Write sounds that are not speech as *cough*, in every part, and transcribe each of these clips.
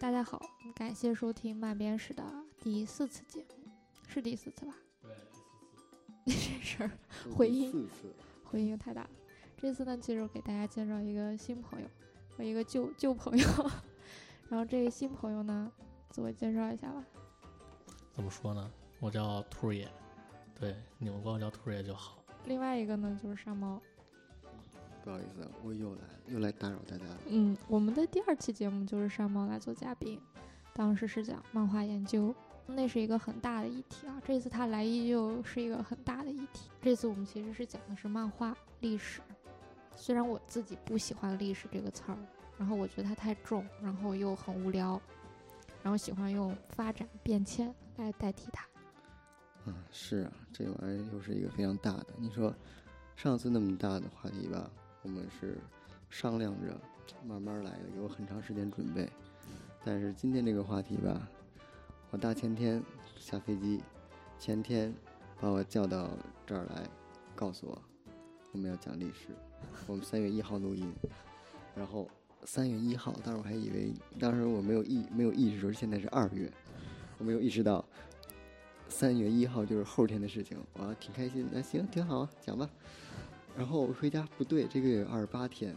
大家好，感谢收听慢编史的第四次节目，是第四次吧？ *laughs* 对，第四次这事儿是回嗯第应四次，回应太大了。这次呢，其实我给大家介绍一个新朋友和一个旧旧朋友， *laughs* 然后这个新朋友呢，自我介绍一下吧。怎么说呢？我叫兔儿爷，对，你们管我叫兔儿爷就好。另外一个呢，就是沙猫。不好意思，我又来又来打扰大家了。嗯，我们的第二期节目就是山猫来做嘉宾，当时是讲漫画研究，那是一个很大的议题啊。这次他来依旧是一个很大的议题。这次我们其实是讲的是漫画历史，虽然我自己不喜欢“历史”这个词儿，然后我觉得它太重，然后又很无聊，然后喜欢用发展变迁来代替它。啊，是啊，这玩意儿又是一个非常大的。你说上次那么大的话题吧，我们是商量着慢慢来的，有很长时间准备。但是今天这个话题吧，我大前天下飞机，前天把我叫到这儿来，告诉我我们要讲历史，我们三月一号录音，然后。三月一号，当时我还以为，当时我没有意没有意识说现在是二月，我没有意识到三月一号就是后天的事情，我、挺开心。那、行，挺好啊，讲吧。然后我回家，不对，这个月有二十八天，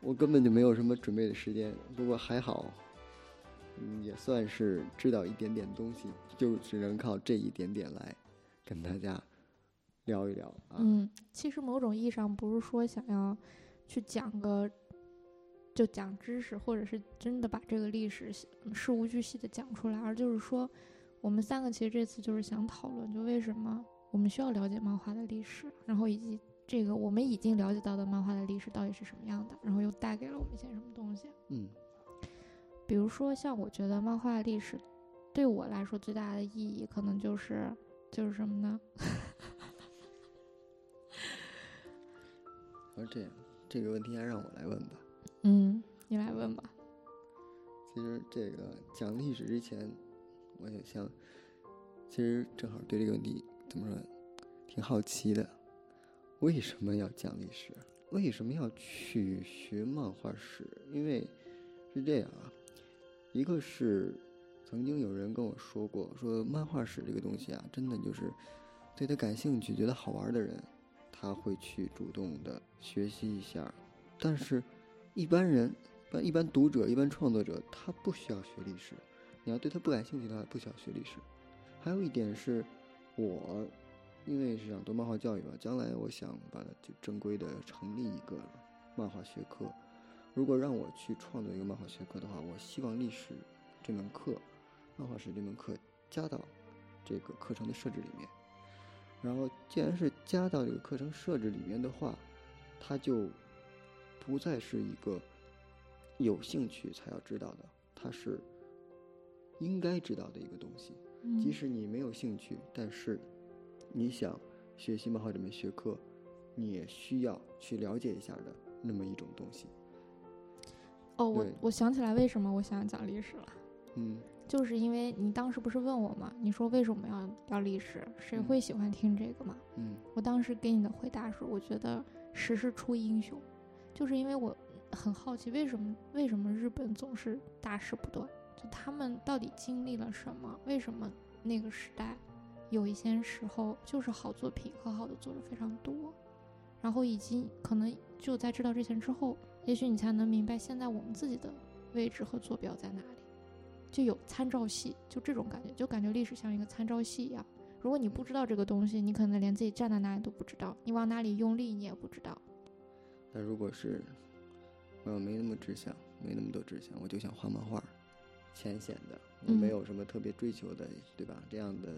我根本就没有什么准备的时间。不过还好，嗯，也算是知道一点点东西，就只能靠这一点点来跟大家聊一聊啊。嗯，其实某种意义上不是说想要去讲个就讲知识，或者是真的把这个历史嗯事无巨细的讲出来，而就是说，我们三个其实这次就是想讨论，就为什么我们需要了解漫画的历史，然后以及这个我们已经了解到的漫画的历史到底是什么样的，然后又带给了我们一些什么东西。嗯比如说，像我觉得漫画历史对我来说最大的意义，可能就是就是什么呢？而这样，这个问题还让我来问吧。嗯，你来问吧。其实这个讲历史之前，我也想，其实正好对这个问题怎么说，挺好奇的，为什么要讲历史？为什么要去学漫画史？因为是这样啊，一个是曾经有人跟我说过，说漫画史这个东西啊，真的就是对他感兴趣、觉得好玩的人，他会去主动的学习一下，但是一般人般一般读者、一般创作者，他不需要学历史。你要对他不感兴趣的话，不需要学历史。还有一点是，我因为是想读漫画教育嘛，将来我想把它就正规的成立一个漫画学科。如果让我去创作一个漫画学科的话，我希望历史这门课，漫画史这门课加到这个课程的设置里面。然后，既然是加到这个课程设置里面的话，它就不再是一个有兴趣才要知道的，它是应该知道的一个东西。嗯即使你没有兴趣，但是你想学习漫画这门学科，你也需要去了解一下的那么一种东西。哦，我对我想起来为什么我想讲历史了，嗯，就是因为你当时不是问我吗？你说为什么要聊历史？谁嗯会喜欢听这个嘛？嗯，我当时给你的回答是，我觉得时势出英雄，就是因为我很好奇为什么为什么日本总是大事不断，就他们到底经历了什么？为什么那个时代有一些时候就是好作品和好的作者非常多，然后以及可能只有在知道这些之后，也许你才能明白现在我们自己的位置和坐标在哪里，就有参照系，就这种感觉，就感觉历史像一个参照系一样。如果你不知道这个东西，你可能连自己站在哪里都不知道，你往哪里用力你也不知道。嗯那如果是我要没那么志向，没那么多志向，我就想画漫画，浅显的，我嗯没有什么特别追求的，对吧？这样的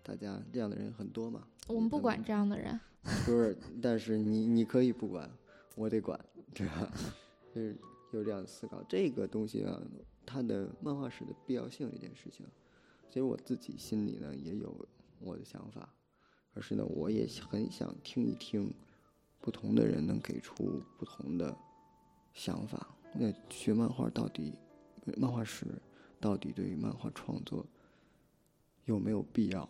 大家这样的人很多嘛。我们不管嗯这样的人，不是，但是你你可以不管，我得管，对吧？ *laughs* 就是有这样的思考，这个东西啊，它的漫画史的必要性这件事情，其实我自己心里呢也有我的想法，可是呢，我也很想听一听不同的人能给出不同的想法。那学漫画到底，漫画史到底对于漫画创作有没有必要？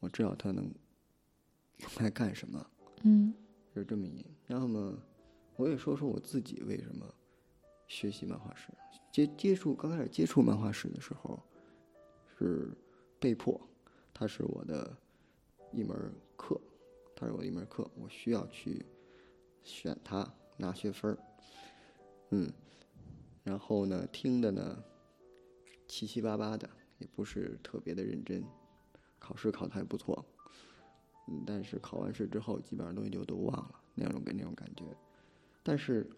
我知道它能用来干什么。嗯是这么一。那么，我也说说我自己为什么学习漫画史。接接触刚开始接触漫画史的时候，是被迫，它是我的一门儿课，它是我的一门儿课，我需要去选它拿学分儿。嗯，然后呢，听的呢七七八八的，也不是特别的认真，考试考的还不错。嗯，但是考完试之后，基本上东西就都忘了那种感那种感觉。但是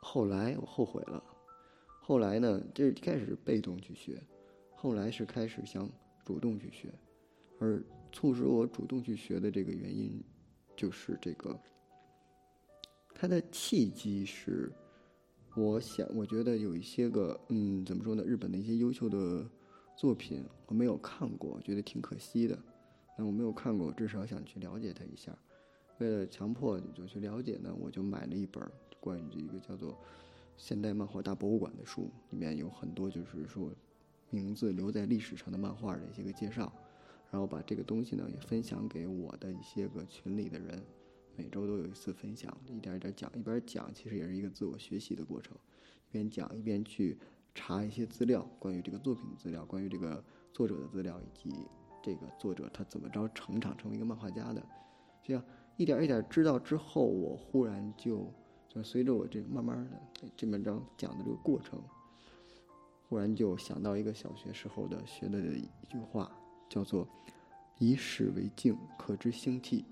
后来我后悔了，后来呢，这一开始是被动去学，后来是开始想主动去学，而嗯促使我主动去学的这个原因，就是这个，它的契机是，我想我觉得有一些个嗯，怎么说呢，日本的一些优秀的作品我没有看过，我觉得挺可惜的。那我没有看过，我至少想去了解它一下。为了强迫你就去了解呢，我就买了一本儿关于这一个叫做《现代漫画大博物馆》的书，里面有很多就是说名字留在历史上的漫画的一些个介绍，然后把这个东西呢也分享给我的一些个群里的人，每周都有一次分享，一点儿一点儿讲，一边儿讲其实也是一个自我学习的过程，一边讲一边去查一些资料，关于这个作品的资料，关于这个作者的资料，以及这个作者他怎么着成长成为一个漫画家的，这样一点儿一点儿知道之后，我忽然就就随着我这慢慢的这本章讲的这个过程，忽然就想到一个小学时候的学的一句话，叫做“以史为镜，可知兴替”。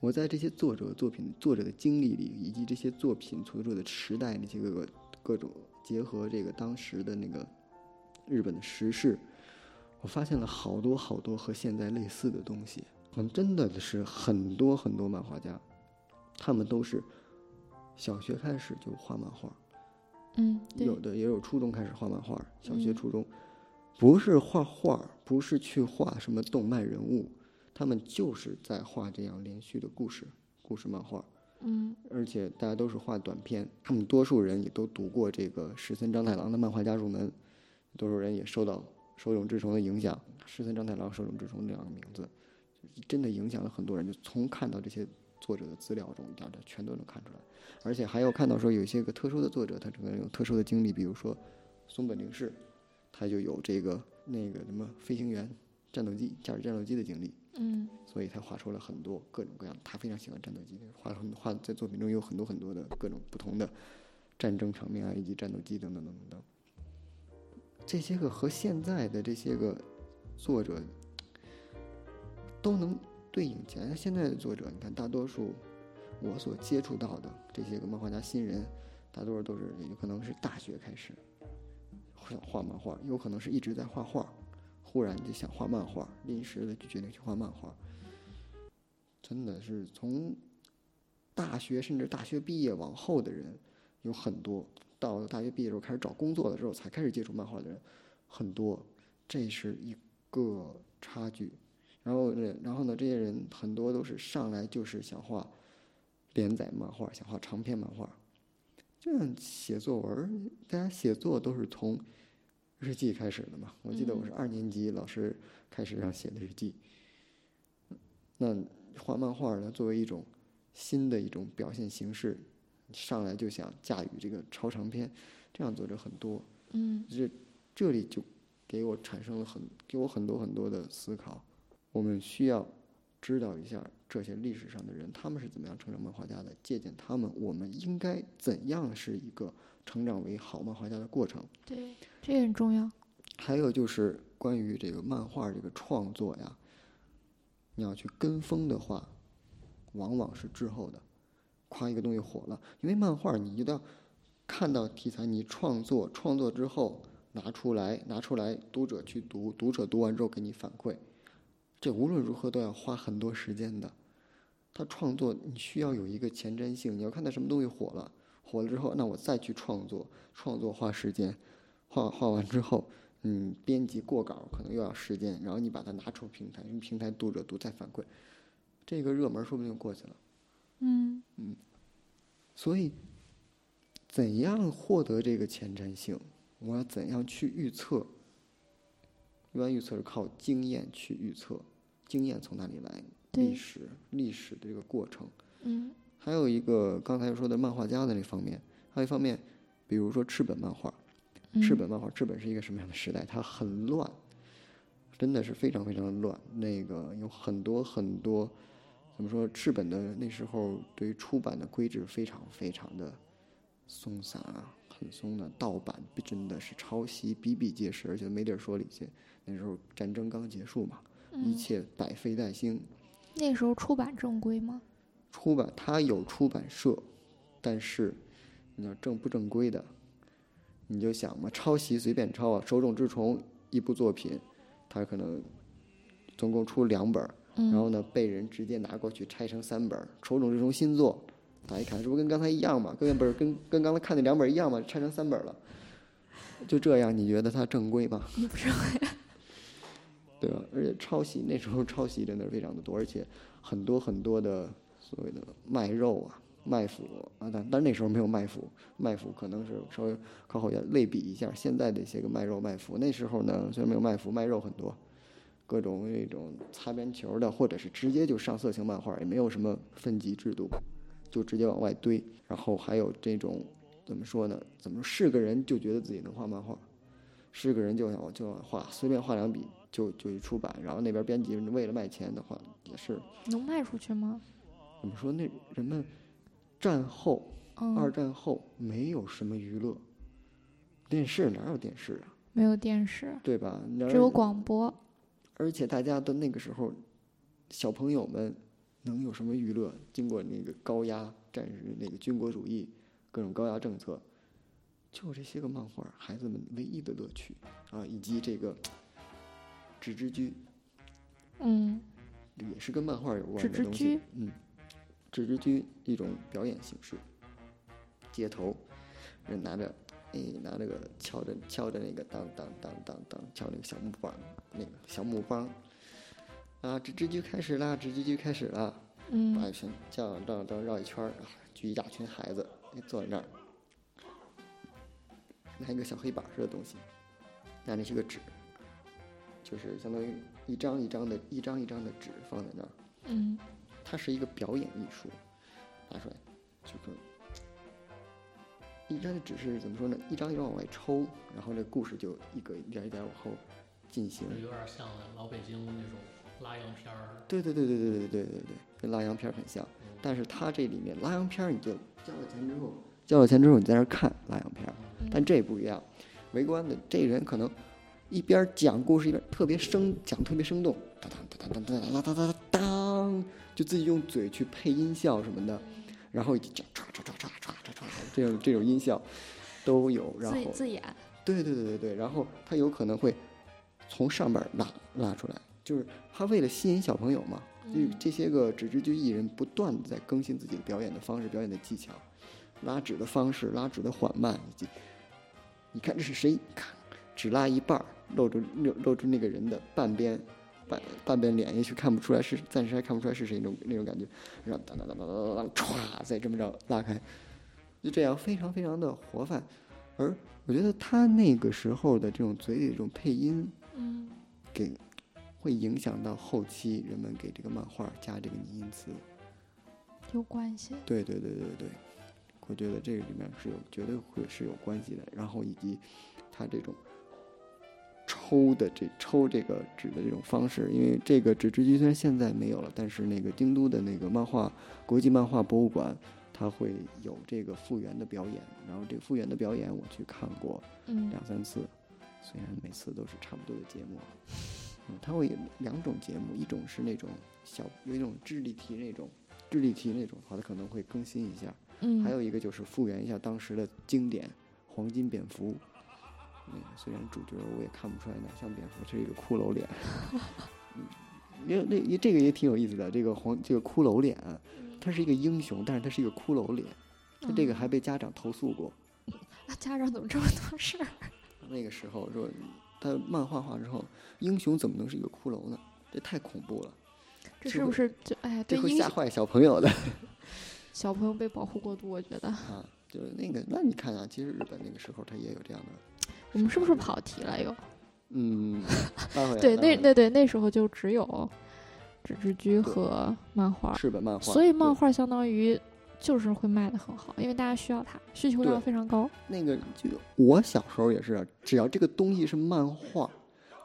我在这些作者作品、作者的经历里，以及这些作品所处的时代那些各个各种结合这个当时的那个日本的时事，我发现了好多好多和现在类似的东西。很真的是很多很多漫画家，他们都是小学开始就画漫画，嗯，对，有的也有初中开始画漫画，小学、嗯初中，不是画画，不是去画什么动漫人物，他们就是在画这样连续的故事，故事漫画，嗯而且大家都是画短篇，他们多数人也都读过这个石森章太郎的漫画家入门，多数人也受到手冢治虫的影响，石森章太郎、手冢治虫这两个名字，真的影响了很多人，就从看到这些作者的资料中，一点儿点儿全都能看出来，而且还有看到说有一些个特殊的作者，他整个人有特殊的经历，比如说松本零士，他就有这个那个什么飞行员、战斗机、驾驶战斗机的经历，嗯所以他画出了很多各种各样的，他非常喜欢战斗机，画了很画在作品中有很多很多的各种不同的战争场面啊，以及战斗机等等等等等。这些个和现在的这些个作者都能对应起来。现在的作者，你看大多数我所接触到的这些个漫画家新人，大多数都是也有可能是大学开始想画漫画，有可能是一直在画画，忽然就想画漫画，临时的就决定去画漫画。真的是从大学甚至大学毕业往后的人，有很多到了大学毕业之后开始找工作的时候才开始接触漫画的人，很多，这是一个差距。然后呢，然后呢，这些人很多都是上来就是想画连载漫画，想画长篇漫画，这样写作文儿，大家写作都是从日记开始的嘛。我记得我是二年级老师开始让写的日记。那画漫画呢，作为一种新的一种表现形式，上来就想驾驭这个超长篇，这样作者很多。嗯这这里就给我产生了很给我很多很多的思考。我们需要知道一下这些历史上的人，他们是怎么样成长漫画家的，借鉴他们，我们应该怎样是一个成长为好漫画家的过程。对，这也很重要。还有就是关于这个漫画这个创作呀，你要去跟风的话，往往是滞后的。夸一个东西火了，因为漫画你一定要看到题材，你创作创作之后拿出来，拿出来读者去读，读者读完之后给你反馈，这无论如何都要花很多时间的。他创作你需要有一个前瞻性，你要看到什么东西火了，火了之后，那我再去创作，创作花时间，画画完之后，嗯，编辑过稿可能又要时间，然后你把它拿出平台，用平台读者读再反馈，这个热门说不定就过去了。嗯所以，怎样获得这个前瞻性？我要怎样去预测？一般预测是靠经验去预测，经验从哪里来？对历史，历史的这个过程。嗯还有一个刚才说的漫画家的这方面，还有一方面，比如说赤本漫画，嗯赤本漫画，赤本是一个什么样的时代？它很乱，真的是非常非常的乱。那个有很多很多，怎么说？赤本的那时候对于出版的规制非常非常的松散啊，很松的。盗版真的是抄袭比比皆是，而且没地儿说理去。那时候战争刚结束嘛，一嗯，切百废待兴。那时候出版正规吗？出版它有出版社，但是你要正不正规的，你就想嘛，抄袭随便抄啊，手冢治虫一部作品，他可能总共出两本儿，嗯，然后呢被人直接拿过去拆成三本儿，手冢治虫新作，大家一看，这不跟刚才一样嘛，跟本跟跟刚才看那两本儿一样嘛，拆成三本儿了，就这样，你觉得它正规吗？你不是 *laughs* 对吧？而且抄袭那时候抄袭真的是非常的多，而且很多很多的所谓的卖肉啊、卖腐啊，但但那时候没有卖腐，卖腐可能是稍微靠后要类比一下现在的一些个卖肉卖腐。那时候呢，虽然没有卖腐，卖肉很多，各种那种擦边球的，或者是直接就上色情漫画，也没有什么分级制度，就直接往外堆。然后还有这种怎么说呢？怎么说是个人就觉得自己能画漫画，是个人就想就想画，随便画两笔就就去出版，然后那边编辑为了卖钱的话，也是嗯能卖出去吗？怎么说？那人们战后嗯，二战后没有什么娱乐，电视哪有电视啊？没有电视，对吧？哪只有有广播。而且大家的那个时候，小朋友们能有什么娱乐？经过那个高压战时那个军国主义各种高压政策，就这些个漫画，孩子们唯一的乐趣啊，以及这个纸之居嗯，也是跟漫画有关纸之的东居西。嗯，纸之居一种表演形式，街头人拿着。哎，拿那个敲着敲着那个当当当当当敲那个小木棒，那个小木棒，啊，纸之居开始啦，纸之居开始啦，把嗯一群这样这样这样绕一圈儿，啊聚一大群孩子，哎坐在那儿，拿一个小黑板儿似的东西，拿那是个纸，就是相当于一张一张的、一张一张的纸放在那儿，嗯它是一个表演艺术，拿出来就跟一张的纸是怎么说呢？一张一张往外抽，然后这故事就一个一点儿一点儿往后进行就。有点像老北京那种拉洋片儿，对对对对对对对对对，跟拉洋片儿很像，但是它这里面拉洋片儿，你就交了钱之后，交了钱之后你在那儿看拉洋片儿，但这不一样，围观的这人可能一边儿讲故事一边儿特别生讲特别生动，当当当当当当当当当当，就自己用嘴去配音效什么的，然后就这样唰唰唰唰唰唰唰这种这种音效都有，然自后自演。对对对对对，然后他有可能会从上边儿拉拉出来，就是他为了吸引小朋友嘛，就是嗯这些个纸质剧艺人不断地在更新自己的表演的方式、表演的技巧、拉纸的方式、拉纸的缓慢，以及你看这是谁？看只拉一半儿，露出露露出那个人的半边半半边脸，也许看不出来是暂时还看不出来是谁那种那种感觉，然后当当当当当当当，歘，再这么着拉开，就这样非常非常的活泛。而我觉得他那个时候的这种嘴里这种配音，嗯给会影响到后期人们给这个漫画加这个拟音词。有关系。对对对对对，我觉得这个里面是有绝对会是有关系的。然后以及他这种抽的这抽这个纸的这种方式，因为这个纸质机虽然现在没有了，但是那个京都的那个漫画国际漫画博物馆，它会有这个复原的表演。然后这个复原的表演我去看过，嗯两三次，虽然每次都是差不多的节目，嗯，它会有两种节目，一种是那种小有一种智力题那种，智力题那种的话，它可能会更新一下；嗯，还有一个就是复原一下当时的经典《黄金蝙蝠》。那个虽然主角我也看不出来哪像蝙蝠，是一个骷髅脸。嗯，因为那那这个也挺有意思的，这个黄这个骷髅脸，他是一个英雄，但是他是一个骷髅脸，嗯他这个还被家长投诉过。啊家长怎么这么多事儿？那个时候说，他漫画化之后，英雄怎么能是一个骷髅呢？这太恐怖了，这就是不会是就哎这对会英吓坏小朋友的 *laughs* 小朋友被保护过度？我觉得啊！就是那个，那你看啊，其实日本那个时候他也有这样的，我们是不是跑题了又？嗯，拉回来对，拉那回来那对那时候就只有纸质居和漫画，日本漫画，所以对漫画相当于就是会卖的很好，因为大家需要它，需求量对非常高。那个就我小时候也是，啊只要这个东西是漫画，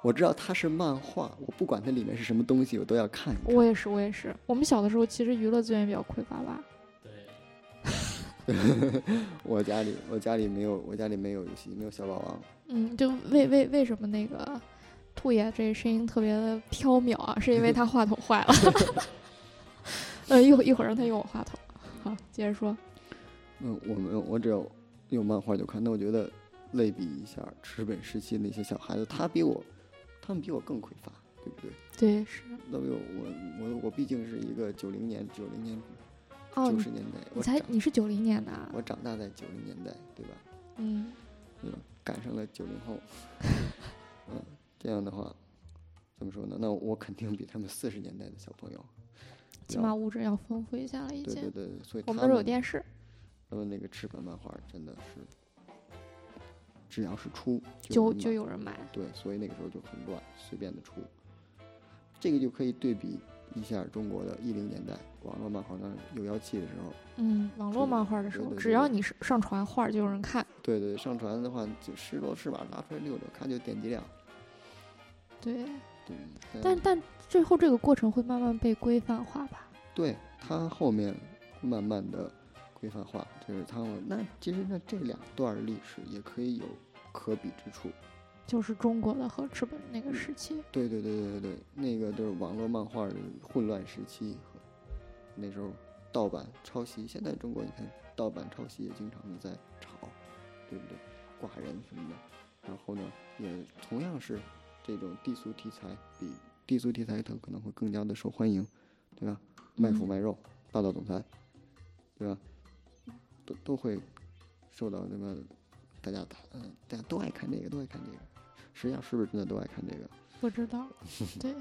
我知道它是漫画，我不管它里面是什么东西，我都要看一我看。也是，我也是。我们小的时候其实娱乐资源比较匮乏吧？对，我家里我家里没有我家里没有游戏，没有小霸王。嗯，就为为为什么那个兔爷这声音特别的飘渺 *laughs* 啊？是因为他话筒坏了。 *laughs* 呃，一会儿一会儿让他用我话筒。好，接着说。嗯，我没有，我只有有漫画就看。那我觉得类比一下日本时期那些小孩子，他比我，他们比我更匮乏，对不对？对，是那我有我我我毕竟是一个九零年九零年哦，九你十年代，你我才长你是九零年的啊，我长大在九零年代，对吧？嗯，嗯，赶上了九零 *laughs* 后，嗯，这样的话，怎么说呢？那我肯定比他们四十年代的小朋友起要码物质要丰富一下了，已对对经。对，所以我他们都是有电视，他们那个赤本漫画真的是，只要是出就有人就买有人买。对，所以那个时候就很乱，随便的出。这个就可以对比一下中国的一零年代网络漫画当有妖气的时候，嗯，网络对漫画的时对候，对只对要对你是上传画儿就有人看。对对，上传的话就十罗翅膀拿出来溜溜，看就点击量。对，对，但但最后这个过程会慢慢被规范化吧？对它后面慢慢的规范化，就是它们那其实那这两段历史也可以有可比之处。就是中国的和日本那个时期。对对对对对对，那个就是网络漫画的混乱时期和那时候盗版抄袭。现在中国你看盗版抄袭也经常的在炒，对不对？挂人什么的。然后呢，也同样是这种低俗题材，比低俗题材它可能会更加的受欢迎，对吧？卖腐嗯卖肉，霸道总裁，对吧？都都会受到那个大家谈，嗯，大家都爱看这个，都爱看这个。实际上是不是真的都爱看这个？不知道，嗯 *laughs* 对，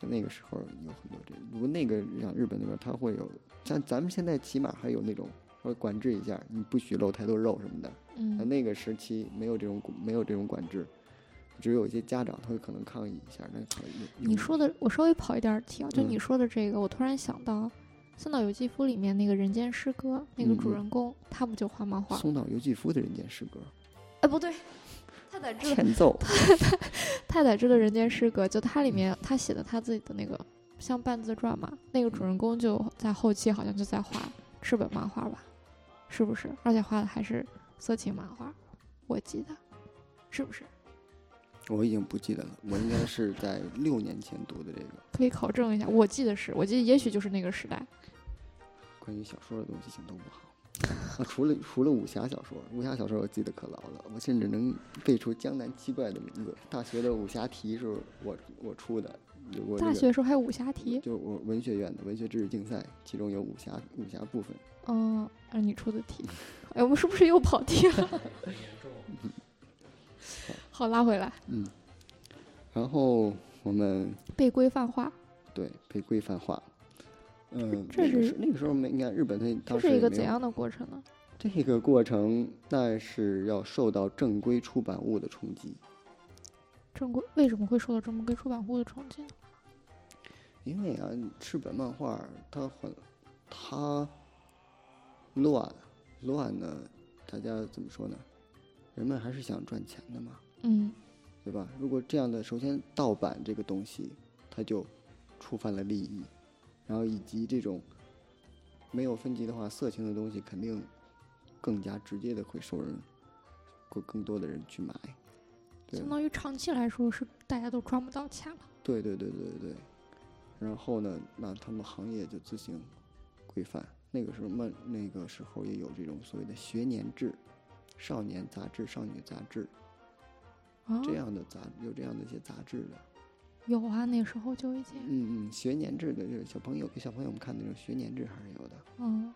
在那个时候有很多这，如果那个像日本那边，他会有像咱们现在起码还有那种说管制一下，你不许露太多肉什么的。哎那嗯，那个时期没有这种没有这种管制，只有一些家长他会可能抗议一下。那可能有你说的我稍微跑一点儿题啊，就嗯你说的这个，我突然想到《三岛由纪夫》里面那个《人间失格》，那个嗯主嗯人公他不就画漫画？松岛由纪夫的人间失格，哎，不对，他在这欠揍。太宰治的《人间失格》，就嗯它里面他写的他自己的那个像半自传嘛，那个主人公就在后期好像就在画赤本漫画吧，是不是？而且画的还是色情漫画，我记得，是不是？我已经不记得了，我应该是在六年前读的这个可以考证一下，我记得是，我记得也许就是那个时代。关于小说的东西，性都不好。 *laughs* 啊，除了除了武侠小说，武侠小说我记得可牢了，我甚至能背出江南七怪的名字。大学的武侠题是我我出的，有过这大个学的时候还有武侠题，就是我文学院的文学知识竞赛，其中有武侠武侠部分。嗯，让你出的题。哎，我们是不是又跑题了？ *laughs* 很严重。好，拉回来，嗯，然后我们被规范化，对被规范化。嗯，这那个是时那个时候没，你看日本它这当是时一也个没怎有样的过程呢？这个过程，那是要受到正规出版物的冲击。正规为什么会受到这么跟出版物的冲击呢？因为啊，赤本漫画儿它很，它乱乱呢，大家怎么说呢？人们还是想赚钱的嘛，嗯，对吧？如果这样的，首先盗版这个东西，它就触犯了利益，然后以及这种没有分级的话，色情的东西肯定更加直接的会受人，会更多的人去买。对相当于长期来说是大家都赚不到钱了。对对对对对。然后呢，那他们行业就自行规范。那个时候嘛，那个时候也有这种所谓的学年制、少年杂志、少女杂志啊，这样的杂，有这样的一些杂志的。有啊，那时候就已经，嗯嗯，学年制的就是小朋友给小朋友们看的那种学年制还是有的。嗯，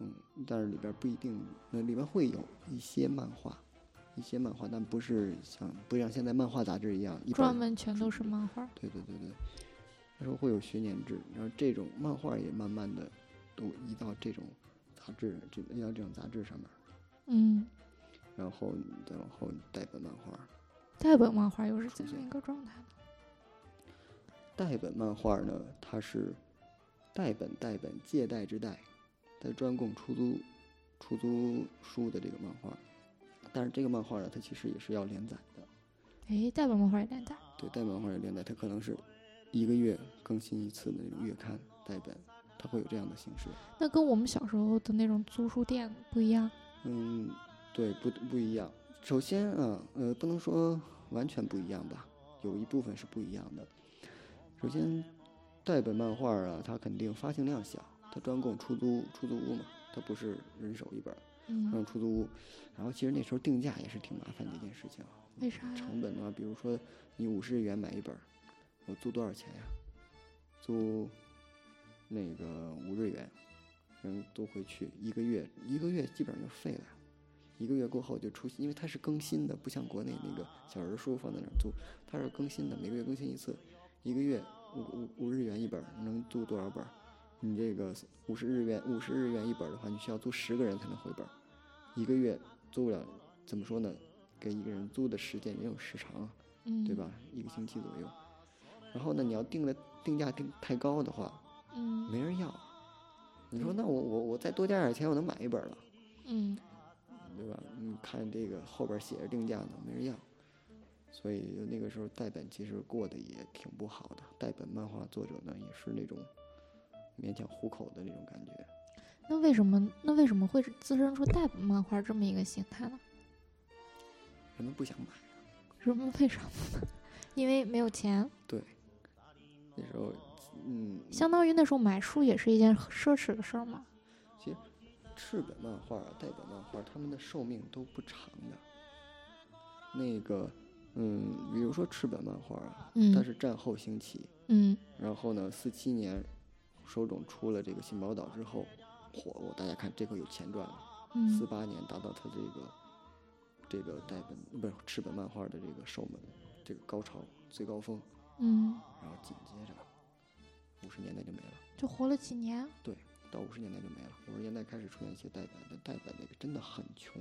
嗯，但是里边不一定，那里边会有一些漫画，一些漫画，但不是像不像现在漫画杂志一样一本专门全都是漫画。对对对对，那时候会有学年制，然后这种漫画也慢慢的都移到这种杂志，这移到这种杂志上面，嗯，然后你再往后代本漫画，代本漫画又是怎是这样一个状态呢？代本漫画呢，它是代本代本借代之代，它是专供出租出租书的这个漫画，但是这个漫画呢，它其实也是要连载的，哎，代表漫画也连载，对，代版或者连载，它可能是一个月更新一次的那种月刊代本，它会有这样的形式。那跟我们小时候的那种租书店不一样。嗯，对，不不一样。首先啊，呃，不能说完全不一样吧，有一部分是不一样的。首先，代本漫画啊，它肯定发行量小，它专供出租出租屋嘛，它不是人手一本儿，专嗯供，出租屋。然后其实那时候定价也是挺麻烦的一件事情，为啥呀？成本呢，比如说你五十日元买一本儿，我租多少钱呀？租那个五日元，人租回去一个月，一个月基本上就废了呀。一个月过后就出新，因为它是更新的，不像国内那个小人书放在那儿租，它是更新的，每个月更新一次，一个月五五五日元一本儿，能租多少本儿？你这个五十日元五十日元一本儿的话，你需要租十个人才能回本儿，一个月租不了，怎么说呢？给一个人租的时间也有时长啊，嗯，对吧？？一个星期左右。然后呢，你要定的定价定太高的话，嗯没人要。你说对那我我我再多加点钱，我能买一本了，嗯，对吧？你看这个后边写着定价呢，没人要。所以那个时候代本其实过得也挺不好的，代本漫画作者呢也是那种勉强糊口的那种感觉。那为什么那为什么会是滋生出代本漫画这么一个形态呢？人们不想买，人们为什么呢？ *laughs* 因为没有钱，那时候，嗯，相当于那时候买书也是一件奢侈的事儿嘛。赤本漫画、代本漫画，他们的寿命都不长的。那个，嗯，比如说赤本漫画啊，它嗯是战后兴起，嗯然后呢，四七年手冢出了这个《新宝岛》之后火过，大家看这个有钱赚了。四嗯八年达到它这个这个代本不是赤本漫画的这个寿命这个高潮最高峰，嗯，然后紧接着五十年代就没了。就活了几年。到五十年代就没了。五十年代开始出现一些代本，但代本那个真的很穷，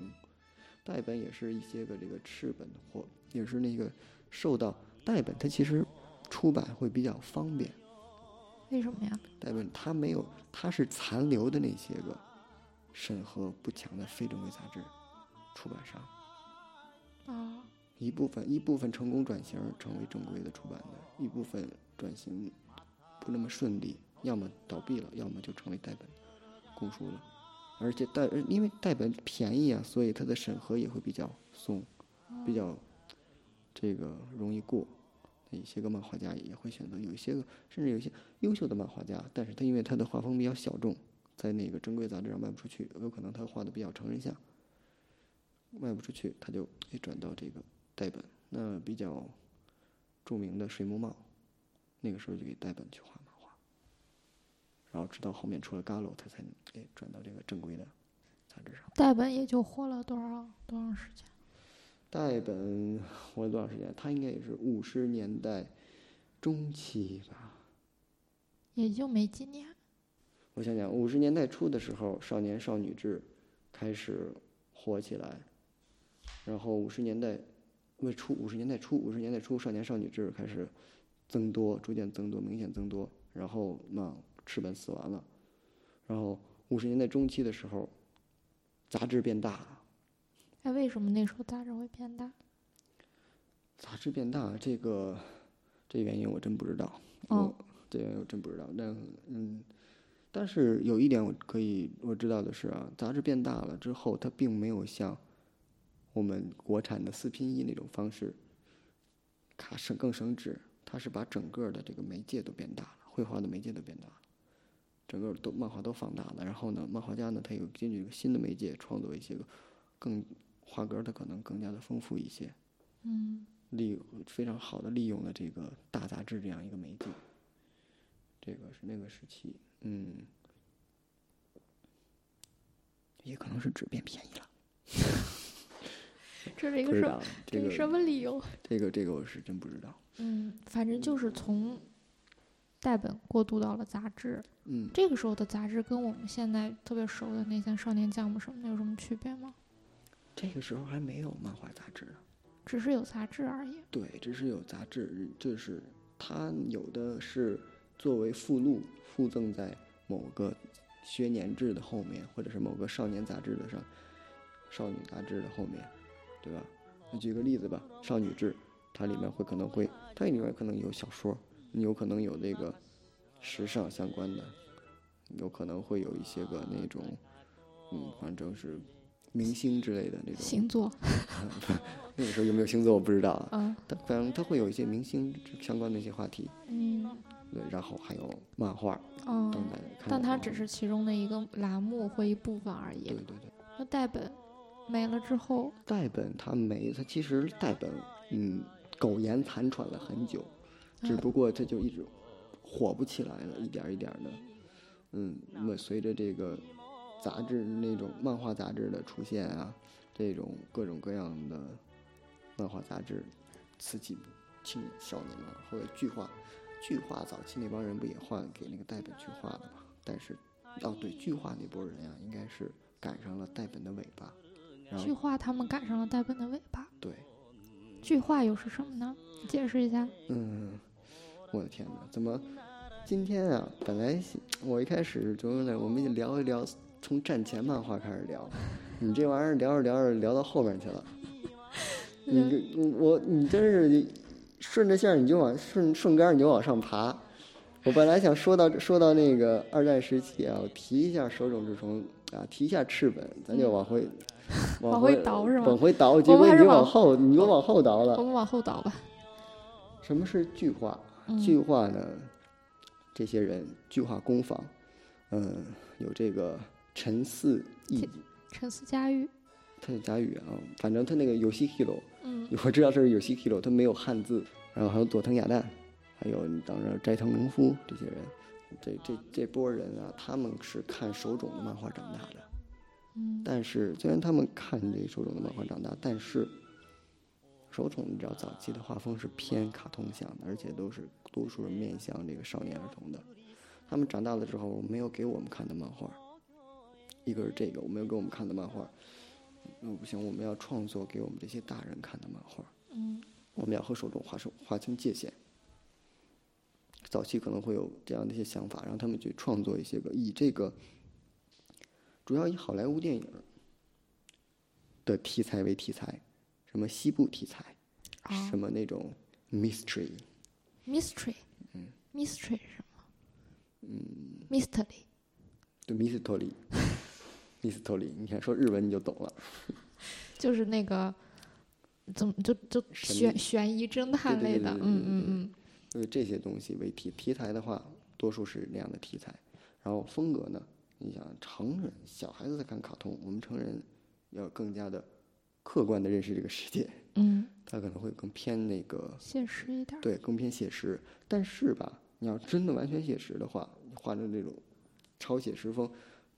代本也是一些个这个赤本或也是那个受到代本，它其实出版会比较方便。为什么呀？代本它没有，它是残留的那些个审核不强的非正规杂志出版商，啊，一部分一部分成功转型成为正规的出版的，一部分转型不那么顺利，要么倒闭了，要么就成为代本供书了。而且代呃因为代本便宜啊，所以它的审核也会比较松，比较这个容易过。那一些个漫画家也会选择，有一些个甚至有一些优秀的漫画家，但是他因为他的画风比较小众，在那个正规杂志上卖不出去，有可能他画的比较成人像，卖不出去，他就哎转到这个代本。那比较著名的水木茂，那个时候就给代本去画漫画，然后直到后面出了 Galo，他才哎转到这个正规的杂志上。代本也就活了多少多长时间？代本活了多长时间？他应该也是五十年代中期吧。也就没几年。我想想，五十年代初的时候，少年少女志开始火起来，然后五十年代未初，五十年代初，五十年代初，少年少女志开始增多，逐渐增多，明显增多。然后嘛，赤本死完了，然后五十年代中期的时候，杂志变大了。哎，为什么那时候大志会变嗯大？杂志变大，这个这原因我真不知道。哦我，这原因我真不知道。但嗯，但是有一点我可以我知道的是啊，杂志变大了之后，它并没有像我们国产的四拼一那种方式，卡省更省纸，它是把整个的这个媒介都变大了，绘画的媒介都变大了。整个都漫画都放大了，然后呢，漫画家呢，他有根据一个新的媒介创作一些个更画格儿，它可能更加的丰富一些。嗯利非常好的利用了这个大杂志这样一个媒介。这个是那个时期，嗯，也可能是纸变便宜了，这是一不个知什道这是什个么理由？这个这个我是真不知道。嗯，反正就是从代本过渡到了杂志。嗯，这个时候的杂志跟我们现在特别熟的那些少年项目什么的有什么区别吗？这个时候还没有漫画杂志呢，只是有杂志而已。对，只是有杂志，就是它有的是作为附录附赠在某个学年制的后面，或者是某个少年杂志的上，少女杂志的后面，对吧？那举个例子吧，少女志，它里面会可能会，它里面可能有小说，你有可能有那个时尚相关的，有可能会有一些个那种，嗯，反正是明星之类的那种。星座，那个时候有没有星座我不知道啊，嗯但反正它会有一些明星相关的一些话题，嗯对，然后还有漫画等哦，等。看但过它漫只画是其中的一个栏目或一部分而对已。对对。那代本没了之后，代本它没，它其实代本，嗯，苟延残喘了很久，只嗯不过它就一直火不起来了，一点儿一点的，嗯，那么随着这个杂志那种漫画杂志的出现啊，这种各种各样的漫画杂志刺激青少年们，或者剧化，剧化早期那帮人不也换给那个代本去画的嘛？但是，哦对，剧化那波人啊，应该是赶上了代本的尾巴，然剧后画他们赶上了代本的尾巴。对。剧画又是什么呢？你解释一下。嗯，我的天哪，怎么今天啊？本来是我一开始就问了，我们聊一聊从战前漫画开始聊，你这玩意儿聊着聊着聊到后面 *laughs* 去了，你嗯，这我你真是顺着线儿你就往顺顺杆儿你就往上爬。我本来想说到说到那个二战时期啊，我提一下手冢治虫啊，提一下赤本，咱就往回嗯往回回倒是吗往回倒，结们果还你是就往往后，你又往后倒我了。们往后倒吧。什么是巨化？嗯巨化呢，这些人巨化工坊，嗯，有这个陈四义这，陈思佳玉，他的家语啊，反正他那个有戏 hero，嗯，我知道这是有戏 hero，他没有汉字，然后还有佐藤雅旦，还有当然斋藤农夫这些人，这这这波人啊，他们是看手冢的漫画长大的，嗯，但是虽然他们看这手冢的漫画长大，但是手冢你知道早期的画风是偏卡通向的，而且都是多数是面向这个少年儿童的。他们长大了之后没有给我们看的漫画，一个是这个我没有给我们看的漫画，嗯不行，我们要创作给我们这些大人看的漫画。嗯，我们要和手中划手划清界限。早期可能会有这样的一些想法，让他们去创作一些个以这个主要以好莱坞电影的题材为题材，什么西部题材，啊什么那种 mystery， ，mystery，m 嗯 y s t e r y 是什么？嗯，mystery，对 mystery，mystery，你看说日文你就懂了。就是那个，怎么就就神悬秘悬疑侦探对对类对的？对嗯对对嗯嗯，就是这些东西为题题材的话，多数是那样的题材。然后风格呢，你想成人小孩子在看卡通，我们成人要更加的客观的认识这个世界，嗯，他可能会更偏那个现实一点儿。对更偏写实。但是吧，你要真的完全写实的话，你画成那种超写实风，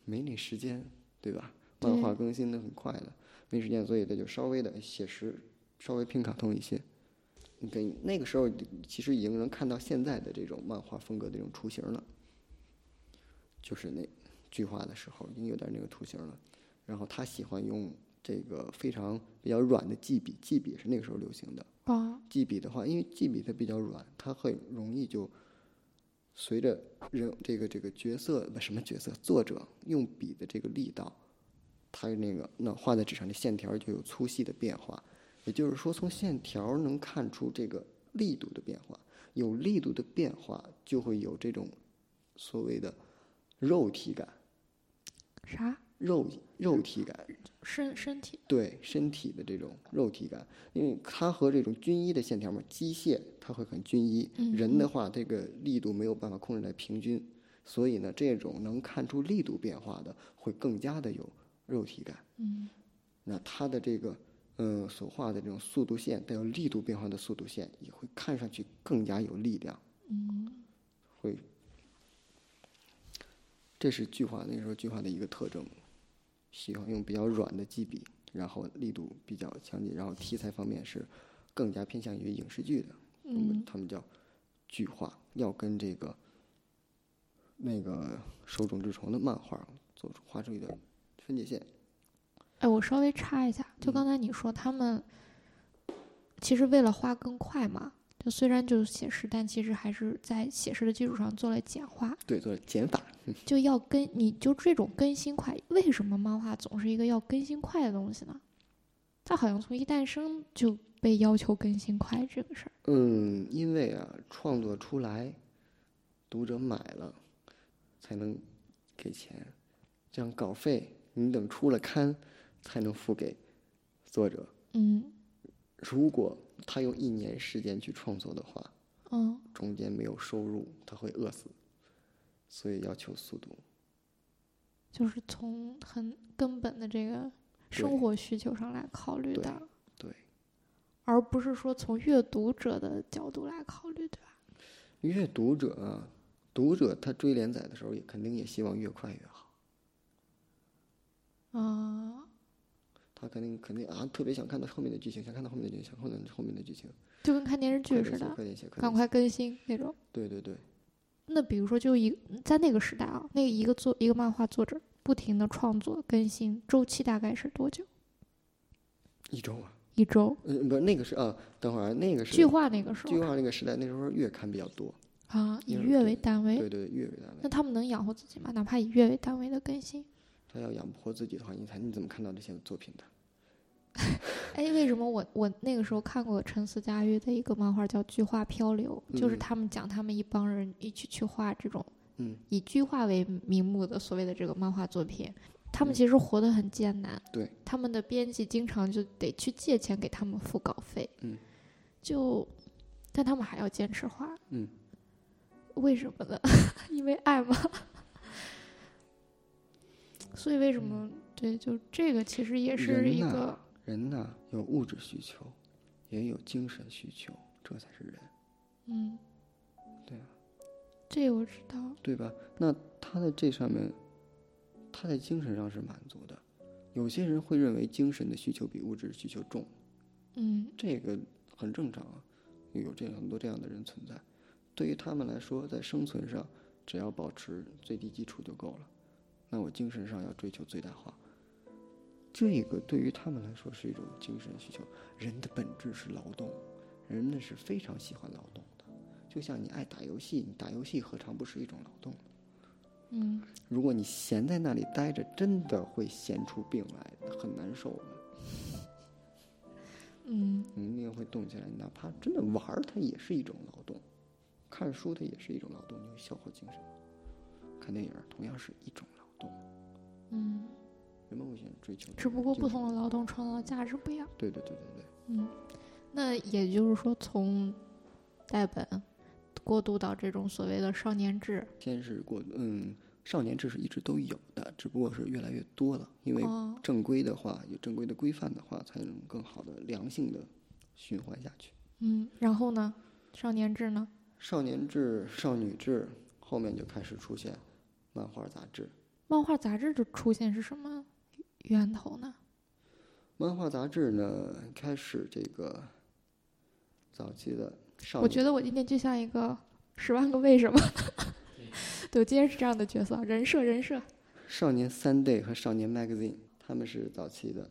没那时间，对吧？漫画更新的很快的，没时间，所以他就稍微的写实，稍微偏卡通一些。你跟那个时候其实已经能看到现在的这种漫画风格的这种雏形了，就是那句话的时候已经有点那个雏形了。然后他喜欢用这个非常比较软的记笔，记笔是那个时候流行的。啊，记笔的话，因为记笔它比较软，它很容易就随着人这个这个角色不什么角色作者用笔的这个力道，它那个那画在纸上的线条就有粗细的变化。也就是说，从线条能看出这个力度的变化，有力度的变化就会有这种所谓的肉体感、啥？肉肉体感，身身体对身体的这种肉体感，因为它和这种军医的线条嘛，机械它会很军医，人的话这个力度没有办法控制在平均，所以呢，这种能看出力度变化的会更加的有肉体感。嗯，那它的这个嗯所画的这种速度线带有力度变化的速度线，也会看上去更加有力量。嗯，会，这是句画那时候句画的一个特征。喜欢用比较软的基笔，然后力度比较强劲，然后题材方面是更加偏向于影视剧的，那么嗯他们叫剧化，要跟这个那个手冢治虫的漫画做出画出一个分界线。哎，我稍微插一下，就嗯刚才你说他们其实为了画更快嘛，就虽然就是写实，但其实还是在写实的基础上做了简化，对，做减法，就要跟你就这种更新快，为什么漫画总是一个要更新快的东西呢？它好像从一诞生就被要求更新快这个事儿，嗯，因为啊，创作出来，读者买了，才能给钱，这样稿费你等出了刊才能付给作者。嗯如果他用一年时间去创作的话，嗯，中间没有收入，他会饿死，所以要求速度。就是从很根本的这个生对活需求上来考虑对的，对而不是说从阅读者的角度来考虑，对吧？阅读者啊，读者他追连载的时候也肯定也希望越快越好，啊、他肯定肯定啊特别想看到后面的剧情，想看到后面的剧情，想看到后面的剧情，就跟看电视快剧似点写，的，快点写，快赶点写，快更新那种。对对对，那比如说，就一嗯在那个时代啊，那一个作一个漫画作者不停的创作更新，周期大概是多久？一周啊，一周。嗯，不是那个是啊，等会儿啊那个是句话那个时句候话那个时代，那时候月刊比较多，啊，以那是月对为单位，对对对，月为单那位，他们能养活自己吗？哪怕以月为单位的更新，他要养不活自己的话，你才你怎么看到这些作品的？哎，为什么我我那个时候看过陈思佳玉的一个漫画叫《句话漂流》，就是嗯他们讲他们一帮人一起去画这种嗯，以句话为名目的所谓的这个漫画作品，他们嗯其实活得很艰难。对，他们的编辑经常就得去借钱给他们付稿费。嗯，就，但他们还要坚持画。嗯，为什么呢？ *laughs* 因为爱吗？ *laughs* 所以为什么？对，就这个其实也是嗯人一呐个，人呐，有物质需求，也有精神需求，这才是人，嗯，对啊，这我知道。对吧？那他在这上面，他在精神上是满足的。有些人会认为精神的需求比物质需求重，嗯，这个很正常啊，有这样很多这样的人存在。对于他们来说，在生存上，只要保持最低基础就够了。那我精神上要追求最大化，这个对于他们来说是一种精神需求。人的本质是劳动，人呢是非常喜欢劳动的。就像你爱打游戏，你打游戏何尝不是一种劳动？嗯，如果你闲在那里待着，真的会闲出病来，很难受的。嗯，你那个会动起来，哪怕真的玩儿，它也是一种劳动；看书它也是一种劳动，你会消耗精神；看电影儿同样是一种劳动。嗯，人们会选追求，只不过不精神同的劳动创造价值不一样。对对对对对，嗯，那也就是说，从代本过渡到这种所谓的少年志，先是过嗯，少年志是一直都有的，只不过是越来越多了，因为哦，正规的话，有正规的规范的话，才能更好的良性的循环下去。嗯，然后呢，少年志呢，少年志、少女志后面就开始出现漫画杂志，漫画杂志的出现是什么源头呢？漫画杂志呢，开始这个早期的少我女，觉得我今天就像一个十万个为什么， *laughs* 对，我今天是这样的角色，人设人设，少年 Sunday 和少年 Magazine，他们是早期的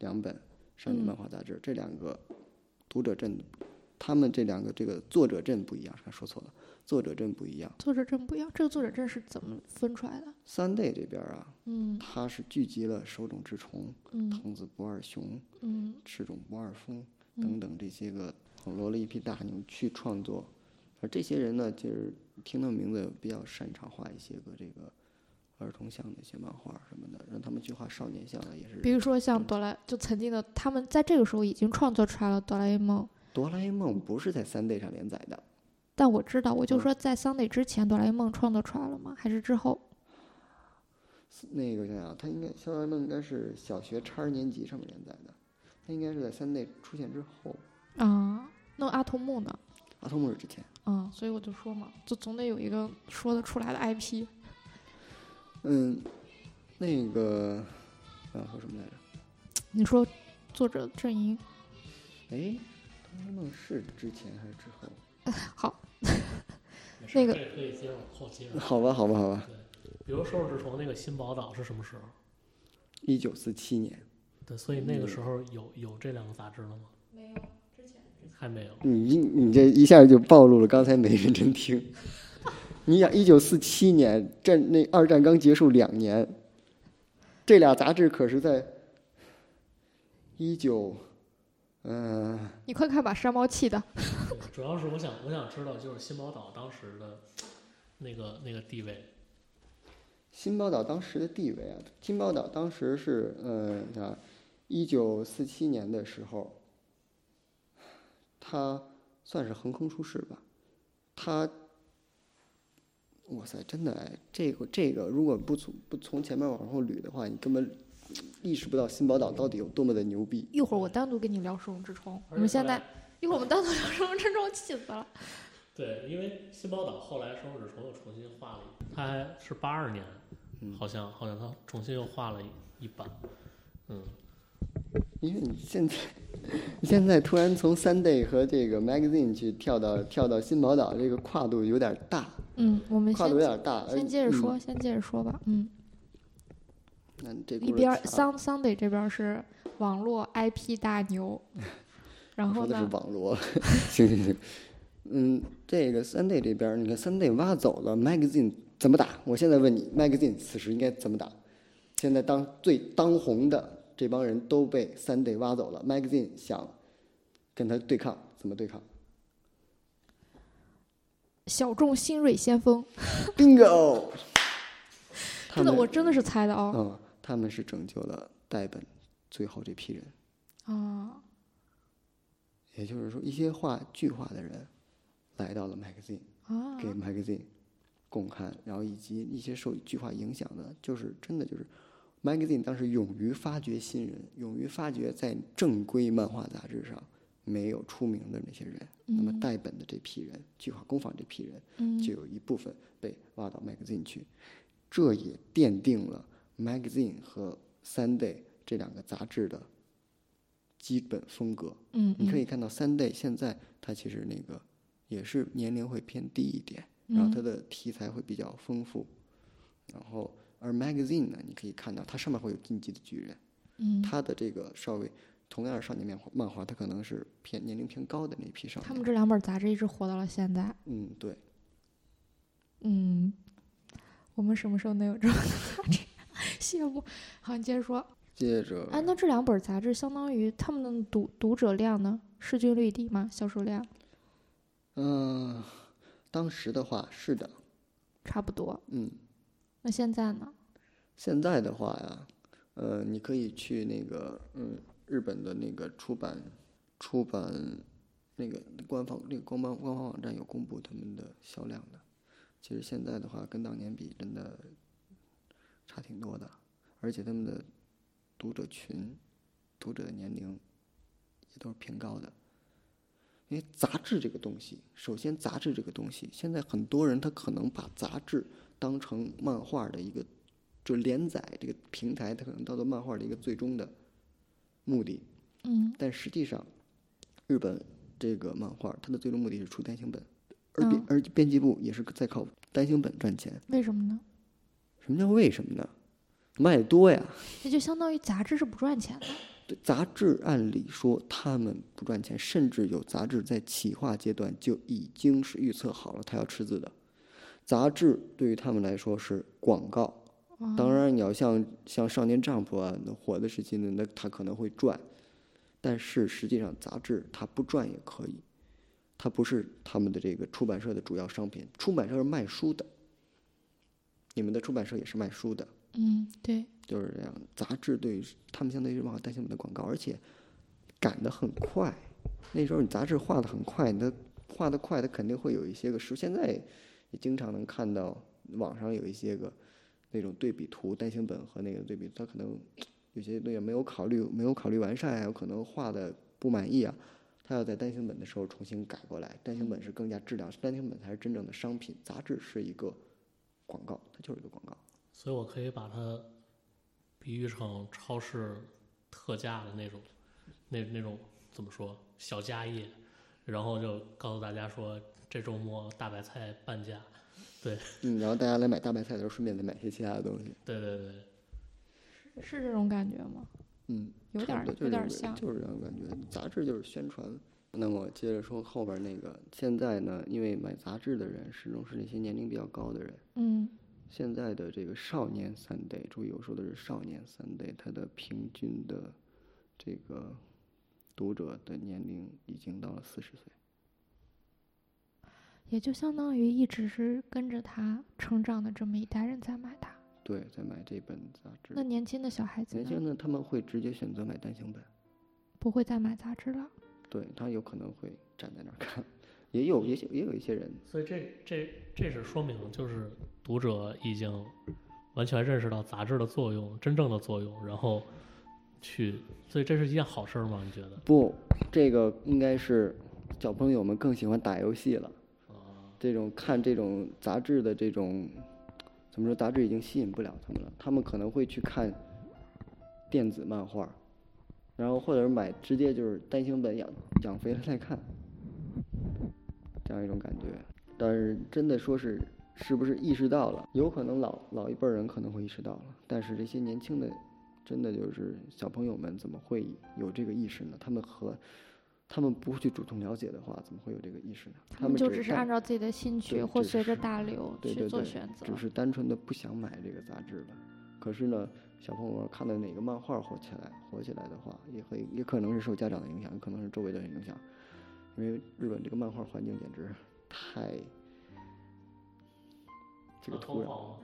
两本少女嗯漫画杂志。这两个读者阵，他们这两个这个作者阵不一样，说错了，作者阵不一样。作者证不一样，这个作者证是怎么分出来的？ Sunday 这边啊，嗯它是聚集了手冢治虫、嗯藤子不二雄、嗯赤冢不二夫等嗯等这些个网罗了一批大牛去创作，而这些人呢，就是听他们名字比较擅长画一些个这个儿童向的一些漫画什么的，让他们去画少年向的也比是。如说像哆啦，就曾经的他们在这个时候已经创作出来了哆啦 A 梦。哆啦 A 梦不是在三 D 上连载的，但我知道，我就嗯说在 Sunday 之前，哆啦 A 梦创作出来了吗？还是之后？那个想想，他应该哆啦 A 梦应该是小学叉儿年级上面连载的，他应该是在三 D 出现之后，啊、那阿童木呢？阿童木是之前。啊、所以我就说嘛，就总得有一个说得出来的 IP。嗯，那个我想说什么来着？你说作者阵营哎，哆啦 A 梦是之前还是之后？好，没事那个这可以接往后接着。 *laughs* 好吧，好吧，好吧，比如说是从那个新宝岛是什么时候？一九四七年。对，所以那个时候有有这两个杂志了吗？没有，之前之前还没有，你你这一下就暴露了，刚才没认真听。 *laughs* 你想，一九四七年战那二战刚结束两年，这俩杂志可是在一九，嗯，你快看把山猫气的，对主要是我想我想知道就是新宝岛当时的那个那个地位，新宝岛当时的地位啊，新宝岛当时是，嗯，你看，一九四七年的时候，它算是横空出世吧。它，哇塞，真的哎，这个这个，如果不从不从前面往后捋的话，你根本意识不到新宝岛到底有多么的牛逼。一会儿我单独跟你聊《十龙之虫》，而我们且现后在来一会儿我们单独聊《十龙之虫》，气死了。对，因为新宝岛后来双子虫又重新画了一，他还是八二年，嗯好像好像他重新又画了一一版，嗯，因为你现在， *laughs* 你现在突然从三 day 和这个 magazine 去跳到跳到新宝岛，这个跨度有点大，嗯，我们跨先度有点大。而先接着嗯说，先接着说吧。嗯，那这一故事边儿长 Sun Sunday 这边儿是网络 IP 大 *laughs* 牛，然我后说的是呢，网罗， *laughs* 行行行，嗯，这个三 day 这边儿，你看三 day 挖走了 magazine 怎么打？我现在问你，magazine 此时应该怎么打？现在当最当红的这帮人都被三 day 挖走了，magazine 想跟他对抗，怎么对抗小众新锐先锋， ？bingo，他真的们我真的是猜的哦。嗯，他们是拯救了代本最后这批人，嗯啊，也就是说，一些画剧化的人来到了 magazine。啊给 magazine 共刊，然后以及一些受句话影响的，就是真的就是 magazine 当时勇于发掘新人，勇于发掘在正规漫画杂志上没有出名的那些人。那么嗯代本的这批人，句话工坊这批人，嗯就有一部分被挖到 magazine 去，这也奠定了 magazine 和 Sunday 这两个杂志的基本风格。嗯，你可嗯以看到三 day 现在它其实那个也是年龄会偏低一点，嗯然后它的题材会比较丰富，然后而 magazine 呢，你可以看到它上面会有进击的巨人，嗯，它的这个稍微同样是少年漫画，漫画它可能是偏年龄偏高的那批少嗯他们年，这两本杂志一直火到了现在。嗯，对，嗯，我们什么时候能有这种杂志？ *laughs* 谢幕。好，你接着说。接着哎，那这两本杂志相当于他们的读读者量呢？势均力敌吗？销售量嗯、当时的话是的，差不多。嗯，那现在呢？现在的话呀，呃，你可以去那个嗯日本的那个出版出版那个官方那个官方官方网站有公布他们的销量的。其实现在的话，跟当年比真的差挺多的，而且他们的读者群、读者的年龄也都是偏高的。因为杂志这个东西，首先杂志这个东西，现在很多人他可能把杂志当成漫画的一个就是连载这个平台，它可能当做漫画的一个最终的目的，嗯，但实际上，日本这个漫画它的最终目的是出单行本，而编、嗯而编辑部也是在靠单行本赚钱。为什么呢？什么叫为什么呢？卖得多呀！也就相当于杂志是不赚钱的。对杂志按理说他们不赚钱，甚至有杂志在企划阶段就已经是预测好了它要赤字的。杂志对于他们来说是广告，啊当，然，你要像像少年丈夫啊，那火的时期呢，那它可能会赚，但是实际上杂志它不赚也可以，它不是他们的这个出版社的主要商品，出版社是卖书的，你们的出版社也是卖书的，嗯，对，就是这样。杂志对于他们相当于是漫画单行本的广告，而且赶得很快。那时候你杂志画得很快，你的画得快，它肯定会有一些个书。现在也经常能看到网上有一些个那种对比图，单行本和那个对比，它可能有些东西没有考虑，没有考虑完善啊，有可能画的不满意啊。它要在单行本的时候重新改过来，单行本是更加质量，单行本才是真正的商品。杂志是一个广告，它就是一个广告。所以我可以把它比喻成超市特价的那种，那那种怎么说小家业，然后就告诉大家说这周末大白菜半价，嗯，然后大家来买大白菜的时候，顺便再买些其他的东西。对对对，是这种感觉吗？嗯，有差点不儿，多有点就儿是这像个。就是这种感觉。杂志就是宣传那么接着说后边那个，现在呢，因为买杂志的人始终是那些年龄比较高的人。嗯现在的这个少年三 day，注意我说的是少年三 day，它的平均的这个读者的年龄已经到了四十岁。也就相当于一直是跟着他成长的这么一代人在买它。对，在买这本杂志那。年轻的小孩子年轻呢，人呢，他们会直接选择买单行本，不会再买杂志了。对他有可能会站在那儿看，也有也也有一些人，所以这这这是说明，就是读者已经完全认识到杂志的作用，真正的作用，然后去，所以这是一件好事儿吗？你觉得？不，这个应该是小朋友们更喜欢打游戏了。啊、这种看这种杂志的这种，怎么说？杂志已经吸引不了他们了，他们可能会去看电子漫画，然后或者买直接就是单行本养养肥了再看，这样一种感觉。但是真的说是是不是意识到了？有可能老老一辈儿人可能会意识到了，但是这些年轻的，真的就是小朋友们怎么会有这个意识呢？他们和他们不去主动了解的话，怎么会有这个意识呢？他们就只是单按照自己的兴趣对或只随着是大流对去对做对选择。只是单纯的不想买这个杂志了。可是呢，小朋友们看到哪个漫画火起来，火起来的话，也会也可能是受家长的影响，也可能是周围的人影响，因为日本这个漫画环境简直太这啊个土壤了。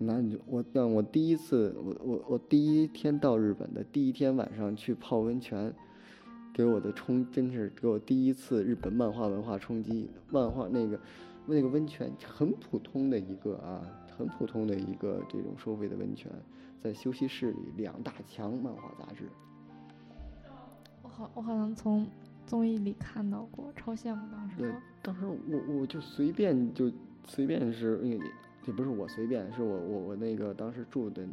那你就我但我第一次，我我我第一天到日本的第一天晚上去泡温泉，给我的冲真是给我第一次日本漫画文化冲击。漫画那个那个温泉很普通的一个啊，很普通的一个这种收费的温泉，在休息室里，两大墙漫画杂志。我好，我好像从综艺里看到过，超羡慕当时对的。当时我我就随便就随便是，也也不是我随便，是我我我那个当时住的，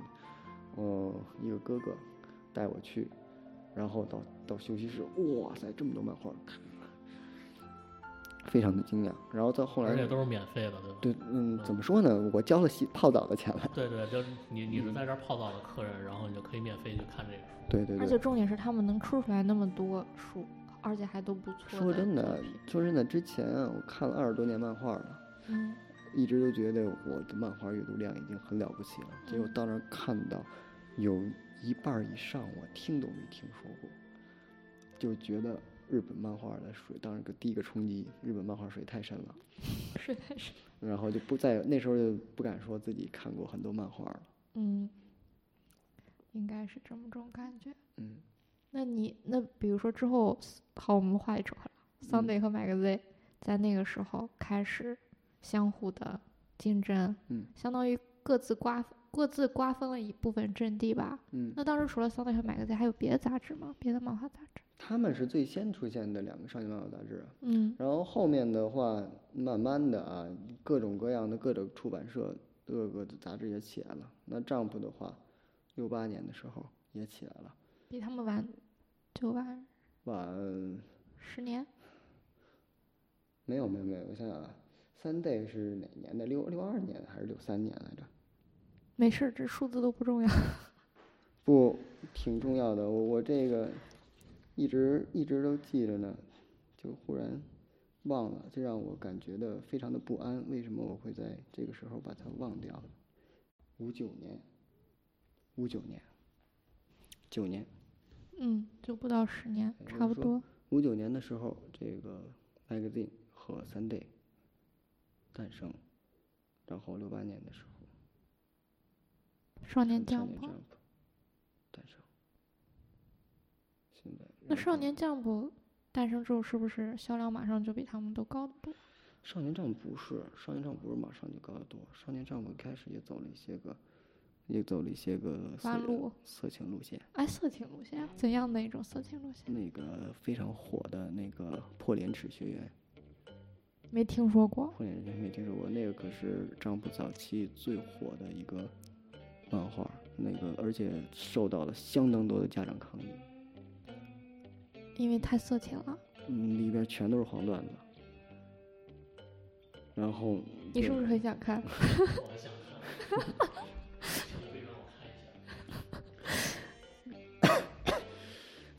呃，一个哥哥带我去，然后到到休息室，哇塞，这么多漫画，咔非常的惊讶。然后到后而且来，都是免费的， *laughs* 对吧？对，嗯，怎么说呢？我交了洗泡澡的钱了。对对，就是你你是在这儿泡澡的客人，然后你就可以免费去看这个书。对对而且对，重点是他们能出出来那么多书，而且还都不错。说真作的品，说真的，之前啊，我看了二十多年漫画了。嗯，一直都觉得我的漫画阅读量已经很了不起了，结果嗯到那儿看到有一半儿以上我听都没听说过，就觉得日本漫画的水，当然个第一个冲击，日本漫画水太深了，实在是，然后就不再那时候就不敢说自己看过很多漫画了，嗯，应该是这么种感觉。嗯，那你那比如说之后，好，我们画一折了，Sunday 嗯和 Magazine 在那个时候开始相互的竞争，嗯，相当于各自瓜各自瓜分了一部分阵地吧。嗯，那当时除了 Sunday 和 Magazine，还有别的杂志吗？别的漫画杂志？他们是最先出现的两个少年漫画杂志，啊嗯然后后面的话，慢慢的啊，各种各样的各种出版社、各个杂志也起来了。那丈夫的话，六八年的时候也起来了，，比他们晚，就晚晚十年。没有没有没有，我想想啊，三 day 是哪年的？六六二年还是六三年来着？没事儿，这数字都不重要。不，挺重要的。我我这个一直一直都记着呢，就忽然忘了，这让我感觉的非常的不安。为什么我会在这个时候把它忘掉呢？五九年，五九年，九年，嗯，就不到十年，也差就是不说多。五九年的时候，这个 magazine 和 Sunday 诞生，然后六八年的时候。少少年少 Jump， Jump 诞生。现在，那然少后年 Jump 诞生之后，是不是销量马上就比他们都高得多？少年丈不是少年丈不是马上就高得多，少年丈夫开始也走了一些个，也走了一些个弯色路色情路线，哎，色情路线，怎样的一种色情路线？那个非常火的那个破廉耻学院，没听说过。破廉耻学院没听说过，那个可是丈夫早期最火的一个漫画，那个而且受到了相当多的家长抗议，因为太色情了。嗯，里边全都是黄段子。然后你是对不是很想看？ *laughs* 我还想看，你可以让我看一下。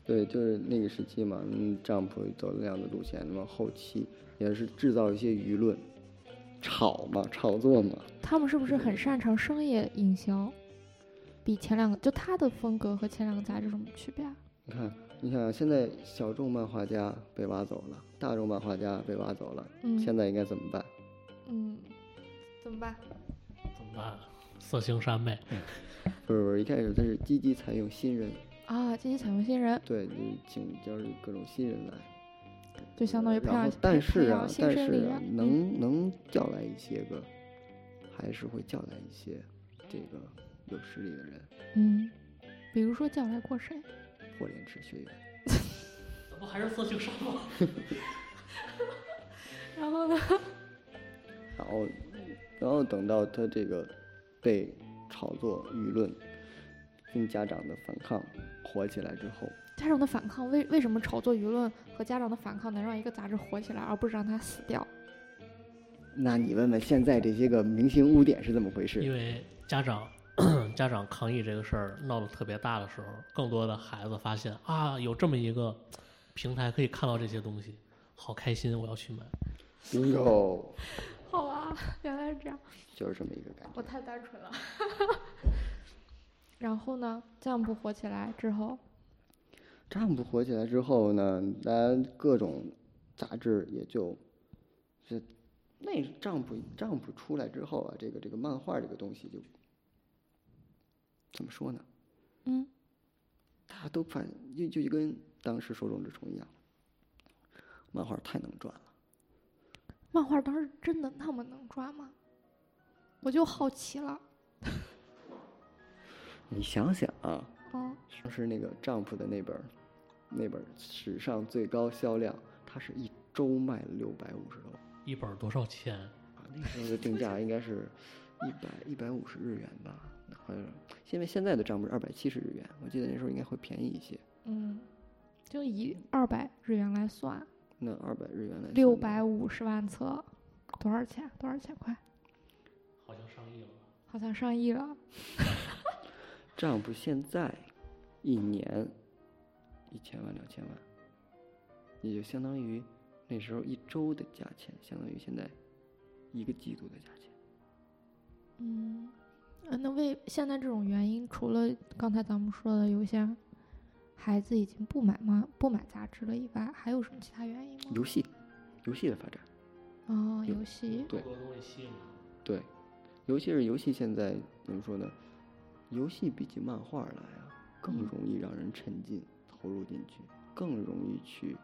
对，就是那个时期嘛，嗯，占卜走那样的路线，那么后期也是制造一些舆论，炒嘛，炒作嘛，他们是不是很擅长商业营销？比前两个就他的风格和前两个杂志有什么区别啊？你看，你想现在小众漫画家被挖走了，大众漫画家被挖走了，嗯现在应该怎么办？嗯，怎么办？怎么办？啊色情赊妹，不是不是，一开始他是积极采用新人，啊，这些采用新人对，就是请就是各种新人来，就相当于培呃然养后，但是培啊养，新但生力是啊量，嗯能能叫来一些个，还是会叫来一些这个有实力的人，嗯，比如说叫来过谁？破廉耻学员，不还是色情赊吗？然后呢？然后然后等到他这个被炒作舆论跟家长的反抗火起来之后，家长的反抗为为什么炒作舆论和家长的反抗能让一个杂志火起来，而不是让它死掉？那你问问现在这些个明星污点是怎么回事？因为家长 *clears throat* 家长抗议这个事儿闹得特别大的时候，更多的孩子发现啊，有这么一个平台可以看到这些东西，好开心，我要去买。 bingo，好啊，原来是这样，就是这么一个感觉。我太单纯了。 *laughs* 然后呢，占卜火起来之后，占卜火起来之后呢，大家各种杂志也就这那占卜占卜出来之后啊，这个这个漫画这个东西就怎么说呢？嗯，大家都反就就就跟当时手冢治虫一样，漫画太能赚了。漫画当时真的那么能赚吗？我就好奇了。你想想啊，嗯，当时那个占卜的那本儿那本儿史上最高销量，它是一周卖了六百五十多一本儿多少钱？啊，那时候的定价应该是一百一百五十日元吧，好像因为现在的账本二百七十日元，我记得那时候应该会便宜一些。嗯，就以二百日元来算，那二百日元来算六的话百五十万册，多少钱？多少钱块？好像上亿了吧。好像上亿了。账不现在一年一千万两千万，也就相当于那时候一周的价钱，相当于现在一个季度的价钱。嗯，呃那为现在这种原因，除了刚才咱们说的有一些孩子已经不买漫不买杂志了以外，还有什么其他原因吗？游戏，游戏的发展，哦，有游戏，对多东西吸引他。对，尤其是游戏现在怎么说呢？游戏比起漫画来啊，更嗯容易让人沉浸、投入进去，更容易去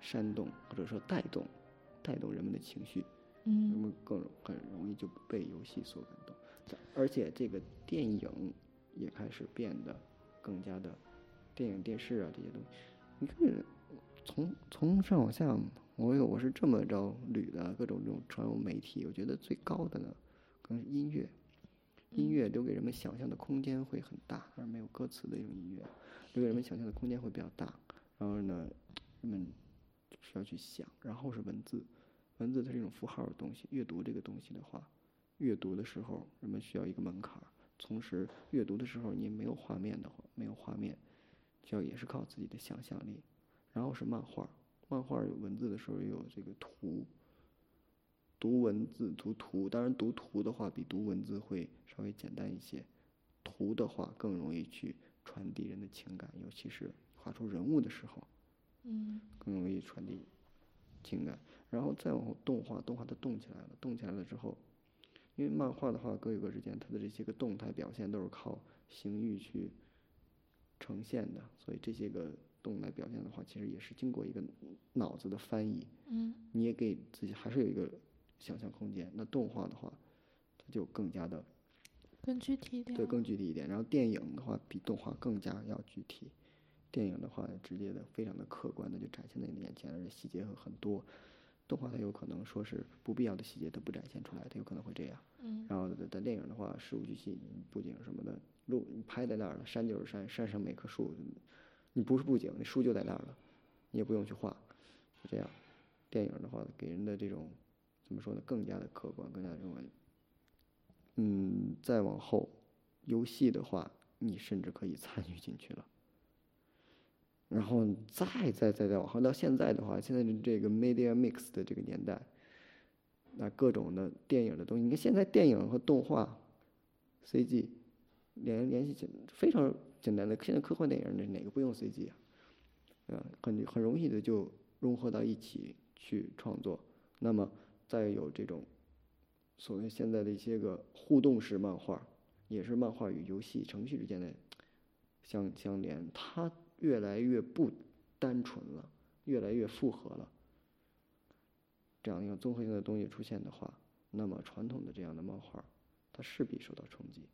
煽动或者说带动、带动人们的情绪，嗯人们更容很容易就被游戏所感动。再而且这个电影也开始变得更加的，电影、电视啊这些东西，你看从从上往下，我有我是这么着捋的，啊各种这种传媒体，我觉得最高的呢，可能是音乐。音乐留给人们想象的空间会很大，而没有歌词的一种音乐，留给人们想象的空间会比较大。然后呢，人们需要去想，然后是文字，文字它是一种符号的东西。阅读这个东西的话，阅读的时候人们需要一个门槛儿，同时阅读的时候你没有画面的话，没有画面，需要也是靠自己的想象力。然后是漫画，漫画有文字的时候也有这个图，读文字读图，当然读图的话比读文字会稍微简单一些，图的话更容易去传递人的情感，尤其是画出人物的时候嗯更容易传递情感。然后再往后动画，动画它动起来了，动起来了之后，因为漫画的话，各有各之间，它的这些个动态表现都是靠形域去呈现的，所以这些个动态表现的话，其实也是经过一个脑子的翻译。嗯你也给自己还是有一个想象空间。那动画的话，它就更加的更具体一点对了。更具体一点。然后电影的话，比动画更加要具体。电影的话，直接的非常的客观的就展现在你的眼前，而且细节会很多。动画它有可能说是不必要的细节它不展现出来，它有可能会这样。嗯然后但电影的话，事无巨细，布景什么的，路你拍在那儿了，山就是山，山上每棵树，你不是布景，那树就在那儿了，你也不用去画，就这样。电影的话，给人的这种怎么说呢，更加的客观，更加的这种感觉。嗯，再往后，游戏的话，你甚至可以参与进去了。然后再再再再往后到现在的话，现在的这个 media mix 的这个年代，那各种的电影的东西，你看现在电影和动画、CG 联联系起非常简单的，现在科幻电影哪哪个不用 CG 啊？啊，很很容易的就融合到一起去创作。那么再有这种所谓现在的一些个互动式漫画，也是漫画与游戏程序之间的相相连，它越来越不单纯了，越来越复合了。这样一个综合性的东西出现的话，那么传统的这样的漫画，它势必受到冲击。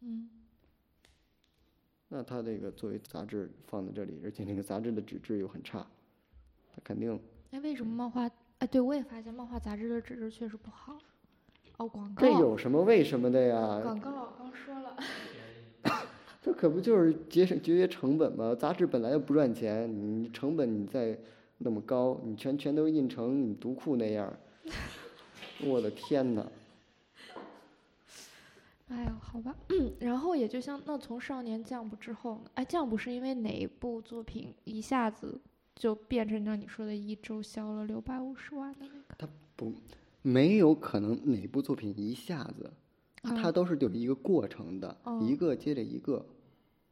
嗯，那它这个作为杂志放在这里，而且那个杂志的纸质又很差，它肯定哎，为什么漫画？哎，对我也发现漫画杂志的纸质确实不好。哦，广告，这有什么为什么的呀？广告，刚说了，这可不就是节省节约成本吗？杂志本来就不赚钱，你成本你再那么高，你全全都印成你读库那样儿，我的天哪！哎呀，好吧， *clears throat* 然后也就像那从少年将捕之后呢，哎，将捕是因为哪一部作品一下子就变成像你说的一周销了六百五十万的那个？没有可能哪部作品一下子，嗯它都是有一个过程的，哦一个接着一个。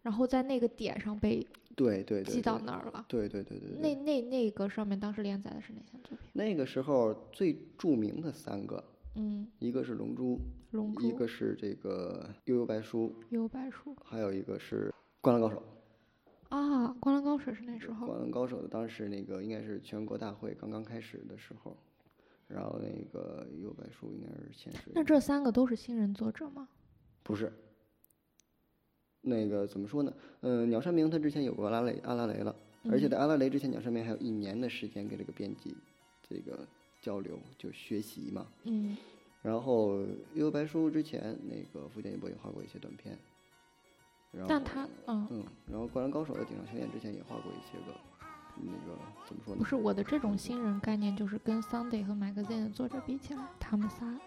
然后在那个点上被对对对，记到对那儿了。对对对对对。那那那个上面当时连载的是哪些作品？那个时候最著名的三个，嗯，一个是《龙珠》，龙一珠、个是这个《悠悠白书幽白书》，还有一个是《灌篮高手》。啊，《灌篮高手》是那时《候灌篮高手》的当时那个应该是全国大会刚刚开始的时候，然后那个《悠悠白书》应该是先是那这三个都是新人作者吗？不是。那个怎么说呢？嗯，鸟山明他之前有过阿拉蕾，阿拉蕾了，而嗯且在阿拉蕾之前，鸟山明还有一年的时间给这个编辑这个交流，就学习嘛。嗯，然后《幽游白书》之前，那个福建一博也画过一些短片，然后但他嗯，嗯，然后《灌篮高手》的顶上小眼之前也画过一些个那个怎么说呢？不是我的这种新人概念，就是跟 Sunday 和 Magazine 的作者比起来，他们仨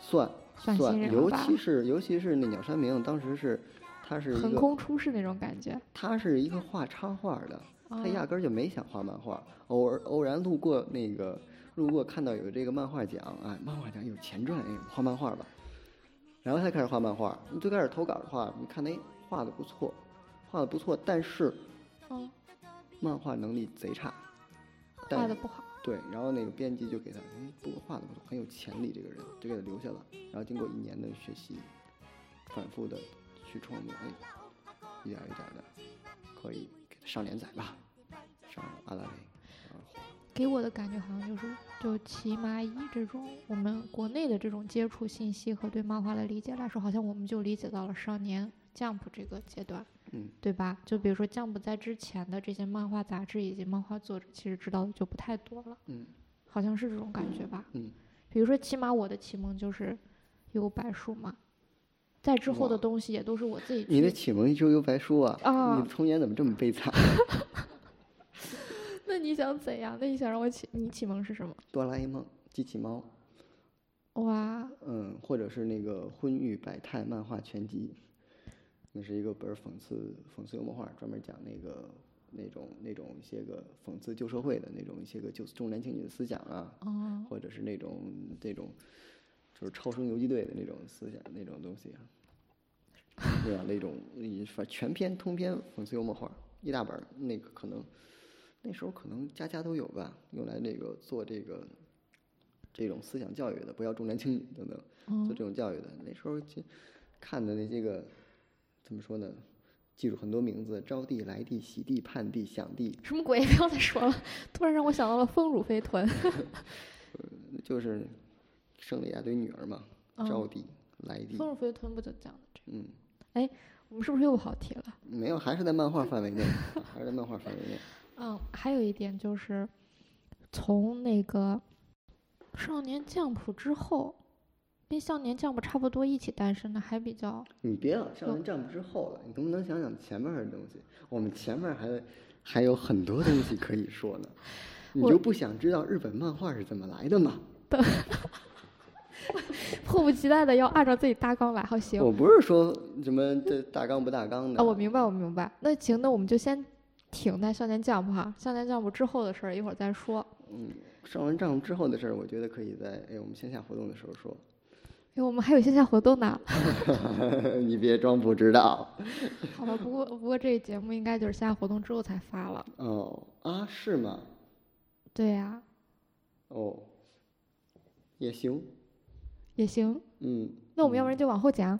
算算新人了尤吧其是尤其是那鸟山明，当时是他是一横个空出世那种感觉。他是一个画插画的，啊他，压根儿就没想画漫画，偶尔偶然路过那个路过看到有这个漫画奖，哎，漫画奖有钱赚，哎，画漫画吧。然后他开始画漫画，最开始投稿的话，你看哎画的不错，画的不错，但是嗯，漫画能力贼差。但画的不好。对，然后那个编辑就给他，嗯，不过画的不错，很有潜力，这个人就给他留下了。然后经过一年的学习，反复的去创作，哎，一点儿一点的，可以给他上连载吧，上阿拉蕾，然后火给我的感觉好像就是，就骑麻衣这种我们国内的这种接触信息和对漫画的理解来说，好像我们就理解到了少年 Jump 这个阶段，嗯，对吧？就比如说 Jump 在之前的这些漫画杂志以及漫画作者，其实知道的就不太多了，嗯，好像是这种感觉吧，嗯，比如说起码我的启蒙就是有白书嘛，在之后的哇东西也都是我自己你的去，启蒙就由白书啊，啊你的童年怎么这么悲惨？ *laughs* *laughs* 那你想怎样？那你想让我启你启蒙是什么？哆啦 A 梦、机器猫，哇，嗯，或者是那个《婚育百态》漫画全集，那是一个本儿讽刺讽刺幽默画，专门讲那个那种那种一些个讽刺旧社会的那种一些个旧重男轻女的思想啊，嗯，或者是那种这种就是超生游击队的那种思想那种东西啊，那样的一种一反全篇通篇讽刺幽默画一大本儿，那个可能那时候可能家家都有吧，用来那个做这个这种思想教育的，不要重男轻女等等，嗯做这种教育的。那时候就看的那些个怎么说呢？记住很多名字：招娣、来娣、喜娣、盼娣、想娣，什么鬼？ *laughs* 不要再说了，突然让我想到了丰乳肥 *laughs* 臀。就是生了一大堆女儿嘛，嗯招娣、来娣，哦丰乳肥臀不就讲的这嗯。个？我们是不是又跑题了？没有，还是在漫画范围内， *laughs* 还是在漫画范围内。嗯，还有一点就是，从那个少年降谱之后，跟少年降谱差不多一起诞生的还比较你别老上有完丈夫之后了，你能不能想想前面的东西？我们前面还还有很多东西可以说呢。你我就不想知道日本漫画是怎么来的吗？ *laughs* 迫不及待的要按照自己大纲来。好，行，我不是说什么这大纲不大纲的，哦啊，我明白，我明白。那行，那我们就先停在《少年 Jump》哈，《少年 Jump》之后的事儿一会儿再说。嗯，上完账之后的事儿，我觉得可以在哎我们线下活动的时候说。 *laughs* 因为我们还有线下活动呢。你别装不知道好吧，不过不过这节目应该就是线下活动之后才发了。哦啊，是吗？对呀、哦，也行，也行。嗯，那我们要不然就往后讲，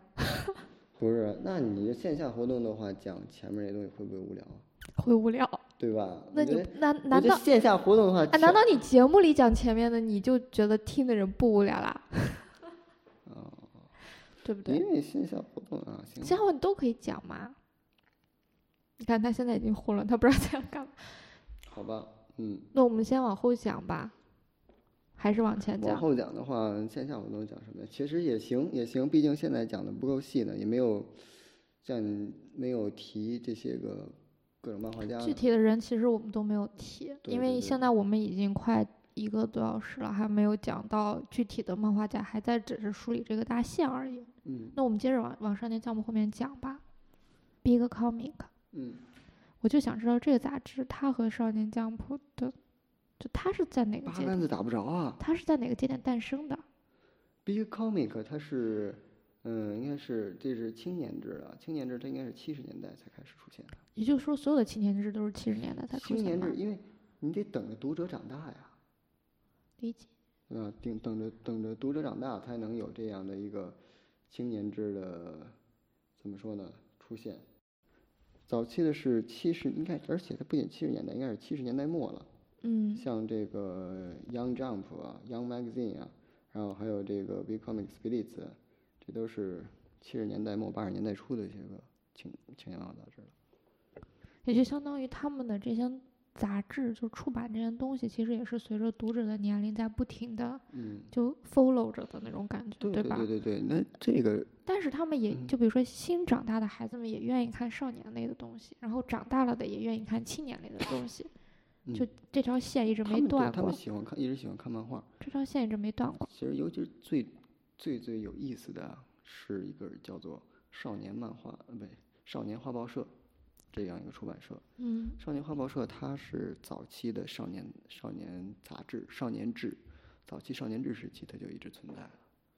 不是，那你线下活动的话，讲前面这东西会不会无聊啊？会无聊。对吧？那我觉你得难我难觉道得线下活动的话，啊？难道你节目里讲前面的，你就觉得听的人不无聊啦？对不对？哦因为线下活动啊，行，这样你都可以讲嘛。你看他现在已经混乱，他不知道在干嘛。好吧，嗯，那我们先往后讲吧，还是往前往讲？后讲的话，线下活动讲什么呀？其实也行，也行，毕竟现在讲的不够细呢，也没有像你没有提这些个各种漫画家具体的人其实我们都没有提，嗯对因对为对现在我们已经快一个多小时了，还没有讲到具体的漫画家，还在只是梳理这个大线而已。嗯那我们接着往往少年项目后面讲吧。Big Comic，嗯，我就想知道这个杂志它和少年 Jump 的，就它是在哪个八节竿点？子打不着啊。它是在哪个节点诞生的？ Big Comic 它是，嗯，应该是这是青年制的，青年制它应该是七十年代才开始出现的。也就是说，所有的青年志都是七十年代才出现青年的制，。因为你得等着读者长大呀，理解。啊，等等着等着读者长大才能有这样的一个青年制的，怎么说呢？出现。早期的是七十，应该而且它不仅七十年代，应该是七十年代末了。嗯，像这个 Young Jump 啊、Young Magazine 啊，然后还有这个 Big Comic Spirits，啊这都是七十年代末八十年代初的一些个青青年漫画杂志了。也就相当于他们的这些杂志，就出版这些东西，其实也是随着读者的年龄在不停的嗯，就 follow 着的那种感觉，对对吧？对对对，那这个但是他们也嗯就比如说新长大的孩子们也愿意看少年类的东西，然后长大了的也愿意看青年类的东西，就嗯这条线一直他没们对断他过们，喜欢看，一直喜欢看漫画。这条线一直没断过。其实尤其是最最最有意思的啊是一个叫做少年漫画，呃不对，少年画报社这样一个出版社。嗯，少年画报社它是早期的少年少年杂志、少年志，早期少年志时期它就一直存在了，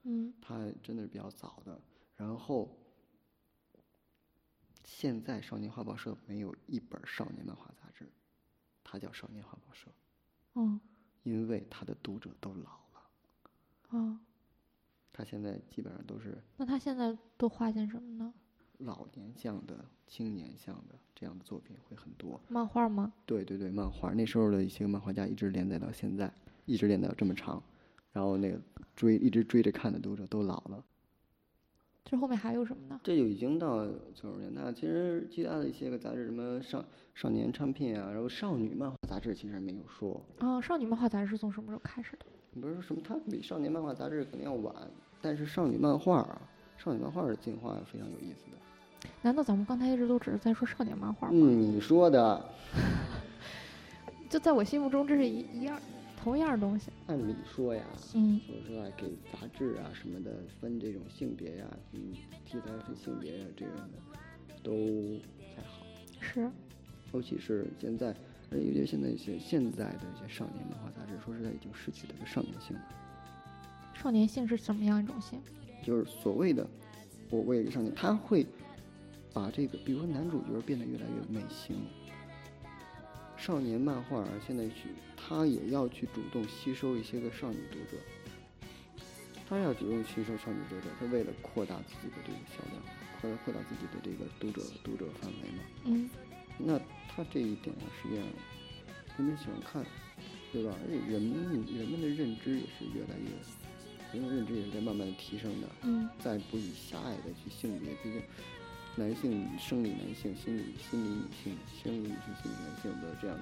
嗯，它真的是比较早的。然后，现在少年画报社没有一本少年漫画杂志，它叫少年画报社，哦，因为它的读者都老了，哦，它现在基本上都是那他现在都画些什么呢？老年向的、青年向的这样的作品会很多。漫画吗？对对对，漫画那时候的一些漫画家一直连载到现在，一直连载到这么长，然后那个追一直追着看的读者都老了，这后面还有什么呢？这就已经到九十年代了。其实其他的一些个杂志，什么少少年唱片啊，然后少女漫画杂志其实没有说，啊，少女漫画杂志是从什么时候开始的？你不是说什么它比少年漫画杂志肯定要晚，但是少女漫画啊，少女漫画的进化非常有意思的。难道咱们刚才一直都只是在说少年漫画吗？嗯，你说的，就在我心目中，这是一一样同样的东西。按理说呀，嗯，所以说啊，给杂志啊什么的分这种性别呀、嗯，题材分性别呀、这种的都还好。是，尤其是现在，而且尤其现在一些现在的一些少年漫画杂志，说实在已经失去了一个少年性了，少年性是什么样一种性？就是所谓的我为了少年，他会把这个，比如说男主角变得越来越美型。少年漫画啊现在去，他也要去主动吸收一些个少女读者，他要主动吸收少女读者，他为了扩大自己的这个销量，扩扩大自己的这个读者读者范围嘛。嗯，那他这一点啊，实际上人们喜欢看，对吧？而且人们人们的认知也是越来越，人们的认知也是在慢慢的提升的，嗯再不以狭隘的去性别，毕竟男性生理男性、心理心理女性、生理女性、心理男性的这样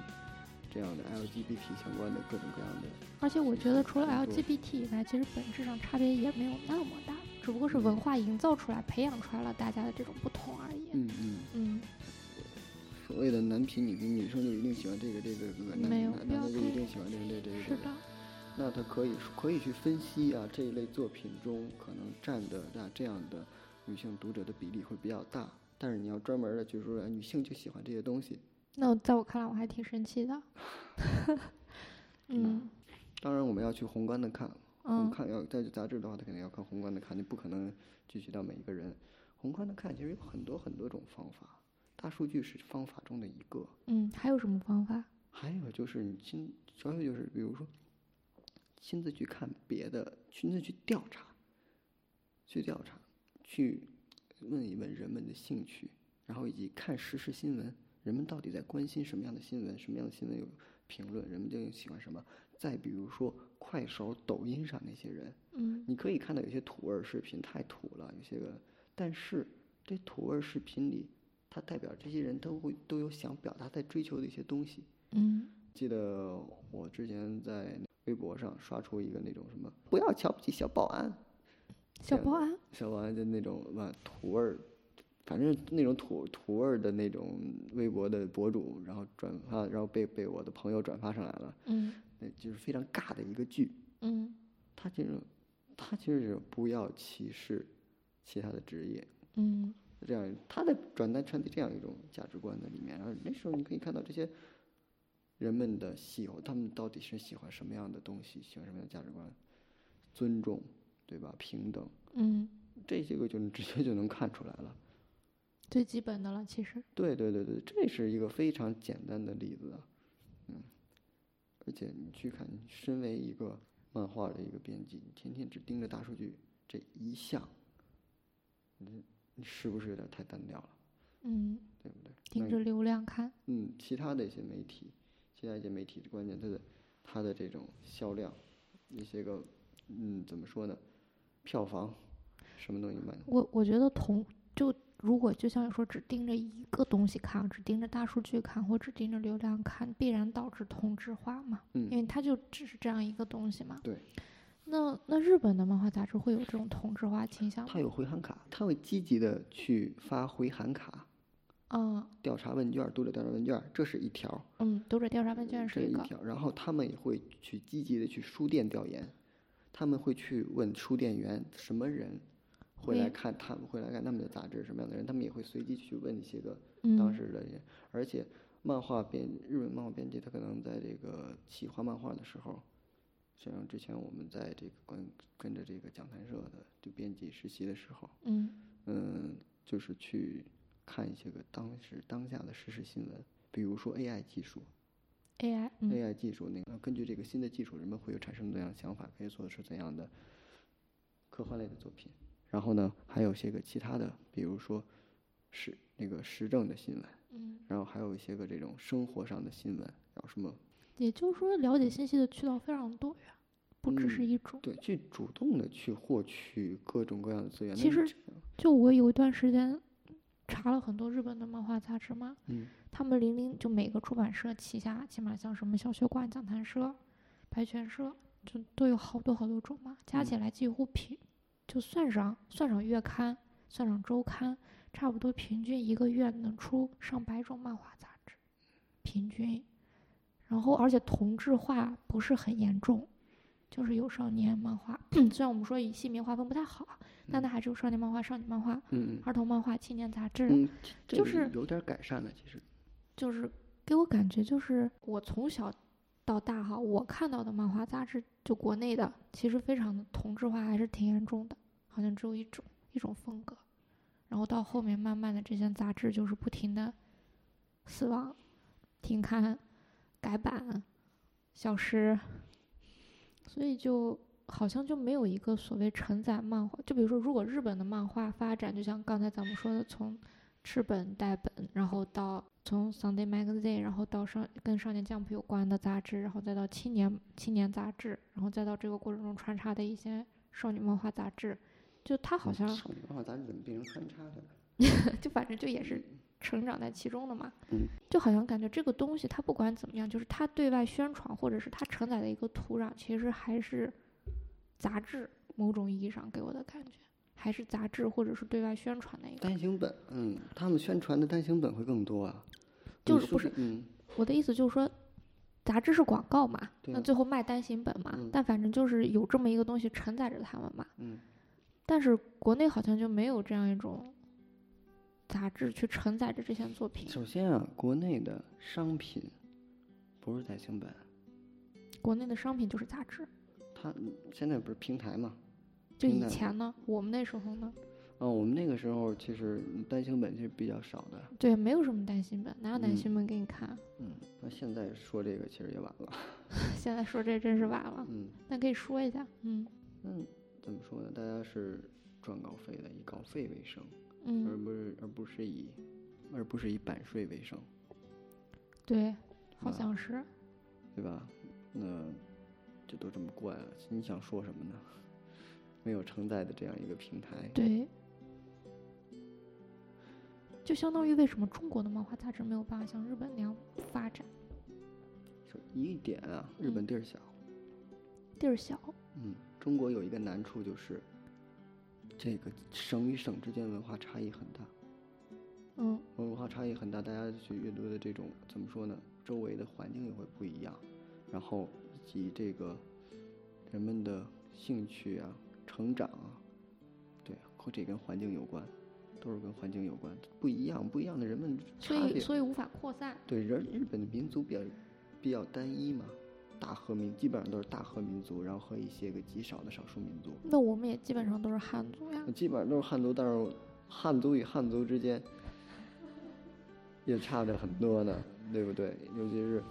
这样的 LGBT 相关的各种各样的，而且我觉得除了没错 LGBT 以外，其实本质上差别也没有那么大，只不过是嗯文化营造出来、培养出来了大家的这种不同而已。嗯嗯，嗯，所谓的男频女频，女生就一定喜欢这个这个这个，男没有男必要男的就太一定喜欢这个这个这个这是个。的，那他可以可以去分析啊，这一类作品中可能占的那这样的女性读者的比例会比较大，但是你要专门的去说，哎女性就喜欢这些东西，那我在我看来，我还挺生气 *laughs* 的。嗯当然，我们要去宏观的看，我们嗯看要在杂志的话，它肯定要看宏观的看，你不可能具体到每一个人。宏观的看，其实有很多很多种方法，大数据是方法中的一个。嗯，还有什么方法？还有就是你亲，还有就是比如说，亲自去看别的，亲自去调查，去调查，去问一问人们的兴趣，然后以及看时事新闻，人们到底在关心什么样的新闻，什么样的新闻有评论，人们究竟喜欢什么。再比如说快手、抖音上那些人，嗯你可以看到有些土味儿视频太土了，有些个，但是这土味儿视频里，它代表这些人都会都有想表达在追求的一些东西。嗯记得我之前在微博上刷出一个那种什么“不要瞧不起小保安”，小这样保的安，小保安就那种嘛土味儿，反正那种土土味儿的那种微博的博主，然后转发，然后被被我的朋友转发上来了，嗯那就是非常尬的一个剧。嗯他这种，他就是不要歧视其他的职业，嗯这样他在转达传递这样一种价值观在里面，然后那时候你可以看到这些人们的喜欢，他们到底是喜欢什么样的东西，喜欢什么样的价值观，尊重，对吧？平等，嗯，这些个就直接就能 *laughs* 看出来了。最基本的了，其实。对对对对，这是一个非常简单的例子啊，嗯，而且你去看，你身为一个漫画的一个编辑，你天天只盯着大数据这一项，你你是不是有点太单调了，嗯，对不对？那盯你着流量看。嗯，其他的一些媒体，其他一些媒体，关键它的它的这种销量，一些个嗯，怎么说呢，票房，什么东西卖的，我我觉得同就如果就像你说，只盯着一个东西看，只盯着大数据看，或只盯着流量看，必然导致同质化嘛，因嗯，为它就只是这样一个东西嘛。对。那那日本的漫画杂志会有这种同质化倾向吗？它有回函卡，它会积极的去发回函卡，嗯调查问卷，读者调查问卷，这是一条儿，嗯，读者调查问卷这是一一个，条儿。然后他们也会去积极的去书店调研，他们会去问书店员什么人会来会看他们会来看他们的杂志，什么样的人，他们也会随机去问一些个当嗯时的人，而且漫画编日本漫画编辑他可能在这个企划漫画的时候，像之前我们在这个跟跟着这个讲谈社的就编辑实习的时候，嗯嗯，就是去看一些个当时当下的时事新闻，比如说 AI 技术、 ，AI，嗯 a i 技术那个根据这个新的技术，人们会有产生怎样的想法，可以做出怎样的科幻类的作品。然后呢，还有些个其他的，比如说时那个时政的新闻。嗯，然后还有一些个这种生活上的新闻，然后什么也就是说，了解信息的渠道非常多元，不只是嗯一种。对，去主动的去获取各种各样的资源。其那是实这样就我有一段时间查了很多日本的漫画杂志嘛，嗯，他们零零就每个出版社旗下，起码像什么小学馆、讲谈社、白泉社，就都有好多好多种嘛，加起来几乎平，就算上算上月刊，算上周刊，差不多平均一个月能出上百种漫画杂志，平均。然后，而且同质化不是很严重，就是有少年漫画， *clears throat* 虽然我们说以性别划分不太好，但它还是有少年漫画、少女漫画、嗯儿童漫画、青年杂志。嗯嗯，这就个是有点改善了，其实就是给我感觉就是我从小到大哈，我看到的漫画杂志，就国内的，其实非常的同质化还是挺严重的，好像只有一种一种风格，然后到后面慢慢的这些杂志就是不停的死亡、停刊、改版、消失，所以就。好像就没有一个所谓承载漫画，就比如说，如果日本的漫画发展，就像刚才咱们说的，从赤本、代本，然后到从 Sunday Magazine，然后到少跟少年 Jump 有关的杂志，然后再到青年青年杂志，然后再到这个过程中穿插的一些少女漫画杂志，就它好像少年漫画杂啊志怎么变成穿插嗯的了？ *laughs* 就反正就也是成长在其中的嘛。嗯就好像感觉这个东西它不管怎么样，就是它对外宣传或者是它承载的一个土壤，其实还是杂志某种意义上给我的感觉，还是杂志或者是对外宣传的一个。单行本，嗯，他们宣传的单行本会更多啊。就你是不说是嗯，我的意思就是说，杂志是广告嘛，对那啊，最后卖单行本嘛，嗯但反正就是有这么一个东西承载着他们嘛。嗯，但是国内好像就没有这样一种杂志去承载着这些作品。首先啊，国内的商品不是在兴办，国内的商品就是杂志，它现在不是平台嘛？就平以台前呢，我们那时候呢，啊、我们那个时候其实单行本其实比较少的，对，没有什么单行本，哪有单嗯行本给你看？啊嗯，那现在说这个其实也晚了， *laughs* 现在说这真是晚了，嗯，但可以说一下，嗯那怎么说呢？大家是赚稿费的，以稿费为生，而嗯，不是而不是以而不是以版税为生，对，好吧像是，对吧？那这都这么怪了，你想说什么呢？没有承载的这样一个平台，对，就相当于为什么中国的漫画杂志没有办法像日本那样发展，就一点啊，日本地儿小，地儿小，嗯，中国有一个难处就是，这个省与省之间文化差异很大，嗯文化差异很大，大家去阅读的这种怎么说呢？周围的环境也会不一样，然后以及这个人们的兴趣啊、成长啊，对啊，或者也跟环境有关，都是跟环境有关，不一样，不一样的人们所差以别。所以无法扩散，对，人日本的民族比较比较单一嘛，大和民基本上都是大和民族，然后和一些个极少的少数民族，那我们也基本上都是汉族呀，基本上都是汉族，但是汉族与汉族之间也差着很多呢，对不对？尤其是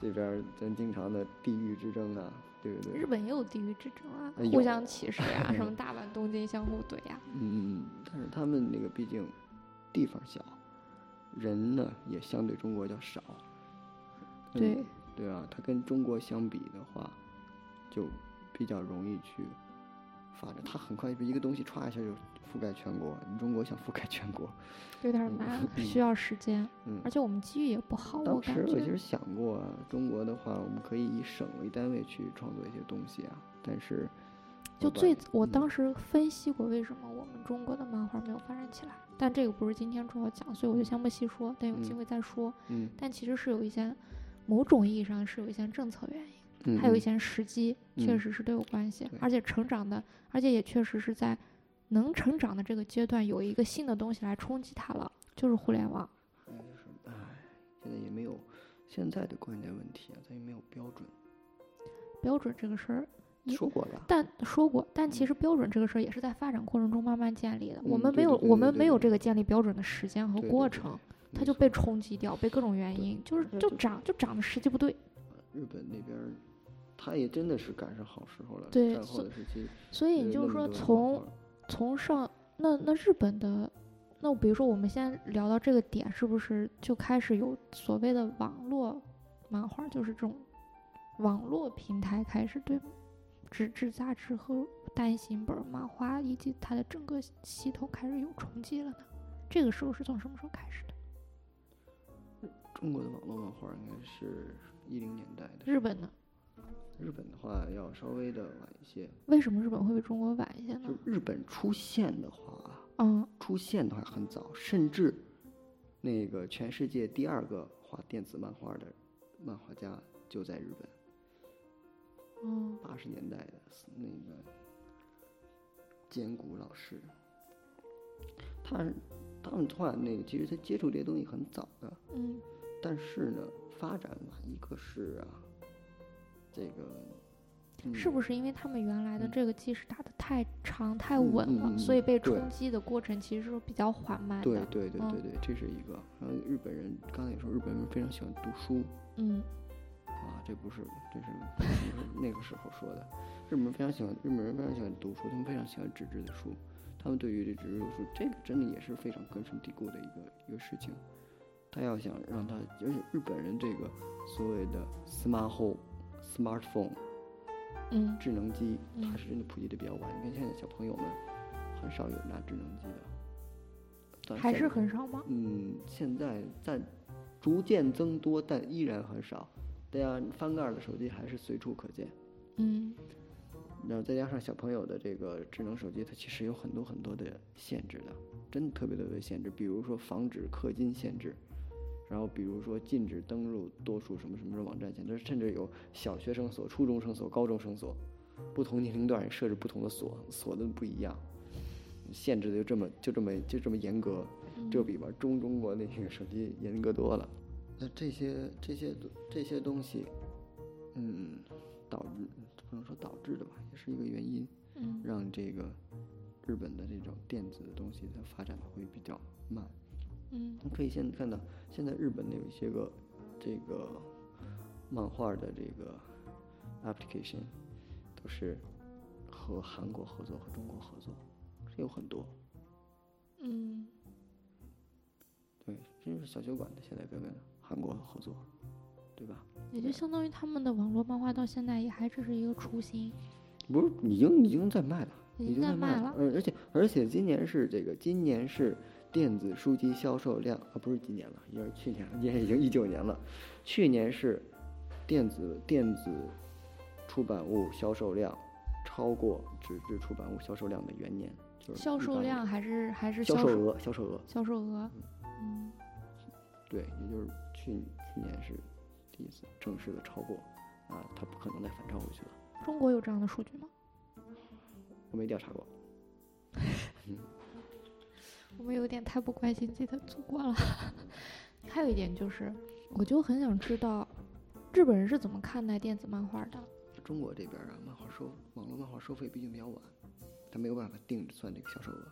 这边儿咱经常的地域之争啊，对不对日？本也有地域之争啊哎，互有相歧视 *laughs* 呀，什么大阪、东京相互怼呀，嗯嗯嗯，但是他们那个毕竟地方小，人呢也相对中国要少，嗯对，对啊，它跟中国相比的话，就比较容易去发展。它很快一个东西歘一下就覆盖全国，你中国想覆盖全国，有点儿嗯难，嗯需要时间，嗯而。且我们机遇也不好，哦我当时感我其觉实想过啊，中国的话，我们可以以省为单位去创作一些东西啊，但是就我感最觉我嗯当时分析过为什么我们中国的漫画没有发展起来，但这个不是今天主要讲，所以我就先不细说，等有机嗯会再说。嗯，但其实是有一些某种意义上是有一些政策原因。嗯还有一嗯些时机，确嗯实是都有关系。对而且成长的，而且也确实是在能成长的这个阶段，有一个新的东西来冲击它了，就是互联网。哎，现在也没有现在的关键问题啊，咱也没有标准，标准这个事儿，一说过了，但说过，但其嗯实标准这个事儿也是在发展过程中慢慢建立的。我嗯们没对对有，对我对们对没有对这个建立标准的时间和对对过对程，没它就被错冲击掉，被各种原对因，就是那就就长就长的时机不对。日本那边儿，他也真的是赶上好时候了，对战后所的时期，所以呃你就那是么说多的从漫画从上那那日本的，那比如说我们先聊到这个点，是不是就开始有所谓的网络漫画，就是这种网络平台开始对吗纸质杂志和单行本漫画以及它的整个系系统开始有冲击了呢？这个时候是从什么时候开始的？中国的网络漫画应该是一零年代的时日候，本呢？日本的话要稍微的晚一些，为什么日本会比中国晚一些就呢？日本出现的话啊，嗯，出现的话很早，甚至那个全世界第二个画电子漫画的漫画家就在日本，嗯，八十年代的那个兼谷老师，他他们画那个其实他接触这些东西很早的，嗯，但是呢发展晚，一个是啊这个、嗯、是不是因为他们原来的嗯这个基石打得太长太嗯稳嗯了，嗯所以被对冲击的过程其实是比较缓慢对的？对对嗯对对，这是一个。然后日本人刚才也说，日本人非常喜欢读书，嗯，啊，这不是，这是这是那个时候说的。日本人非常喜欢，日本人非常喜欢读书，他们非常喜欢纸质的书，他们对于这纸质的书，这个真的也是非常根深蒂固的一个一个事情。他要想让他，而且日本人这个所谓的 smartphone、smartphone 嗯智能机，它嗯是真的普及的比较晚。你看现在小朋友们很少有拿智能机的，但，还现是在很少吗？嗯，现在在逐渐增多，但依然很少。大家翻盖儿的手机还是随处可见。嗯，然后再加上小朋友的这个智能手机，它其实有很多很多的限制的，真的特别特别限制。比如说防止氪金限制，然后比如说禁止登录多数什么什么什么网站限制，甚至有小学生所、初中生所、高中生所，不同年龄段也设置不同的锁，锁的不一样，限制的就这么就这么就这么严格。嗯这比玩中中国那个手机严格多了。那这些这些这些东西，嗯，导致不能说导致的吧，也是一个原因，嗯让这个日本的这种电子的东西的发展会比较慢。嗯你可以现在看到，现在日本的有一些个这个漫画的这个 application 都是和韩国合作和中国合作，是有很多。嗯对，这就是小酒馆的现在跟韩国合作，对吧？嗯，也就相当于他们的网络漫画到现在也还只是一个雏形，不是，已经已经在卖了，已已经经在在卖卖了而而且而且今年是这个，今年是电子书籍销售量啊，不是今年了，也是去年，也已经一九年了。去年是电子电子出版物销售量超过纸质出版物销售量的元年，就是销一售八年量还是还是销售售额、销售额，销售额，嗯对，也就是去去年是第一次正式的超过，啊，它不可能再反超回去了。中国有这样的数据吗？我没调查过，我们有点太不关心自己的祖国 *laughs* 了。还有一点就是，我就很想知道日本人是怎么看待电子漫画的。中国这边啊，漫画收网络漫画收费毕竟比较晚，它没有办法定算这个销售额。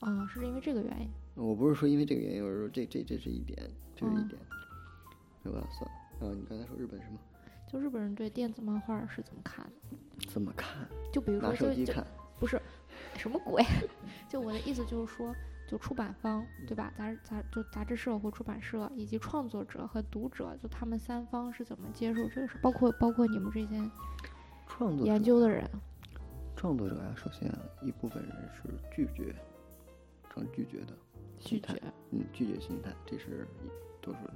啊，是因为这个原因。我不是说因为这个原因，我是说这这这是一点，这是一嗯点，没有办法算。啊，你刚才说日本什么？就日本人对电子漫画是怎么看的？怎么看？就比如拿说手就，机就看，不是什么鬼？ *laughs* 就我的意思就是说，就出版方对吧？杂杂就杂志社或出版社，以及创作者和读者，就他们三方是怎么接受这个事？包括包括你们这些创作研者究的人。创作者啊，首先啊，一部分人是拒绝，成拒绝的，拒心态绝，嗯，拒绝心态，这是一多数人。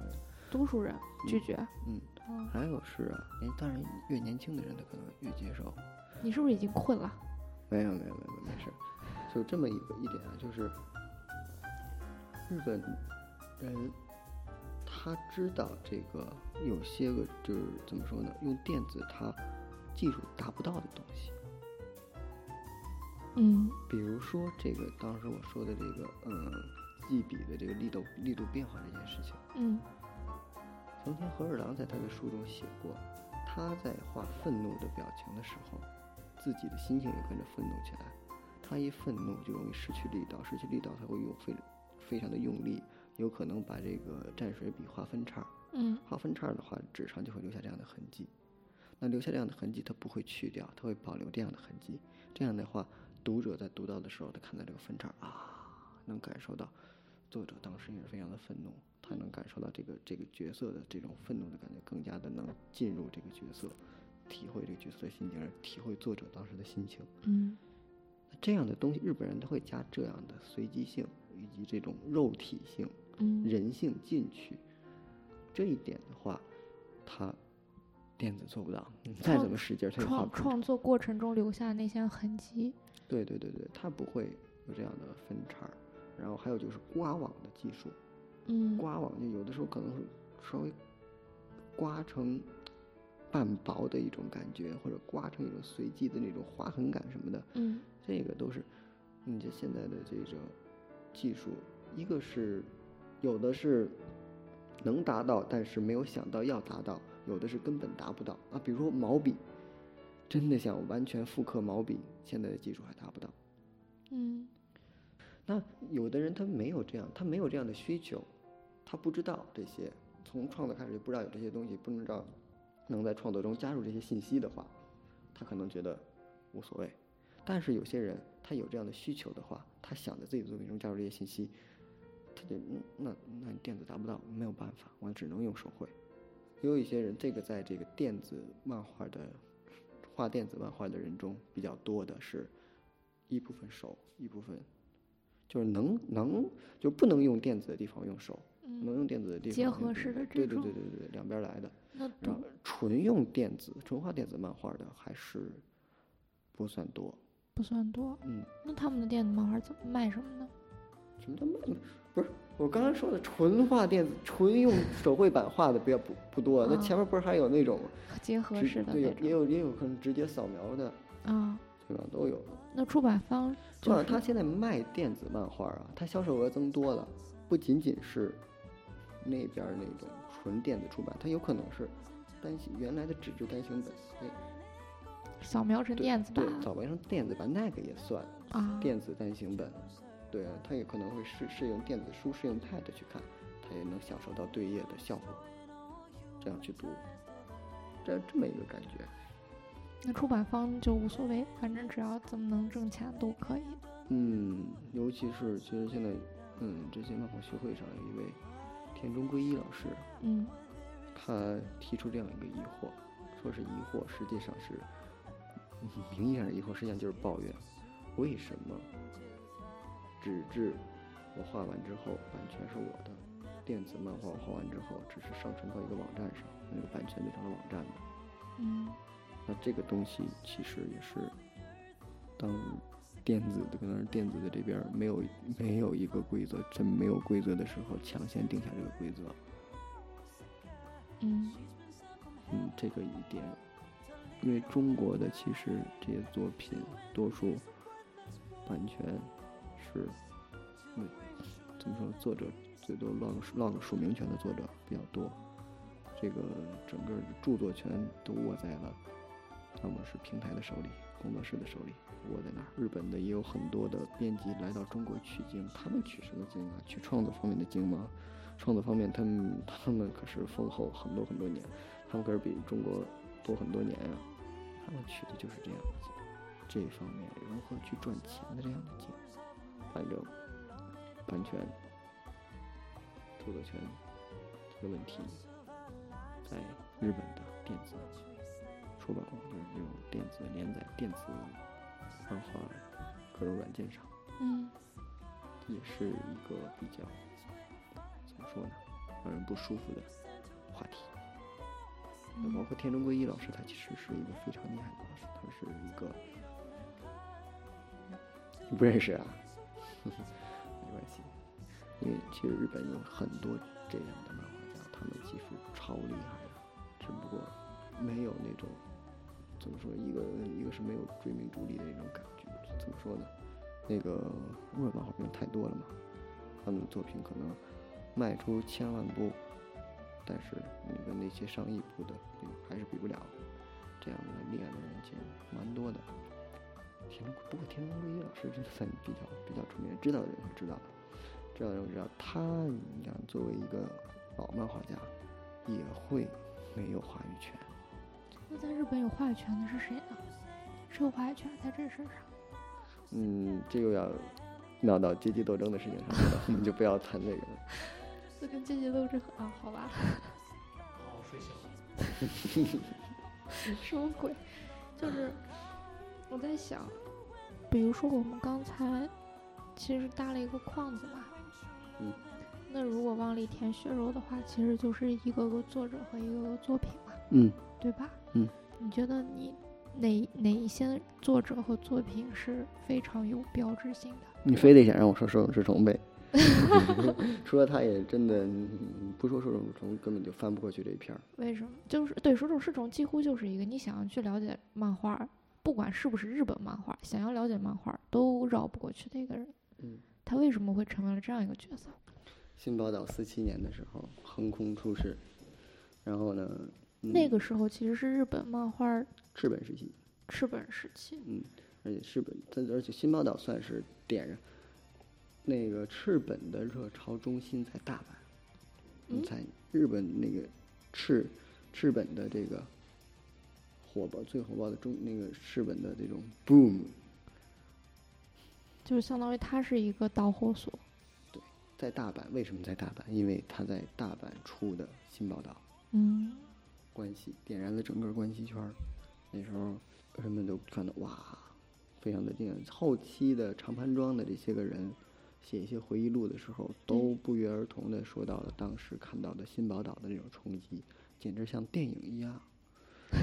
读书人拒绝。嗯嗯，还有是啊，哎，当然越年轻的人他可能越接受。你是不是已经困了？没有没有没有没事，就这么一个一点啊，就是日本人他知道这个有些个就是怎么说呢，用电子他技术达不到的东西，嗯比如说这个当时我说的这个嗯记笔的这个力度力度变化这件事情，嗯藤田和二郎在他的书中写过，他在画愤怒的表情的时候，自己的心情也跟着愤怒起来。他一愤怒就容易失去力道，失去力道他会用非非常的用力，有可能把这个蘸水笔划分叉。嗯划分叉的话，纸上就会留下这样的痕迹。那留下这样的痕迹，它不会去掉，它会保留这样的痕迹。这样的话，读者在读到的时候，他看到这个分叉啊，能感受到作者当时也是非常的愤怒，他能感受到这个这个角色的这种愤怒的感觉，更加的能进入这个角色，体会这个角色的心情，而体会作者当时的心情。嗯那这样的东西，日本人他会加这样的随机性以及这种肉体性。嗯人性进去，这一点的话，他电子做不到，你再怎么使劲儿，他也画嗯创不出来。创作过程中留下那些痕迹。对对对对，他不会有这样的分叉儿。然后还有就是刮网的技术，嗯刮网就有的时候可能会稍微刮成半薄的一种感觉，或者刮成一种随机的那种划痕感什么的，嗯这个都是你这现在的这种技术，一个是有的是能达到，但是没有想到要达到，有的是根本达不到啊。比如说毛笔，真的想完全复刻毛笔，现在的技术还达不到。嗯那有的人他没有这样，他没有这样的需求，他不知道这些，从创作开始就不知道有这些东西，不知道能在创作中加入这些信息的话，他可能觉得无所谓。但是有些人他有这样的需求的话，他想在自己的作品中加入这些信息，他就嗯，那那电子达不到，没有办法，我只能用手绘。也有一些人，这个在这个电子漫画的画电子漫画的人中比较多的是，一部分手，一部分就是能能就不能用电子的地方用手，能嗯，用电子的地方结用合电式子的对这对种对对对对，两边儿来的。那然读后纯用电子、纯画电子漫画的还是不算多。不算多。嗯，那他们的电子漫画怎么卖什么呢？什么叫慢？不是我刚才说的纯画电子、纯用手绘版画的比较不不多。那啊前面不是还有那种结合直式的对，那有也种有也有可能直接扫描的，啊，就对吧？都有。那出版方对就是啊，他现在卖电子漫画啊，它销售额增多了，不仅仅是那边儿那种纯电子出版，它有可能是单行原来的纸质单行本，哎，扫描成对电子版对，早变成电子版那个也算啊，电子单行本，对啊，它也可能会适适用电子书，适用 Pad 去看，它也能享受到对页的效果，这样去读，这样这么一个感觉，那出版方就无所谓，反正只要怎么能挣钱都可以。嗯，尤其是其实现在，嗯，这些漫画学会上有一位田中圭一老师。嗯，他提出这样一个疑惑，说是疑惑，实际上是嗯名义上的疑惑，实际上就是抱怨：为什么纸质我画完之后版权是我的，电子漫画我画完之后只是上传到一个网站上，那个版权变成了网站的？嗯，那这个东西其实也是当电子的，可能是电子的这边儿没有没有一个规则，真没有规则的时候，抢先定下这个规则。嗯，嗯，这个一点，因为中国的其实这些作品多数版权是，嗯，怎么说，作者最多落个落个署名权的作者比较多，这个整个著作权都握在了，要么是平台的手里，工作室的手里，握在那儿。日本的也有很多的编辑来到中国取经，他们取什么经啊？取创作方面的经吗？创作方面，他们他们可是封后很多很多年。他们可是比中国多很多年呀、他们取的就是这样的经，这一方面如何去赚钱的这样的经，反正版权、著作权这个问题，在日本的电子出版网就是这种电子连载、电子漫画各种软件上，嗯，也是一个比较怎么说呢，让人不舒服的话题。嗯包括田中圭一老师，他其实是一个非常厉害的老师，他是一个你不认识啊， *laughs* 没关系，因为其实日本有很多这样的漫画家，他们技术超厉害的，只不过没有那种怎么说，一个一个是没有追名逐利的那种感觉，怎么说呢？那个日本漫画片太多了嘛，他们的作品可能卖出千万部，但是你跟那些上亿部的那个还是比不了。这样的厉害的人其实蛮多的。田中，不过田中圭一老师真的算比较比较出名，知道的人会知道的，知道的人会知道。他，你看作为一个老漫画家，也会没有话语权。那在日本有话语权的是谁呢？谁有话语权在这事儿上？嗯，这又要闹到阶级斗争的事情上去了，我们就不要谈这个了。这跟阶级斗争啊，好吧，哦，睡醒了。什么鬼？就是我在想，比如说我们刚才其实搭了一个框子嘛，嗯，那如果往里填血肉的话，其实就是一个个作者和一个个作品嘛，嗯，对吧？嗯，你觉得你哪哪一些作者和作品是非常有标志性的？你非得想让我说手冢治虫呗？ *laughs* 除了他也真的嗯不说手冢治虫根本就翻不过去这一篇儿。为什么？就是对手冢治虫几乎就是一个你想要去了解漫画，不管是不是日本漫画，想要了解漫画都绕不过去的一个人。嗯，他为什么会成为了这样一个角色？新宝岛四七年的时候横空出世，然后呢，嗯、那个时候其实是日本漫画日本时期，赤本时期。嗯，而且日本，它而且新宝岛算是点燃那个赤本的热潮中心在大阪，你嗯猜日本那个赤赤本的这个火爆最火爆的中那个赤本的这种 boom 就是相当于它是一个导火索。在大阪，为什么在大阪？因为它在大阪出的新宝岛。嗯，关系，点燃了整个关系圈儿。那时候人们都看到哇，非常的惊艳。后期的长盘庄的这些个人写一些回忆录的时候，都不约而同的说到了当时看到的新宝岛的那种冲击，简直像电影一样。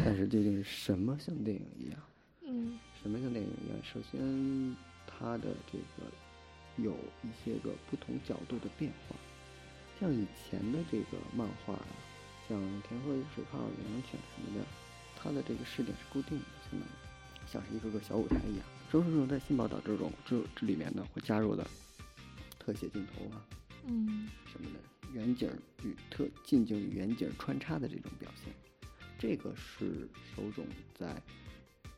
但是究竟是什么像电影一样？嗯，什么叫电影一样？首先，它的这个有一些个不同角度的变化，像以前的这个漫画啊，像《田鹤水泡》《洋洋犬》什么的，它的这个视点是固定的，相当于像是一个个小舞台一样。周世荣在新报道这种这这里面呢，会加入的特写镜头啊嗯什么的，远景与特近景与远景穿插的这种表现，这个是手冢在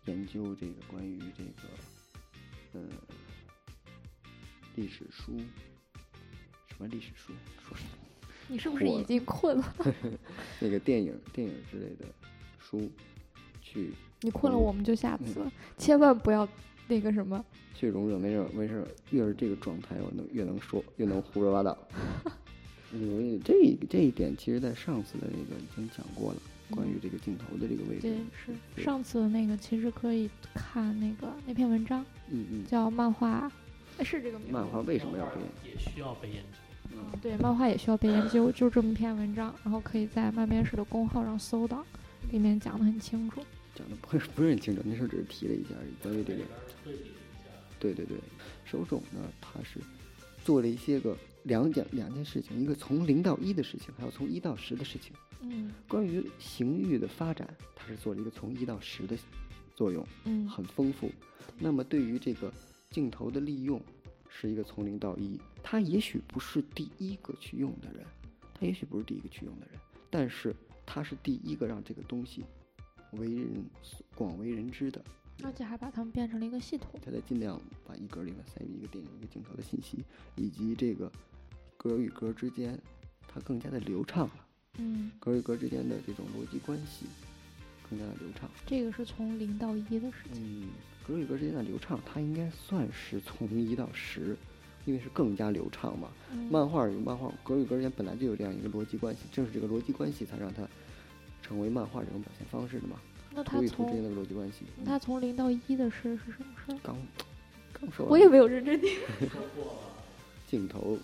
研究这个关于这个呃历史书什么历史书说什么你是不是火已了经困了？那个电影电影之类的书去你困了，嗯我们就下次了， *laughs* 千万不要那个什么。去容忍，没事儿没事儿，越是这个状态，我能越能说，越能胡说八 *laughs* 道。嗯，这一这一点，其实在上次的那个已经讲过了，关于这个镜头的这个位置。对，是对上次的那个，其实可以看那个那篇文章，嗯嗯，叫《漫画》，呃是这个名字吗。漫画为什么要这样？也需要被研究。嗯对，漫画也需要被研究，就这么一篇文章，然后可以在漫编室的公号上搜到，里面讲的很清楚。讲的不是不是很清楚，那时候只是提了一下而已。关于这个，对对对，手冢呢，他是做了一些个两件两件事情，一个从零到一的事情，还有从一到十的事情。嗯关于刑狱的发展，它是做了一个从一到十的作用，嗯很丰富。那么对于这个镜头的利用，是一个从零到一。他也许不是第一个去用的人，他也许不是第一个去用的人，但是他是第一个让这个东西为人所广为人知的。而且还把它们变成了一个系统。他在尽量把一格里面塞进一个电影一个镜头的信息，以及这个格与格之间，它更加的流畅了。嗯，格与格之间的这种逻辑关系更加的流畅。这个是从零到一的事情。嗯，格与格之间的流畅，它应该算是从一到十，因为是更加流畅嘛。嗯漫画与漫画格与格之间本来就有这样一个逻辑关系，正是这个逻辑关系才让它成为漫画这种表现方式的嘛。那它图与图之间从的逻辑关系，嗯它从零到一的是是什么事儿？刚刚说我完也没有认真听。镜头，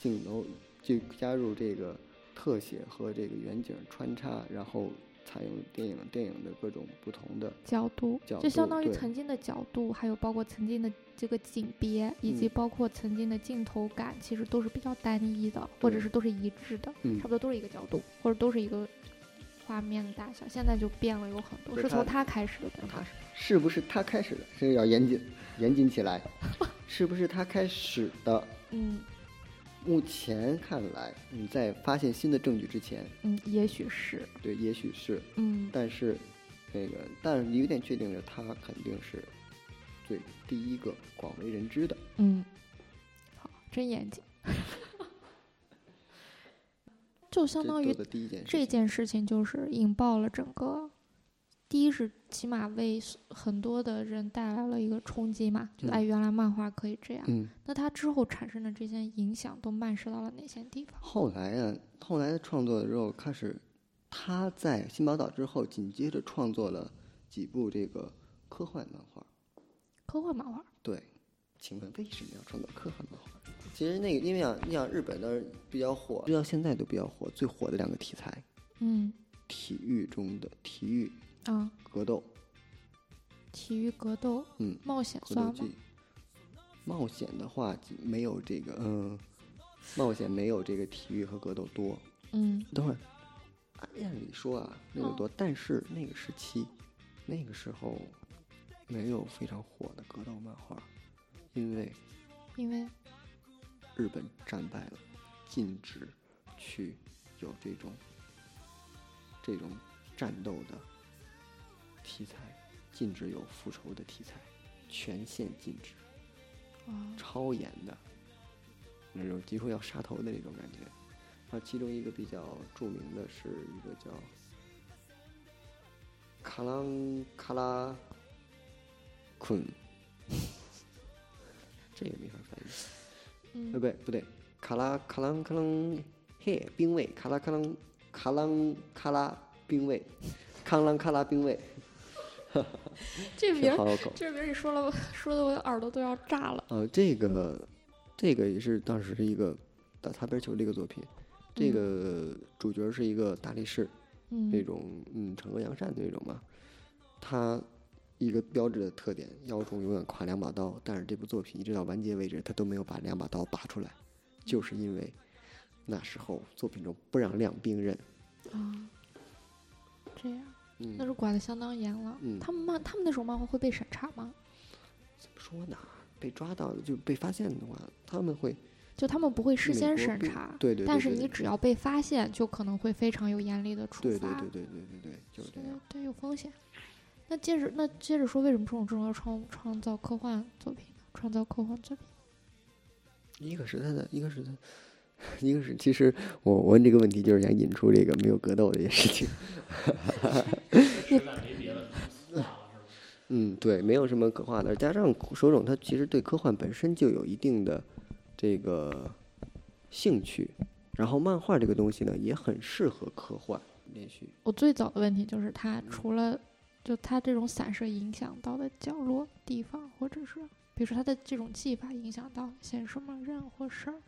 镜头就加入这个特写和这个远景穿插，然后采用电影电影的各种不同的角度，角就相度当于对曾经的角度，还有包括曾经的这个景别，以及嗯包括曾经的镜头感，其实都是比较单一的，或者对是都是一致的，嗯差不多都是一个角度，或者都是一个画面的大小。现在就变了，有很多对是从它它开始的，对吧？是不是他开始的？这个要严谨，严谨起来。是不是他开始的？嗯目前看来，你在发现新的证据之前，嗯，也许是，对，也许是，嗯但是那个，但是有一点确定的，他肯定是最第一个广为人知的。嗯，好，真严谨，就相这当于做的第一件事这情，件事情就是引爆了整个，第一是起码为所很多的人带来了一个冲击嘛，就嗯哎，原来漫画可以这样。嗯，那它之后产生的这些影响都漫射到了哪些地方？后来啊，后来创作的时候开始，他在新宝岛之后，紧接着创作了几部这个科幻漫画。科幻漫画，对，请问为什么要创造科幻漫画？其实那个，因为啊，你想日本当时比较火，直到现在都比较火，最火的两个题材，嗯体育中的体育啊，格斗、体育格斗，嗯，冒险格算斗吗？技。冒险的话，没有这个，嗯，冒险没有这个体育和格斗多。嗯等会儿，按理说啊，那个嗯多，但是那个时期，那个时候没有非常火的格斗漫画，因为因为日本战败了，禁止去有这种这种战斗的题材，禁止有复仇的题材，全线禁止，啊，超严的，那种几乎要杀头的那种感觉。然后其中一个比较著名的是一个叫卡朗卡拉昆，这个没法翻译。嗯呃，不对不对，卡拉卡朗卡朗嘿兵卫，卡拉卡朗卡朗卡拉兵卫，康朗卡拉兵卫，这名这儿好狗。这名儿你说了我 *laughs* 说的我的耳朵都要炸了。呃，这个这个也是当时一个打擦边球的一个作品，这嗯个主角是一个大力士，那嗯种嗯惩恶扬善的那种嘛。他一个标志的特点，腰中永远挎两把刀，但是这部作品一直到完结为止，他都没有把两把刀拔出来，就是因为那时候作品中不让亮兵刃。啊，这样那嗯，时候管的相当严了。嗯他们漫他们那时候漫画会被审查吗？怎么说呢？被抓到就被发现的话，他们会就他们不会事美先国审并查，对对对但是对你对只要被发现，就可能会非常有严厉的处罚。对对对对对对对，就是这所以样。对，有风险。那接着，那接着说，为什么这种重要创创造科幻作品呢？创造科幻作品，一个是他的，一个是他， *laughs* 一个是其实我我问这个问题就是想引出这个没有格斗这件事情。实在没别的算了，是吧？嗯，对，没有什么可画的，加上手冢他其实对科幻本身就有一定的这个兴趣，然后漫画这个东西呢也很适合科幻连续。我最早的问题就是它除了就它这种散射影响到的角落、地方，或者是比如说它的这种技法影响到些什么人或事儿，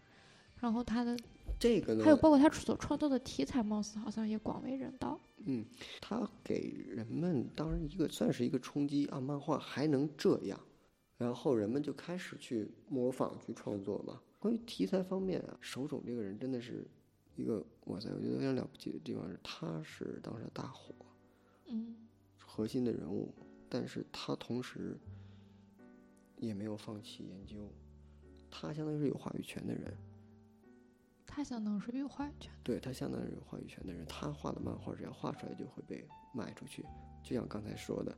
然后它的这个呢，还有包括它所创造的题材，貌似好像也广为人道。嗯，它给人们当然一个算是一个冲击啊，漫画还能这样，然后人们就开始去模仿去创作嘛。关于题材方面啊，手冢这个人真的是一个哇塞，我觉得非常了不起的地方是，他是当时的大火嗯，核心的人物，但是他同时也没有放弃研究，他相当于是有话语权的人。它相当是有话语权。对他相当于有话语权的人，他画的漫画只要画出来就会被卖出去。就像刚才说的，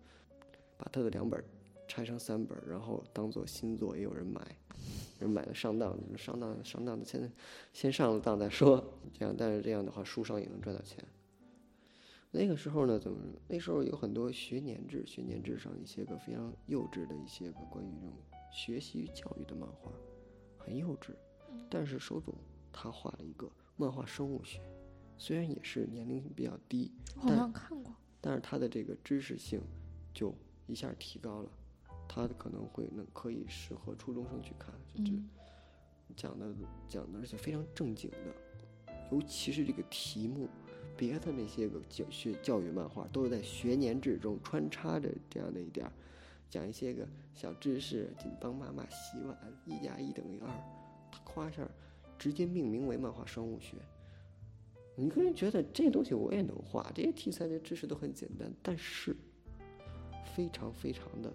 把他的两本儿拆成三本儿，然后当做新作也有人买，人买了上当，上当上当的先先上了当再说。这样，但是这样的话，书商也能赚到钱。那个时候呢，怎么说那时候有很多学年制，学年制上一些个非常幼稚的一些个关于这种学习教育的漫画，很幼稚。嗯但是手冢他画了一个漫画生物学，虽然也是年龄比较低，我好但像看过。但是他的这个知识性就一下提高了，他可能会能可以适合初中生去看，就嗯，讲的讲的是非常正经的，尤其是这个题目，别的那些个教学教育漫画都是在学年制中穿插着这样的一点儿，讲一些个小知识，紧帮妈妈洗碗，一加一等于二，他夸一下，直接命名为漫画生物学。你个人觉得这东西我也能画，这些题材的知识都很简单，但是非常非常的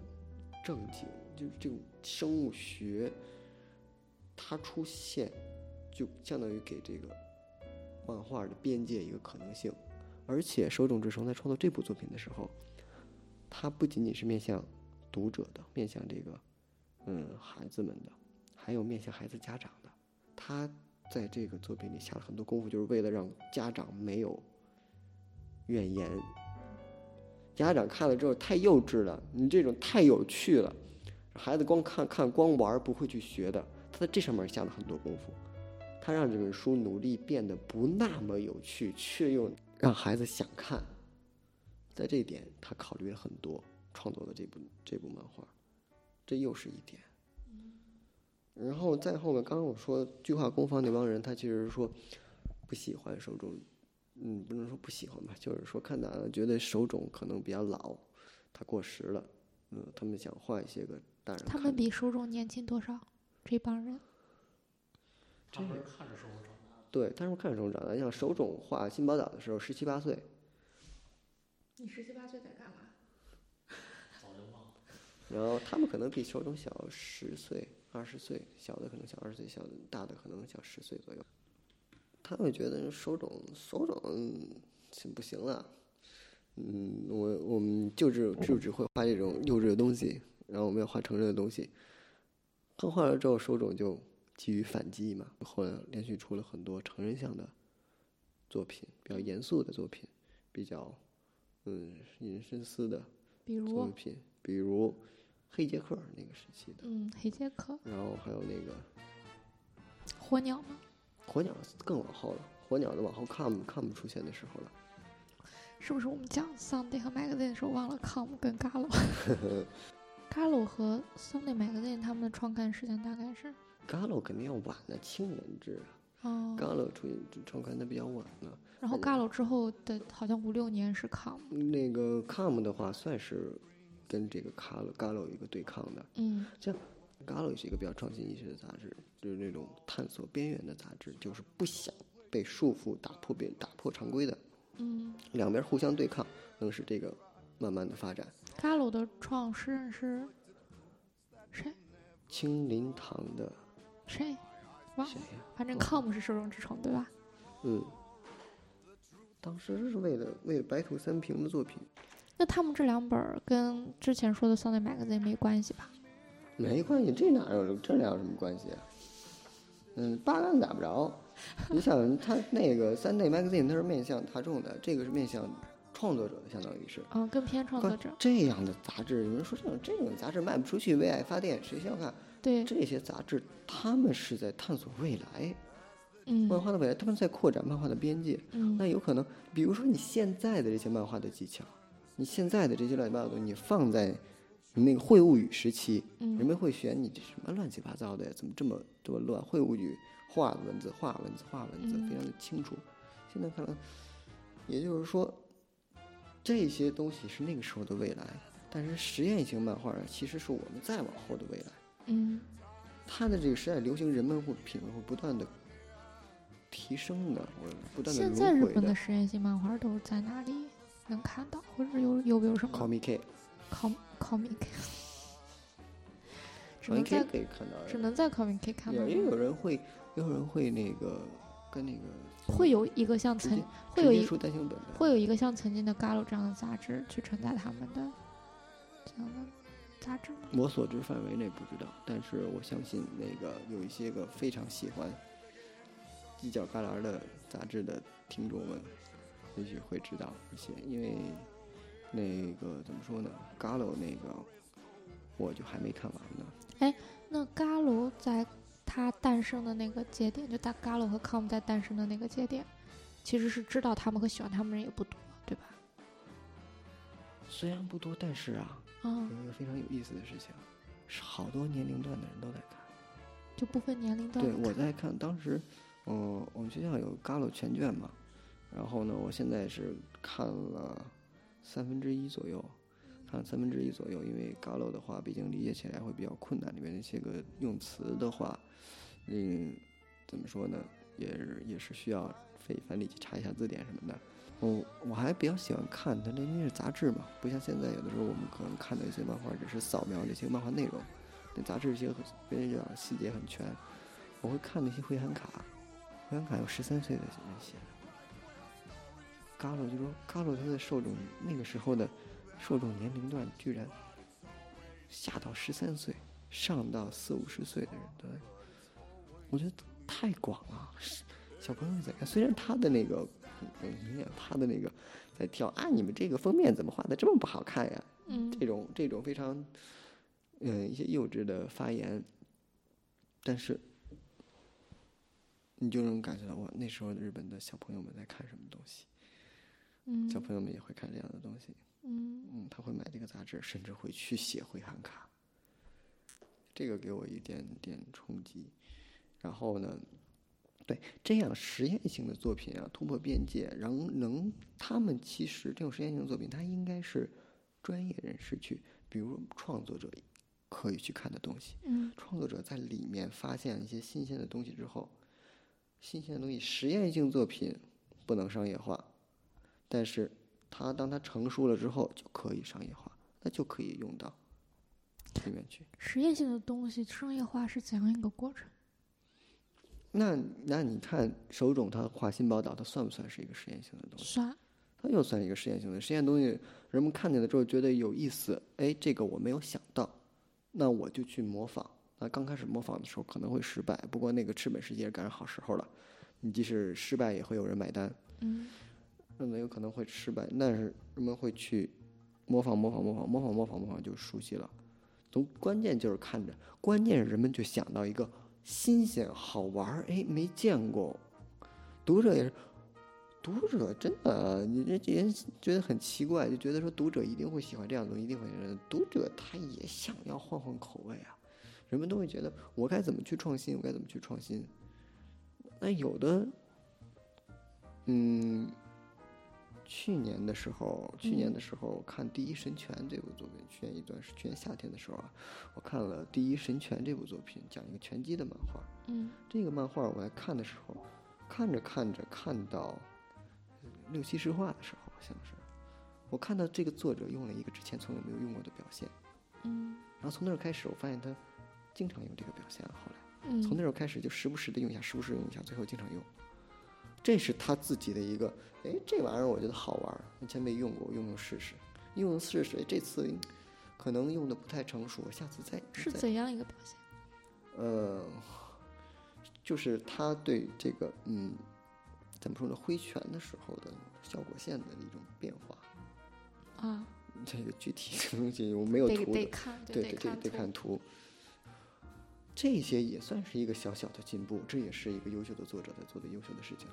正经，就是这种生物学。它出现，就相当于给这个漫画的边界一个可能性。而且手冢治虫在创作这部作品的时候，他不仅仅是面向读者的，面向这个嗯孩子们的，还有面向孩子家长的。他在这个作品里下了很多功夫，就是为了让家长没有怨言。家长看了之后太幼稚了，你这种太有趣了，孩子光看看光玩儿不会去学的。他在这上面下了很多功夫，他让这本书努力变得不那么有趣，却又让孩子想看。在这一点，他考虑了很多，创作了这部这部漫画，这又是一点。然后再后面，刚刚我说巨化工坊那帮人，他其实说不喜欢手冢，嗯，不能说不喜欢吧，就是说看到了觉得手冢可能比较老，他过时了，嗯，他们想换一些个大人看的。他们比手冢年轻多少？这帮人，他们是看着生活长大的，对，他是看手长大，像手冢画新宝岛的时候十七八岁，你十七八岁在干嘛？早就忘了。然后他们可能比手冢小十岁、二十岁，小的可能小二十岁，小的大的可能小十岁左右。他会觉得手冢手冢行不行了？嗯，我我们就只就只会画这种幼稚的东西，然后我们要画成人的东西。他画了之后，手冢就基于反击嘛，后来连续出了很多成人向的作品，比较严肃的作品，比较嗯引人深思的。比作如，品，比如黑杰克那个时期的，嗯，黑杰克、然后还有那个火鸟吗？火鸟更往后了，火鸟的往后 com com 出现的时候了。是不是我们讲 Sunday 和 Magazine 的时候忘了 Com 跟 *laughs* Galo？Galo 和 Sunday Magazine 他们的创刊时间大概是 Galo 肯定要晚了，青年制啊哦， ，Galo 出创刊的比较晚了。然后 Galo 之后的好像五六年是 Com，那个 com 的话，算是跟这个 Galo Galo 有一个对抗的。嗯， Galo 也是一个比较创新意识的杂志，就是那种探索边缘的杂志，就是不想被束缚、打破边、打破常规的。嗯，两边互相对抗，能使这个慢慢的发展。伽罗的创始人是谁？清林堂的谁？忘谁了，呀？反正忘了 com 是手冢治虫对吧？嗯，当时是为了为了白土三平的作品，那他们这两本儿跟之前说的 Sunday Magazine 没关系吧？没关系，这哪有这俩有什么关系啊？嗯，八竿子打不着。你想，他那个三内 magazine 它是面向大众的，这个是面向创作者的，相当于是。嗯，更偏创作者。这样的杂志，有人说这种这种杂志卖不出去，为爱发电，谁想看？对，这些杂志他们是在探索未来，嗯漫画的未来，他们在扩展漫画的边界。那嗯有可能，比如说你现在的这些漫画的技巧，你现在的这些乱七八糟的东西，你放在你那个会物语时期，人嗯们会选你这什么乱七八糟的呀？怎么这么这么乱？会物语画文字，画文字，画文字，嗯非常的清楚。现在看来，也就是说，这些东西是那个时候的未来，但是实验型漫画其实是我们再往后的未来。嗯它的这个时代流行，人们会品味会不断的提升的，或者不断的现轮在日回本的的。实验性漫画都在哪里能看到，或者有有没有什么 Comic K， com comic？只 c o m i 能 K 在可以看到，只能在 comic 可以看到有也吗，有人会，也有人会那个跟那个会有一个像直曾接会有直接一出单行本的，会有一个像曾经的 Galo 这样的杂志去承载他们的这样的杂志吗？我所知范围内不知道，但是我相信那个有一些个非常喜欢犄角旮旯的杂志的听众们，也许会知道一些，因为那个怎么说呢，Galo 那个我就还没看完呢。那 Galo 在它诞生的那个节点，就大 Galo 和 Com 在诞生的那个节点，其实是知道他们和喜欢他们人也不多，对吧？虽然不多，但是啊，嗯，有一个非常有意思的事情，是好多年龄段的人都在看。就不分年龄段对，的我看。在看，当时，嗯、我们学校有 Galo 全卷嘛，然后呢，我现在是看了三分之一左右，看了三分之一左右，因为 Galo 的话，毕竟理解起来会比较困难，里面那些个用词的话，嗯，怎么说呢，也是也是需要费一番力气查一下字典什么的。我我还比较喜欢看它，那因为是杂志嘛，不像现在有的时候我们可能看到一些漫画只是扫描这些漫画内容，那杂志一些很边角细节很全。我会看那些回函卡，回函卡有十三岁的人写的。嘎鲁就说，嘎鲁他的受众那个时候的受众年龄段居然下到十三岁，上到四五十岁的人，对，我觉得太广了。是小朋友在看，虽然他的那个，嗯，你想他的那个在跳啊，你们这个封面怎么画的这么不好看呀？嗯这种这种非常，嗯、一些幼稚的发言，但是你就能感觉到哇，那时候的日本的小朋友们在看什么东西，嗯小朋友们也会看这样的东西，嗯，嗯，他会买这个杂志，甚至会去写回函卡，这个给我一点点冲击。然后呢，对这样实验性的作品啊，突破边界，然后能他们其实这种实验性的作品，它应该是专业人士去，比如创作者可以去看的东西。嗯创作者在里面发现一些新鲜的东西之后，新鲜的东西，实验性作品不能商业化，但是它当它成熟了之后就可以商业化，那就可以用到里面去。实验性的东西商业化是怎样一个过程？那那你看手冢他画新宝岛，它算不算是一个实验性的东西？算，它又算一个实验性的实验东西，人们看见了之后觉得有意思，哎，这个我没有想到，那我就去模仿。那刚开始模仿的时候可能会失败，不过那个赤本世界是赶上好时候了，你即使失败也会有人买单，嗯那么有可能会失败，但是人们会去模仿模仿模仿模仿模仿模仿就熟悉了。从关键就是看着，关键是人们就想到一个新鲜好玩儿，哎，没见过。读者也是，读者真的，你这这人觉得很奇怪，就觉得说读者一定会喜欢这样的东西，一定会喜欢这样的读者他也想要换换口味啊。人们都会觉得我该怎么去创新，我该怎么去创新。那有的，嗯，去年的时候，去年嗯的时候我看《第一神拳》这部作品，去年一段时，去年夏天的时候啊，我看了《第一神拳》这部作品，讲一个拳击的漫画。嗯这个漫画我在看的时候，看着看着看到六七十话的时候，好像是，我看到这个作者用了一个之前从来没有用过的表现，嗯然后从那儿开始，我发现他经常用这个表现了。后来嗯，从那时候开始就时不时的用一下，时不时地用一下，最后经常用。这是他自己的一个，哎，这玩意儿我觉得好玩儿，以前没用过，我用用试试，用用试试。哎这次可能用的不太成熟，我下次再是再怎样一个表现？呃，就是他对这个嗯，怎么说呢，挥拳的时候的效果线的一种变化。啊，这个具体的东西我没有得图的得，看，对得对，得图看图。这些也算是一个小小的进步，这也是一个优秀的作者在做的优秀的事情，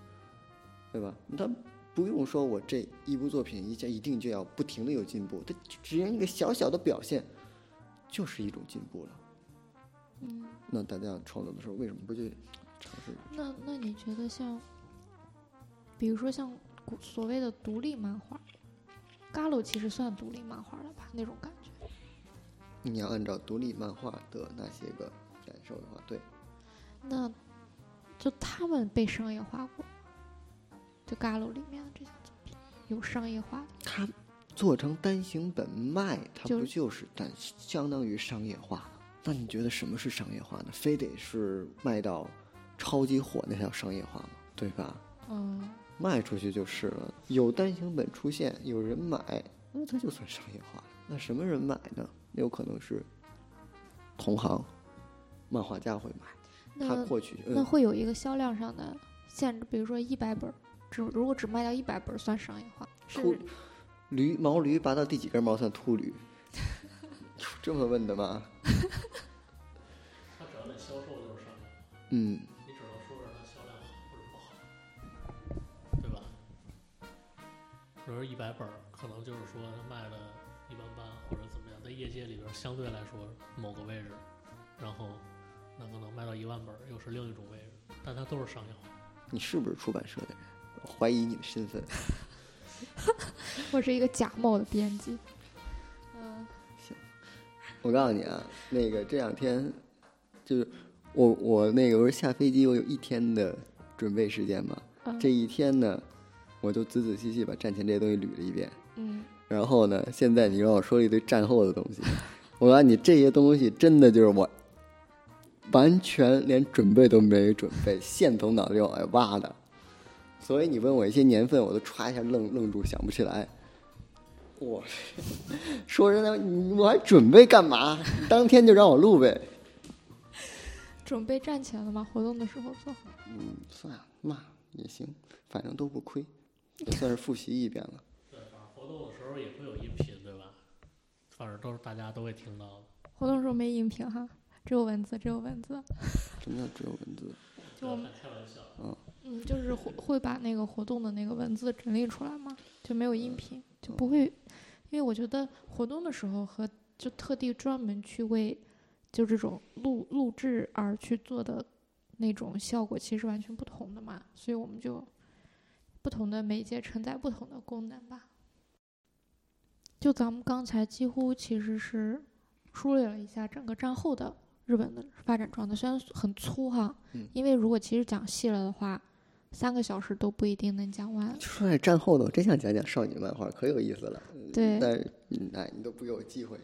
对吧？他不用说我这一部作品一下一定就要不停的有进步，他只要一个小小的表现，就是一种进步了。嗯，那大家创作的时候为什么不去尝试？那那你觉得像，比如说像古所谓的独立漫画，《嘎鲁》其实算独立漫画了吧？那种感觉。你要按照独立漫画的那些个感受的话，对，那就他们被商业化过，就《嘎鲁》里面的这些作品有商业化的。它做成单行本卖，它就不就是单相当于商业化吗？那你觉得什么是商业化呢？非得是卖到超级火那叫商业化吗？对吧？嗯，卖出去就是了，有单行本出现，有人买，那它就算商业化了。那什么人买呢？有可能是同行，漫画家会买，他那获取那嗯，会有一个销量上的限制，比如说一百本儿，只如果只卖掉一百本儿算商业化，秃是驴毛驴拔到第几根毛算秃驴？ *laughs* 有这么问的吗？它只要在销售就是商业，嗯。你只能说是它销量好或者不好，对吧？比如说一百本儿，可能就是说卖的一般般或者怎么样，在业界里边儿相对来说某个位置，然后那可能卖到一万本儿又是另一种位置，但它都是商业化。你是不是出版社的人？我怀疑你的身份。我是一个假冒的编辑。嗯我告诉你啊，那个这两天就是我我那个不是下飞机，我有一天的准备时间嘛。嗯这一天呢，我就仔仔细细把战前这些东西捋了一遍。嗯，然后呢，现在你跟我说了一堆战后的东西， *laughs* 我告诉你，这些东西真的就是我完全连准备都没准备，现从脑子里往外挖的。所以你问我一些年份，我都歘一下愣愣住，想不起来。我说真的，你我还准备干嘛？当天就让我录呗。准备站起来了吗？活动的时候做好。嗯，算了，骂也行，反正都不亏，也算是复习一遍了。对，反正活动的时候也会有音频，对吧？反正都是大家都会听到的。活动的时候没音频哈，只有文字，只有文字。什么叫只有文字？就我们开玩笑，嗯，就是会会把那个活动的那个文字整理出来吗？就没有音频，就不会，因为我觉得活动的时候和就特地专门去为就这种录录制而去做的那种效果，其实完全不同的嘛。所以我们就不同的媒介承载不同的功能吧。就咱们刚才几乎其实是梳理了一下整个战后的日本的发展状态，虽然很粗哈，嗯因为如果其实讲细了的话，三个小时都不一定能讲完。就说点战后的，我真想讲讲少女漫画，可有意思了。对但是嗯哎，你都不给我机会，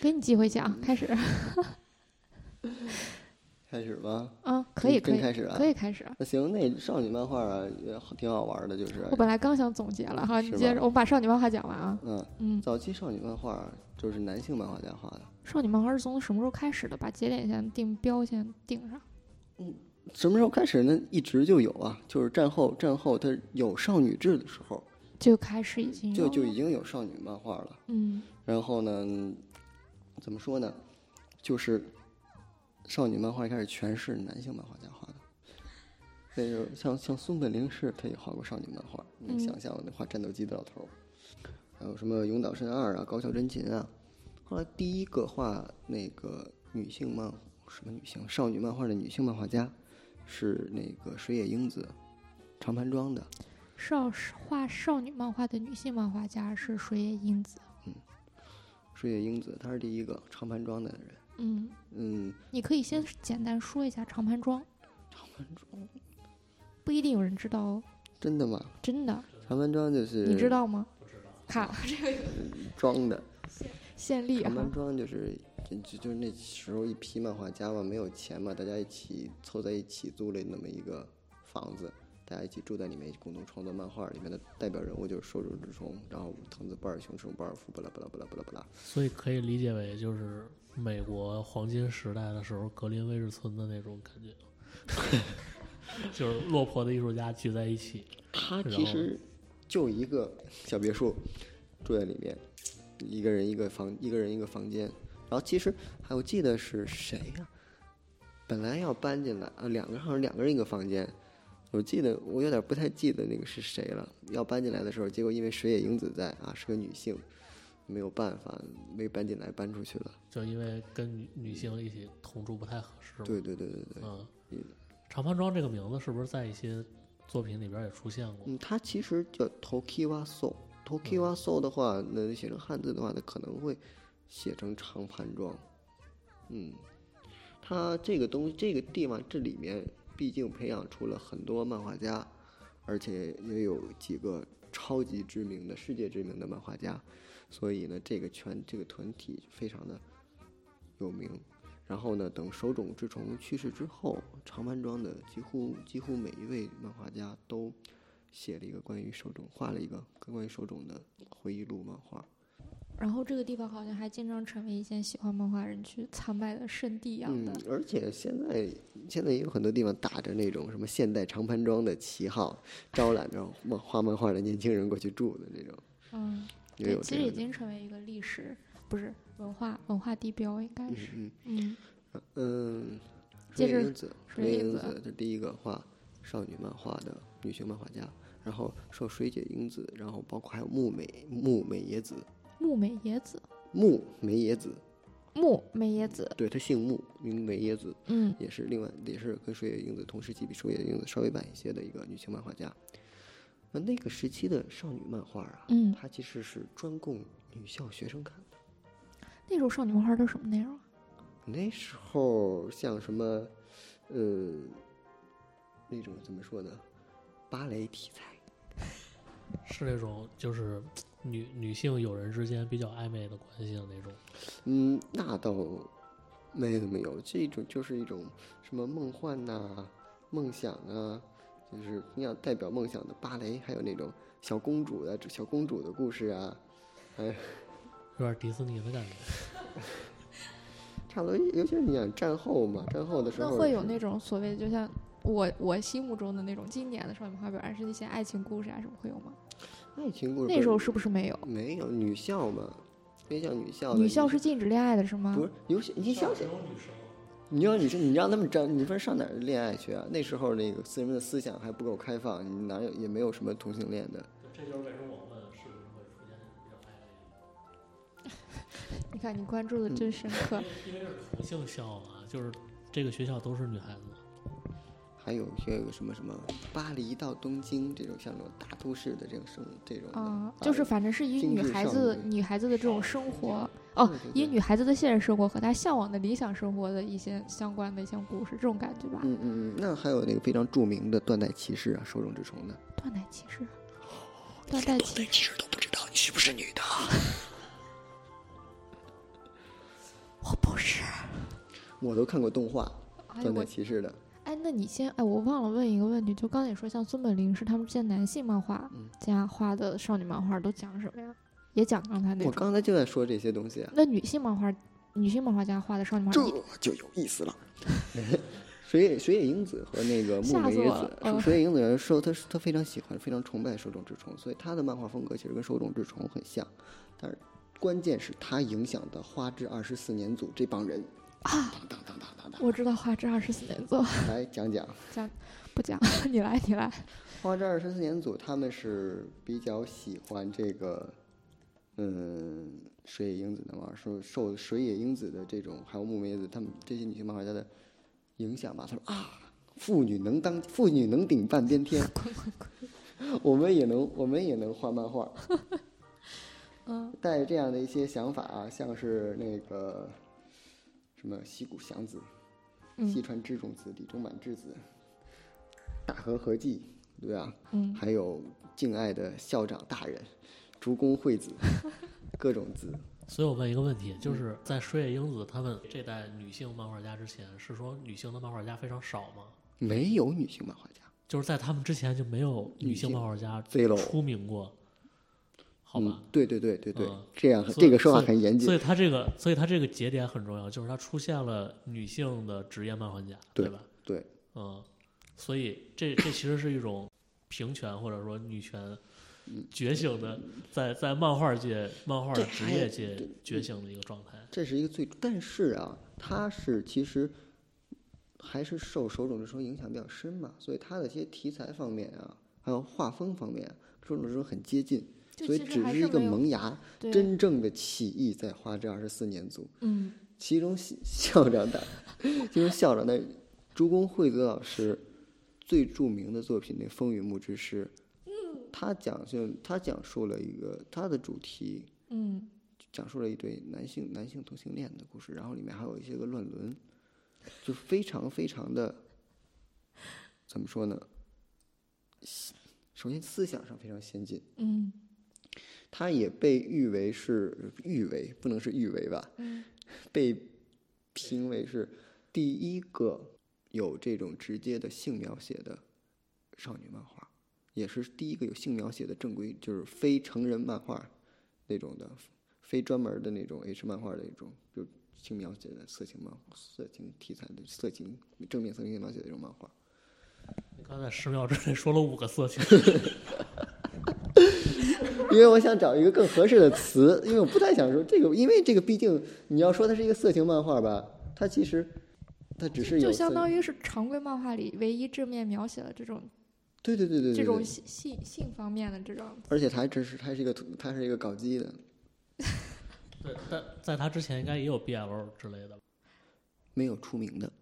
给你机会讲，开始，开始吗？嗯，可以，可真以真，开始啊！可以开始。那行，那少女漫画啊，也好挺好玩的，就是我本来刚想总结了哈，你是接吧着，我们把少女漫画讲完啊。嗯，嗯，早期少女漫画就是男性漫画家画的，少女漫画是从什么时候开始的？把节点先定标先定上。什么时候开始呢？一直就有啊，就是战后战后它有少女志的时候，就开始已经就有就已了经有少女漫画了。嗯然后呢，怎么说呢？就是少女漫画一开始全是男性漫画家画的，那时候像像松本零士，他也画过少女漫画，你嗯想象那画战斗机的老头儿，还有什么永岛慎二啊、高桥真琴啊。后来第一个画那个女性漫什么女性少女漫画的女性漫画家是那个水野英子，长盘庄的。少画少女漫画的女性漫画家是水野英子。水野英子她是第一个长盘庄的人，嗯，嗯，你可以先简单说一下长盘庄，长盘庄不一定有人知道哦，真的吗？真的，长盘庄就是你知道吗？不知道。看这个有装的，县历长哈班，庄就是就就就是那时候一批漫画家嘛，没有钱嘛，大家一起凑在一起租了那么一个房子，大家一起住在里面，共同创作漫画。里面的代表人物就是手冢治虫，然后藤子不二雄、赤冢不二夫，巴拉巴拉巴拉巴拉巴拉。所以可以理解为就是美国黄金时代的时候，格林威治村的那种感觉， *laughs* 就是落魄的艺术家聚在一起。他然其后实就一个小别墅，住在里面，一个人一个房，一个人一个房间。然后其实还我记得是谁呀、本来要搬进来啊，两个人好像两个人一个房间。我记得我有点不太记得那个是谁了。要搬进来的时候，结果因为水野英子在啊，是个女性，没有办法，没搬进来，搬出去了。就因为跟女女性一起同住不太合适嘛。对对对对对，嗯嗯，长盘庄这个名字是不是在一些作品里边也出现过？嗯，它其实叫 Tokiwa So。Tokiwa So 的话，那写成汉字的话，它可能会写成长盘庄。嗯，它这个东这个地方这里面，毕竟培养出了很多漫画家，而且也有几个超级知名的、世界知名的漫画家，所以呢，这个圈这个团体非常的有名。然后呢，等手冢治虫去世之后，长盘庄的几乎几乎每一位漫画家都写了一个关于手冢，画了一个关于手冢的回忆录漫画。然后这个地方好像还经常成为一些喜欢漫画人去参拜的圣地一样嗯的。，而且现在现在也有很多地方打着那种什么现代长盘庄的旗号，招揽着漫画漫画的年轻人过去住的那种，嗯，也对，有其这实样已的。经成为一个历史，不是文化文化地标，应该嗯是。嗯嗯，嗯，接水着英子，水水影影子子这第一个画少女漫画的女性漫画家，然后受水解英子，然后包括还有木美木美野子，木美野子，木美野子，木美野子，对，她姓木，名美野子，嗯，也是另外也是跟水野英子同时期比水野英子稍微晚一些的一个女性漫画家。那那个时期的少女漫画啊，嗯它其实是专供女校学生看的。那时候少女漫画都什么内容啊？那时候像什么，呃，那种怎么说呢，芭蕾题材，是那种就是女女性友人之间比较暧昧的关系的那种。嗯，那倒没怎么有，这种就是一种什么梦幻呐、梦想啊，就是你想代表梦想的芭蕾，还有那种小公主的小公主的故事啊，有点迪士尼的感觉，差不多，尤其是你想战后嘛，战后的时那候会有是那种所谓的，就像我我心目中的那种经典的少女漫画，表，而是那些爱情故事啊什么会有吗？爱情故事，那时候是不是没有？没有女校嘛，那像女校的，女校是禁止恋爱的是吗不？是女校？你想想，有女生，你要你说你让他们沾，你说上哪儿恋爱去啊？那时候那个私人的思想还不够开放，你哪有也没有什么同性恋的。这就是为什么我问是不是会出现比较暧昧，你看你关注嗯的真深刻。因为是同性校嘛，就是这个学校都是女孩子。还有还有个什么什么巴黎到东京这种像这种大都市的这种生这种的啊、芭就是蕾反正是以呃精女致孩少子女啊女孩子的这种生活哦对对，以对女孩子的现实生活和她向往的理想生活的一些相关的一些故事，这种感觉吧。嗯嗯嗯，那还有那个非常著名的断代骑士啊，手冢治虫的断奶骑士，哦断奶骑士，骑士都不知道你是不是女的，我不是。我都看过动画哎断代我骑士的，哎，那你先哎，我忘了问一个问题，就刚才你说像孙本林是他们这些男性漫画嗯家画的少女漫画都讲什么呀？也讲刚才那种。我刚才就在说这些东西啊，那女性漫画，女性漫画家画的少女漫画这一，就有意思了。 *laughs* 水野水野英子和那个木吓梅死野我子了，水嗯水野英子说她她非常喜欢非常崇拜手冢治虫，所以她的漫画风格其实跟手冢治虫很像，但是关键是她影响的花之二十四年组这帮人啊，当当当当当当，我知道画这二十四年作，来讲讲不讲，你来，你来。花之二十四年组，他们是比较喜欢这个，嗯，水野英子的嘛，说受水野英子的这种，还有木梅子他们这些女性漫画家的影响吧。他说啊，妇女能当，妇女能顶半边天，滚滚滚。 *laughs* 我们也能，我们也能画漫画。 *laughs* 嗯，带着这样的一些想法啊，像是那个什么西谷祥子、嗯西川知种子、李中满智子、大和和纪，对吧、嗯还有敬爱的校长大人、主竹宫惠子，各种字。所以我问一个问题，嗯就是在水野英子他们这代女性漫画家之前，是说女性的漫画家非常少吗？没有女性漫画家，就是在他们之前就没有女性漫画家飞喽。出名过，好吧嗯？，对对对对对，嗯这样很所以这个说法所以很严谨所。以他这个，所以他这个节点很重要，就是他出现了女性的职业漫画家，对吧？对，嗯，所以这这其实是一种平权或者说女权觉醒的，在在漫画界、漫画嗯对职还业有界对嗯觉醒的一个状态。这是一个最，但是啊，他是其实还是受手冢治虫影响比较深嘛，所以他的一些题材方面啊，还有画风方面、啊，手冢治虫很接近，就所以其实只还是一个没有萌芽。对真正的起义在花之二十四年组，嗯其中 *laughs* 校校长的，其中校长的竹宫惠子老师最著名的作品《那风雨木之诗》，他讲就他讲述了一个他的主题嗯，讲述了一对男性男性同性恋的故事，然后里面还有一些个乱伦，就非常非常的怎么说呢？首先思想上非常先进，嗯它也被誉为是誉为不能是誉为吧，嗯被评为是第一个有这种直接的性描写的少女漫画，也是第一个有性描写的正规，就是非成人漫画那种的，非专门的那种 H 漫画的一种，就性描写的色情漫画、色情题材的色情正面色情描写的一种漫画。你刚才十秒之内说了五个色情，因为我想找一个更合适的词，因为我不太想说这个，因为这个毕竟你要说它是一个色情漫画吧，它其实它只是有就相色当于是常规漫画里唯一正面描写了这种对对对对对这种对性性性方面的这种，而且他还只是他是一个他是一个搞基的，对，但在他之前应该也有 BL 之类的，没有出名的。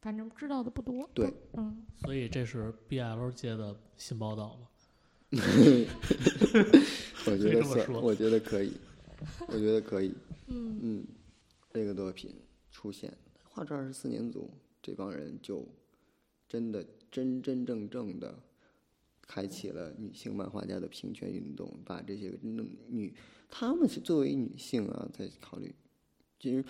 反正知道的不多。对不，嗯，所以这是 BL 界的新宝岛嘛？我可以觉得这么算，说我觉得可以，我觉得可以。嗯嗯，这个作品出现，画这二十四年组这帮人就真的真真正正的开启了女性漫画家的平权运动，把这些真正女，她们是作为女性啊，在考虑。其实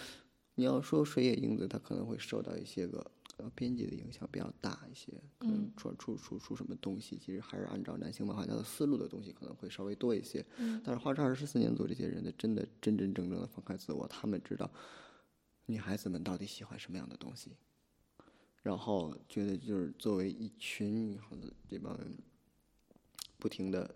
你要说水野英子，她可能会受到一些个呃编辑的影响比较大一些，可能嗯出出出出什么东西，其实还是按照男性漫画家的思路的东西可能会稍微多一些。嗯但是花之二十四年组这些人的真的真真正正的放开自我，他们知道女孩子们到底喜欢什么样的东西，然后觉得就是作为一群女孩子这帮人，不停的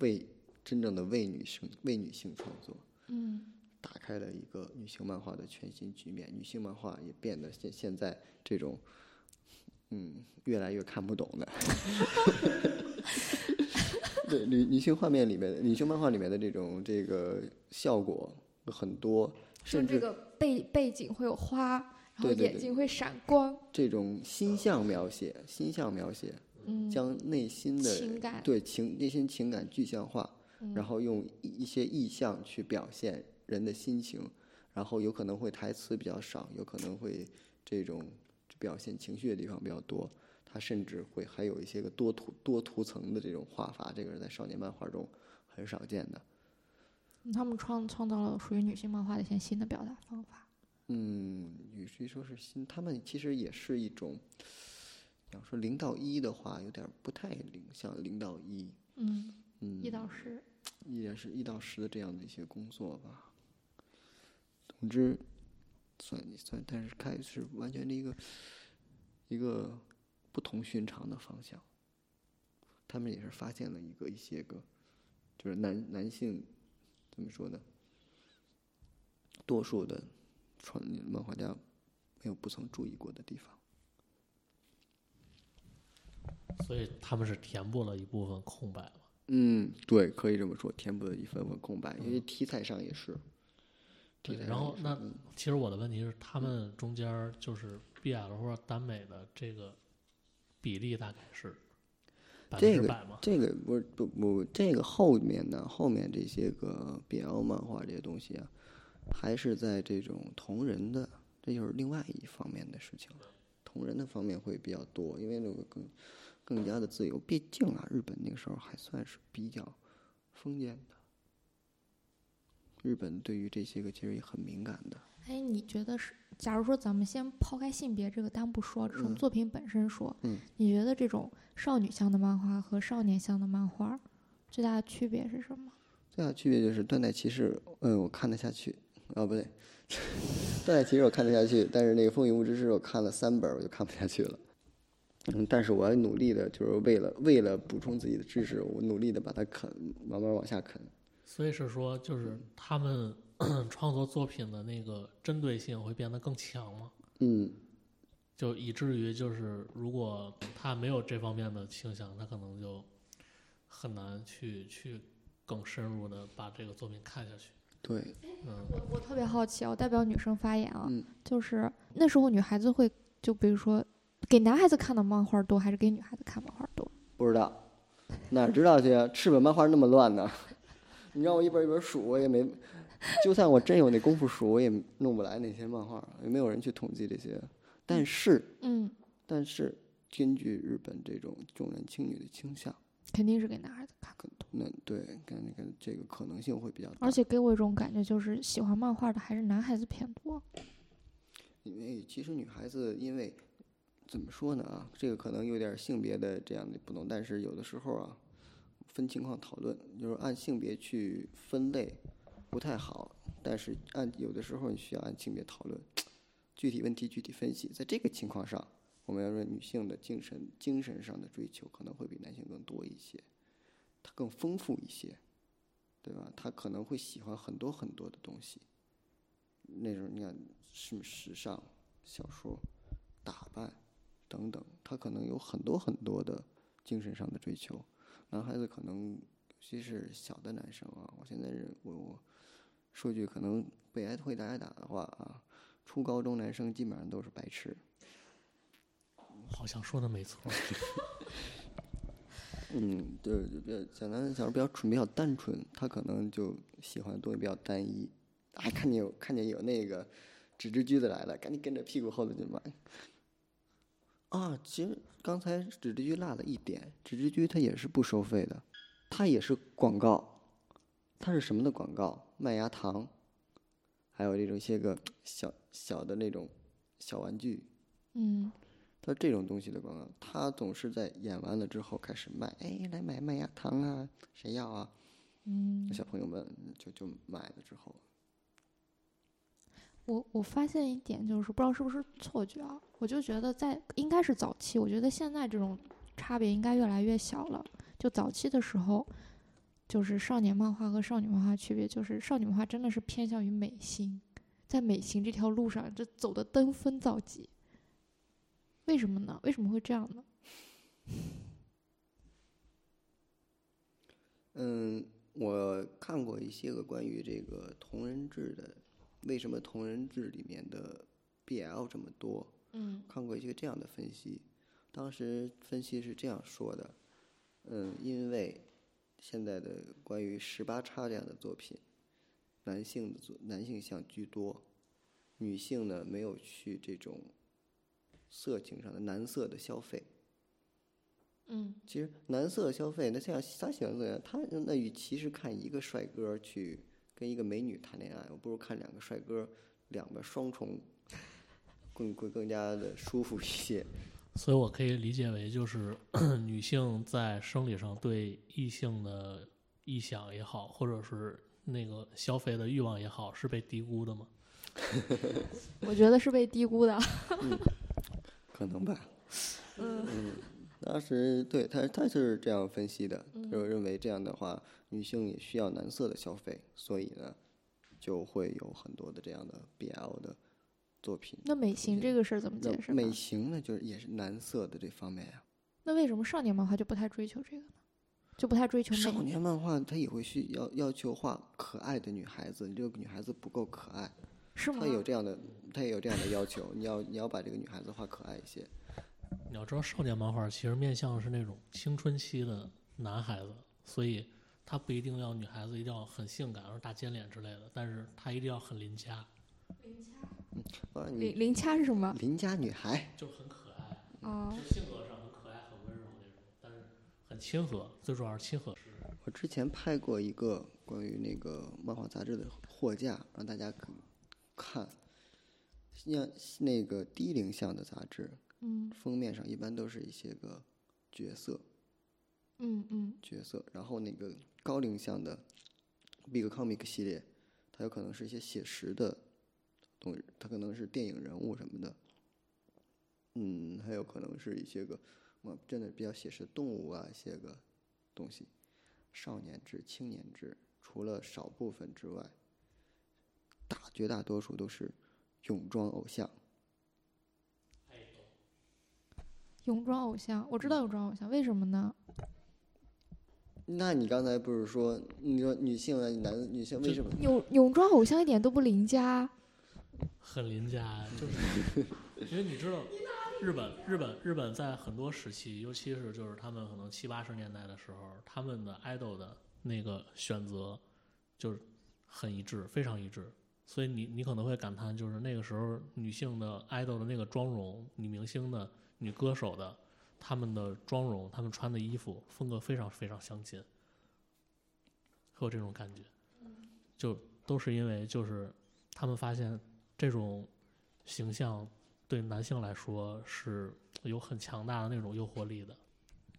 为真正的为女性为女性创作，嗯打开了一个女性漫画的全新局面。女性漫画也变得现现在这种，嗯，越来越看不懂的。 *laughs* 对女女性画面里面的女性漫画里面的这种这个效果很多，就甚这至个背背景会有花，然后对对眼对睛会闪光，这种心象描写，心象描写嗯，将内心的情感对情内心情感具象化，嗯然后用一一些意象去表现人的心情，然后有可能会台词比较少，有可能会这种表现情绪的地方比较多。它甚至会还有一些个多图多图层的这种画法，这个是在少年漫画中很少见的。他们创创造了属于女性漫画的一些新的表达方法。嗯，与其说是新，他们其实也是一种，要说零到一的话，有点不太零，像零到一，嗯，嗯，一到十，依然是一到十的这样的一些工作吧。总之，算一算，但是开始完全的一个一个不同寻常的方向。他们也是发现了一个一些个，就是男男性怎么说呢？多数的创漫画家没有不曾注意过的地方。所以他们是填补了一部分空白嘛？嗯，对，可以这么说，填补了一份份空白，因为题材上也是。题嗯对材然上后也是那嗯其实我的问题是，他们中间儿就是 BL 或者耽美的这个比例大概是百分这之个百吗？这个不是不不，这个后面呢，后面这些个 BL 漫画这些东西啊，还是在这种同人的，这就是另外一方面的事情了。同人的方面会比较多，因为那个更更加的自由。毕竟啊，日本那个时候还算是比较封建的。日本对于这些个其实也很敏感的。哎，你觉得是？假如说咱们先抛开性别这个单不说，这种嗯作品本身说，嗯你觉得这种少女向的漫画和少年向的漫画最大的区别是什么？最大的区别就是《断代骑士》，嗯，我看得下去，啊，不对，《 *laughs* 断代骑士》我看得下去，但是那个《风雨物之诗》我看了三本儿，我就看不下去了。嗯，但是我要努力的，就是为了为了补充自己的知识，我努力的把它啃，慢慢往下啃。所以是说，就是他们 *clears throat* 创作作品的那个针对性会变得更强吗？嗯，就以至于就是，如果他没有这方面的倾向，他可能就很难去去更深入的把这个作品看下去。对，嗯，我我特别好奇啊，我代表女生发言啊，嗯就是那时候女孩子会，就比如说给男孩子看的漫画多，还是给女孩子看漫画多？不知道，哪知道去啊？赤本漫画那么乱呢？ *laughs* 你让我一本一本数，我也没，就算我真有那功夫数，我也弄不来那些漫画，也没有人去统计这些。但是。嗯，但是根据日本这种重男轻女的倾向，肯定是给男孩子看。可能对，感觉感觉这个可能性会比较大。而且给我一种感觉，就是喜欢漫画的还是男孩子偏多。因为其实女孩子，因为怎么说呢啊，这个可能有点性别的这样的不同，但是有的时候啊，分情况讨论，就是按性别去分类不太好，但是按有的时候你需要按性别讨论，具体问题具体分析。在这个情况上，我们要说女性的精神精神上的追求可能会比男性更多一些，她更丰富一些，对吧？她可能会喜欢很多很多的东西。那种你看什么时尚、小说、打扮等等，他可能有很多很多的精神上的追求。男孩子可能，尤其是小的男生啊，我现在是我我说句可能被挨会大家打的话啊，初高中男生基本上都是白痴。好像说的没错。嗯，对，就比较小男小孩比较蠢，比较单纯，他可能就喜欢的东西比较单一。哎，看见有看见有那个纸质狙子来了，赶紧跟着屁股后头就买。啊，其实刚才纸质狙落了一点，纸质狙它也是不收费的，它也是广告，它是什么的广告？麦芽糖，还有这种一些个小小的那种小玩具，嗯，它这种东西的广告，它总是在演完了之后开始卖，哎，来买麦芽糖啊，谁要啊？嗯，小朋友们就就买了之后，我我发现一点就是，不知道是不是错觉啊，我就觉得在应该是早期，我觉得现在这种差别应该越来越小了。就早期的时候，就是少年漫画和少女漫画区别，就是少女漫画真的是偏向于美型，在美型这条路上，这走的登峰造极。为什么呢？为什么会这样呢？嗯，我看过一些个关于这个同人志的，为什么同人志里面的 BL 这么多？嗯看过一些这样的分析，当时分析是这样说的，嗯，因为现在的关于十八叉这样的作品，男性的作男性向居多，女性呢没有去这种色情上的男色的消费。嗯其实男色消费，那像他喜欢怎样？他那与其是看一个帅哥去跟一个美女谈恋爱，我不如看两个帅哥，两个双重，更更更加的舒服一些。所以我可以理解为，就是 *clears throat* 女性在生理上对异性的臆想也好，或者是那个消费的欲望也好，是被低估的吗？我觉得是被低估的。啊可能吧。嗯当时对他他是这样分析的，嗯就是认为这样的话，女性也需要男色的消费，所以呢，就会有很多的这样的 BL 的作品。那美型这个事儿怎么那解释呢？美型呢，就是也是男色的这方面呀、那为什么少年漫画就不太追求这个呢？就不太追求少美？年漫画它也会去要要求画可爱的女孩子，你这个女孩子不够可爱，是吗它？有这样的，它也有这样的要求，你要你要把这个女孩子画可爱一些。你要知道，少年漫画其实面向的是那种青春期的男孩子，所以他不一定要女孩子一定要很性感，然后大尖脸之类的，但是他一定要很邻家，啊，邻你邻家是什么？邻家女孩，就很可爱，哦嗯就性格上很可爱、很温柔那种，但是很亲和，最主要是亲和。我之前拍过一个关于那个漫画杂志的货架，让大家可看。像那个低龄向的杂志，嗯封面上一般都是一些个角色嗯嗯角色，然后那个高龄向的 Big Comic 系列，它有可能是一些写实的东西，它可能是电影人物什么的，嗯，还有可能是一些个嘛真的比较写实的动物啊，一些个东西，少年志、青年志，除了少部分之外，大绝大多数都是泳装偶像。泳装偶像，我知嗯道泳装偶像，为什么呢？那你刚才不是说，你说女性啊，男女性为这什么？泳泳装偶像一点都不邻家，很邻家，就是因为你知道，日本日本日本在很多时期，尤其是就是他们可能七八十年代的时候，他们的 idol 的那个选择就是很一致，非常一致。所以你你可能会感叹，就是那个时候女性的 idol 的那个妆容，女明星的、女歌手的，她们的妆容、她们穿的衣服风格非常非常相近，会有这种感觉。就都是因为就是他们发现这种形象对男性来说是有很强大的那种诱惑力的。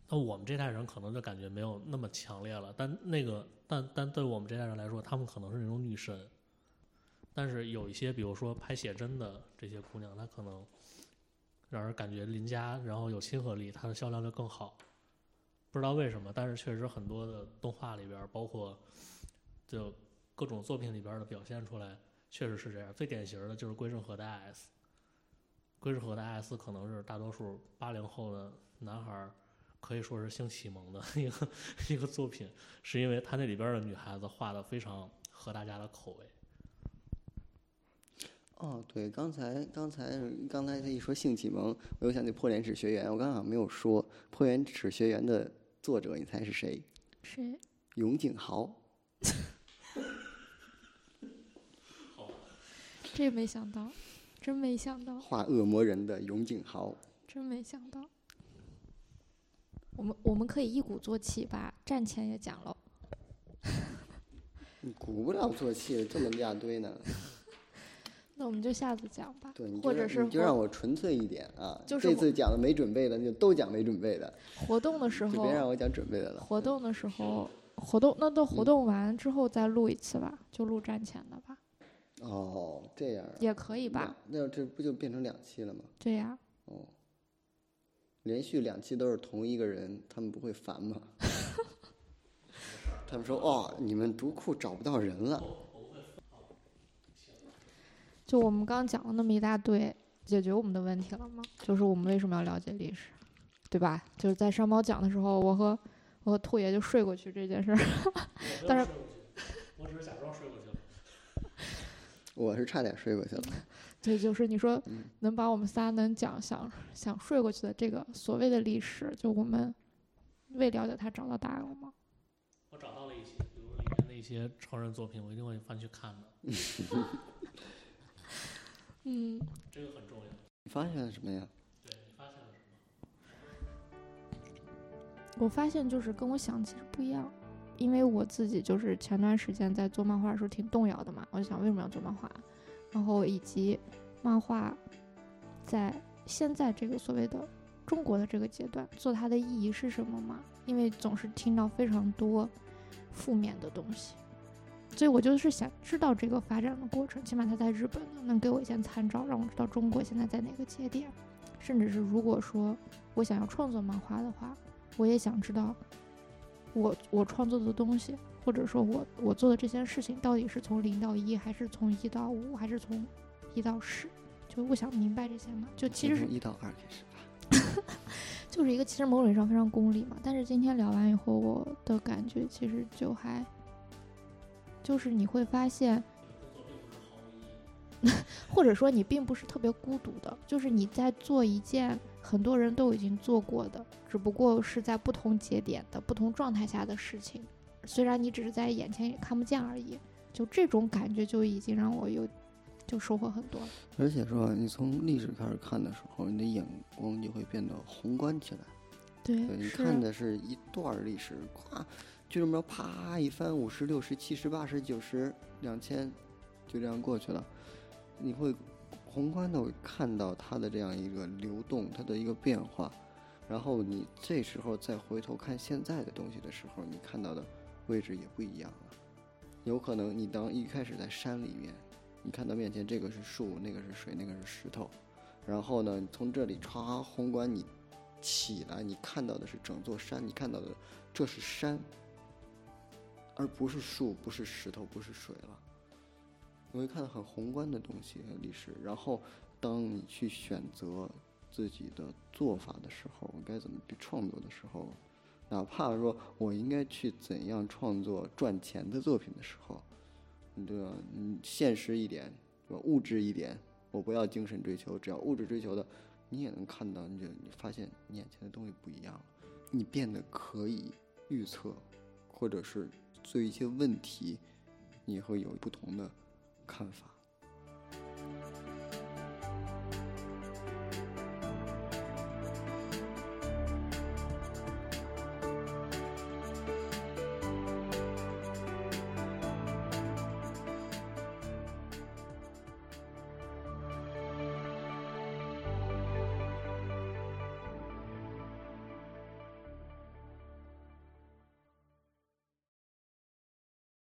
那我们这代人可能就感觉没有那么强烈了，但那个但但对我们这代人来说，她们可能是那种女神。但是有一些，比如说拍写真的这些姑娘，她可能让人感觉邻家，然后有亲和力，她的销量就更好。不知道为什么，但是确实很多的动画里边儿，包括就各种作品里边儿的表现出来，确实是这样。最典型的就是龟正和的 IS，龟正和的 IS 可能是大多数八零后的男孩儿可以说是性启蒙的一个 *laughs* 一个作品，是因为他那里边儿的女孩子画的非常合大家的口味。哦，对，刚才刚才刚才他一说性启蒙，我又想起破脸耻学园，我刚刚好像没有说破脸耻学园的作者，你猜是谁？谁？永井豪。这没想到，真没想到，画恶魔人的永井豪，真没想到。我们我们可以一鼓作气把战前也讲了，你鼓不了做气了，这么一大堆呢。那我们就下次讲吧对，你，就或者让是你就活让我纯粹一点啊。就是这我次讲的没准备的，你就都讲没准备的，活动的时就别让候，我讲准备的了。嗯活动的时候，活动那都活动完之后再录一次吧，就录战前的吧，哦，这样啊也可以吧？？那那这不就变成两期了吗？对呀、哦，连续两期都是同一个人，他们不会 *laughs* 烦吗？他们说：“哦，你们读库找不到人了。就我们刚讲了那么一大堆，解决我们的问题了吗？就是我们为什么要了解历史，对吧？就是在山猫讲的时候，我和我和兔爷就睡过去这件事儿。 *laughs* 但是我只是假装睡过去了。”我是差点睡过去了。对，就是你说嗯能把我们仨能讲想想睡过去的这个所谓的历史，就我们为了解它找到答案了吗？我找到了一些，比如里面的一些超人作品，我一定会翻去看的，嗯，这个很重要。你发现了什么呀？对你发现了什么？我发现就是跟我想其实不一样，因为我自己就是前段时间在做漫画的时候挺动摇的嘛，我就想为什么要做漫画，啊然后以及漫画在现在这个所谓的中国的这个阶段做它的意义是什么嘛？因为总是听到非常多负面的东西，所以我就是想知道这个发展的过程，起码它在日本能给我一些参照，让我知道中国现在在哪个节点，甚至是如果说我想要创作漫画的话。我也想知道我，我创作的东西，或者说我我做的这件事情，到底是从零到一，还是从一到五，还是从一到十？就我想明白这些嘛。就其实是从一到二开始吧。就是一个其实某种意义上非常功利嘛。但是今天聊完以后，我的感觉其实就还，就是你会发现， *laughs* 或者说你并不是特别孤独的，就是你在做一件很多人都已经做过的，只不过是在不同节点的不同状态下的事情。虽然你只是在眼前也看不见而已，就这种感觉就已经让我有就收获很多了。而且说，你从历史开始看的时候，你的眼光就会变得宏观起来。对啊对，你看的是一段儿历史，咵，就这么着啪一翻，五十、六十、七十、八十、九十、两千，就这样过去了。你会宏观的看到它的这样一个流动，它的一个变化，然后你这时候再回头看现在的东西的时候，你看到的位置也不一样了。有可能你当一开始在山里面，你看到面前这个是树，那个是水，那个是石头，然后呢，你从这里歘宏观你起来，你看到的是整座山，你看到的这是山，而不是树，不是石头，不是水了。你会看到很宏观的东西和历史，然后当你去选择自己的做法的时候，该怎么去创作的时候，哪怕说我应该去怎样创作赚钱的作品的时候，你对吧？你现实一点，对吧？物质一点，我不要精神追求，只要物质追求的，你也能看到，你就你发现你眼前的东西不一样了，你变得可以预测，或者是对一些问题，你会有不同的看法。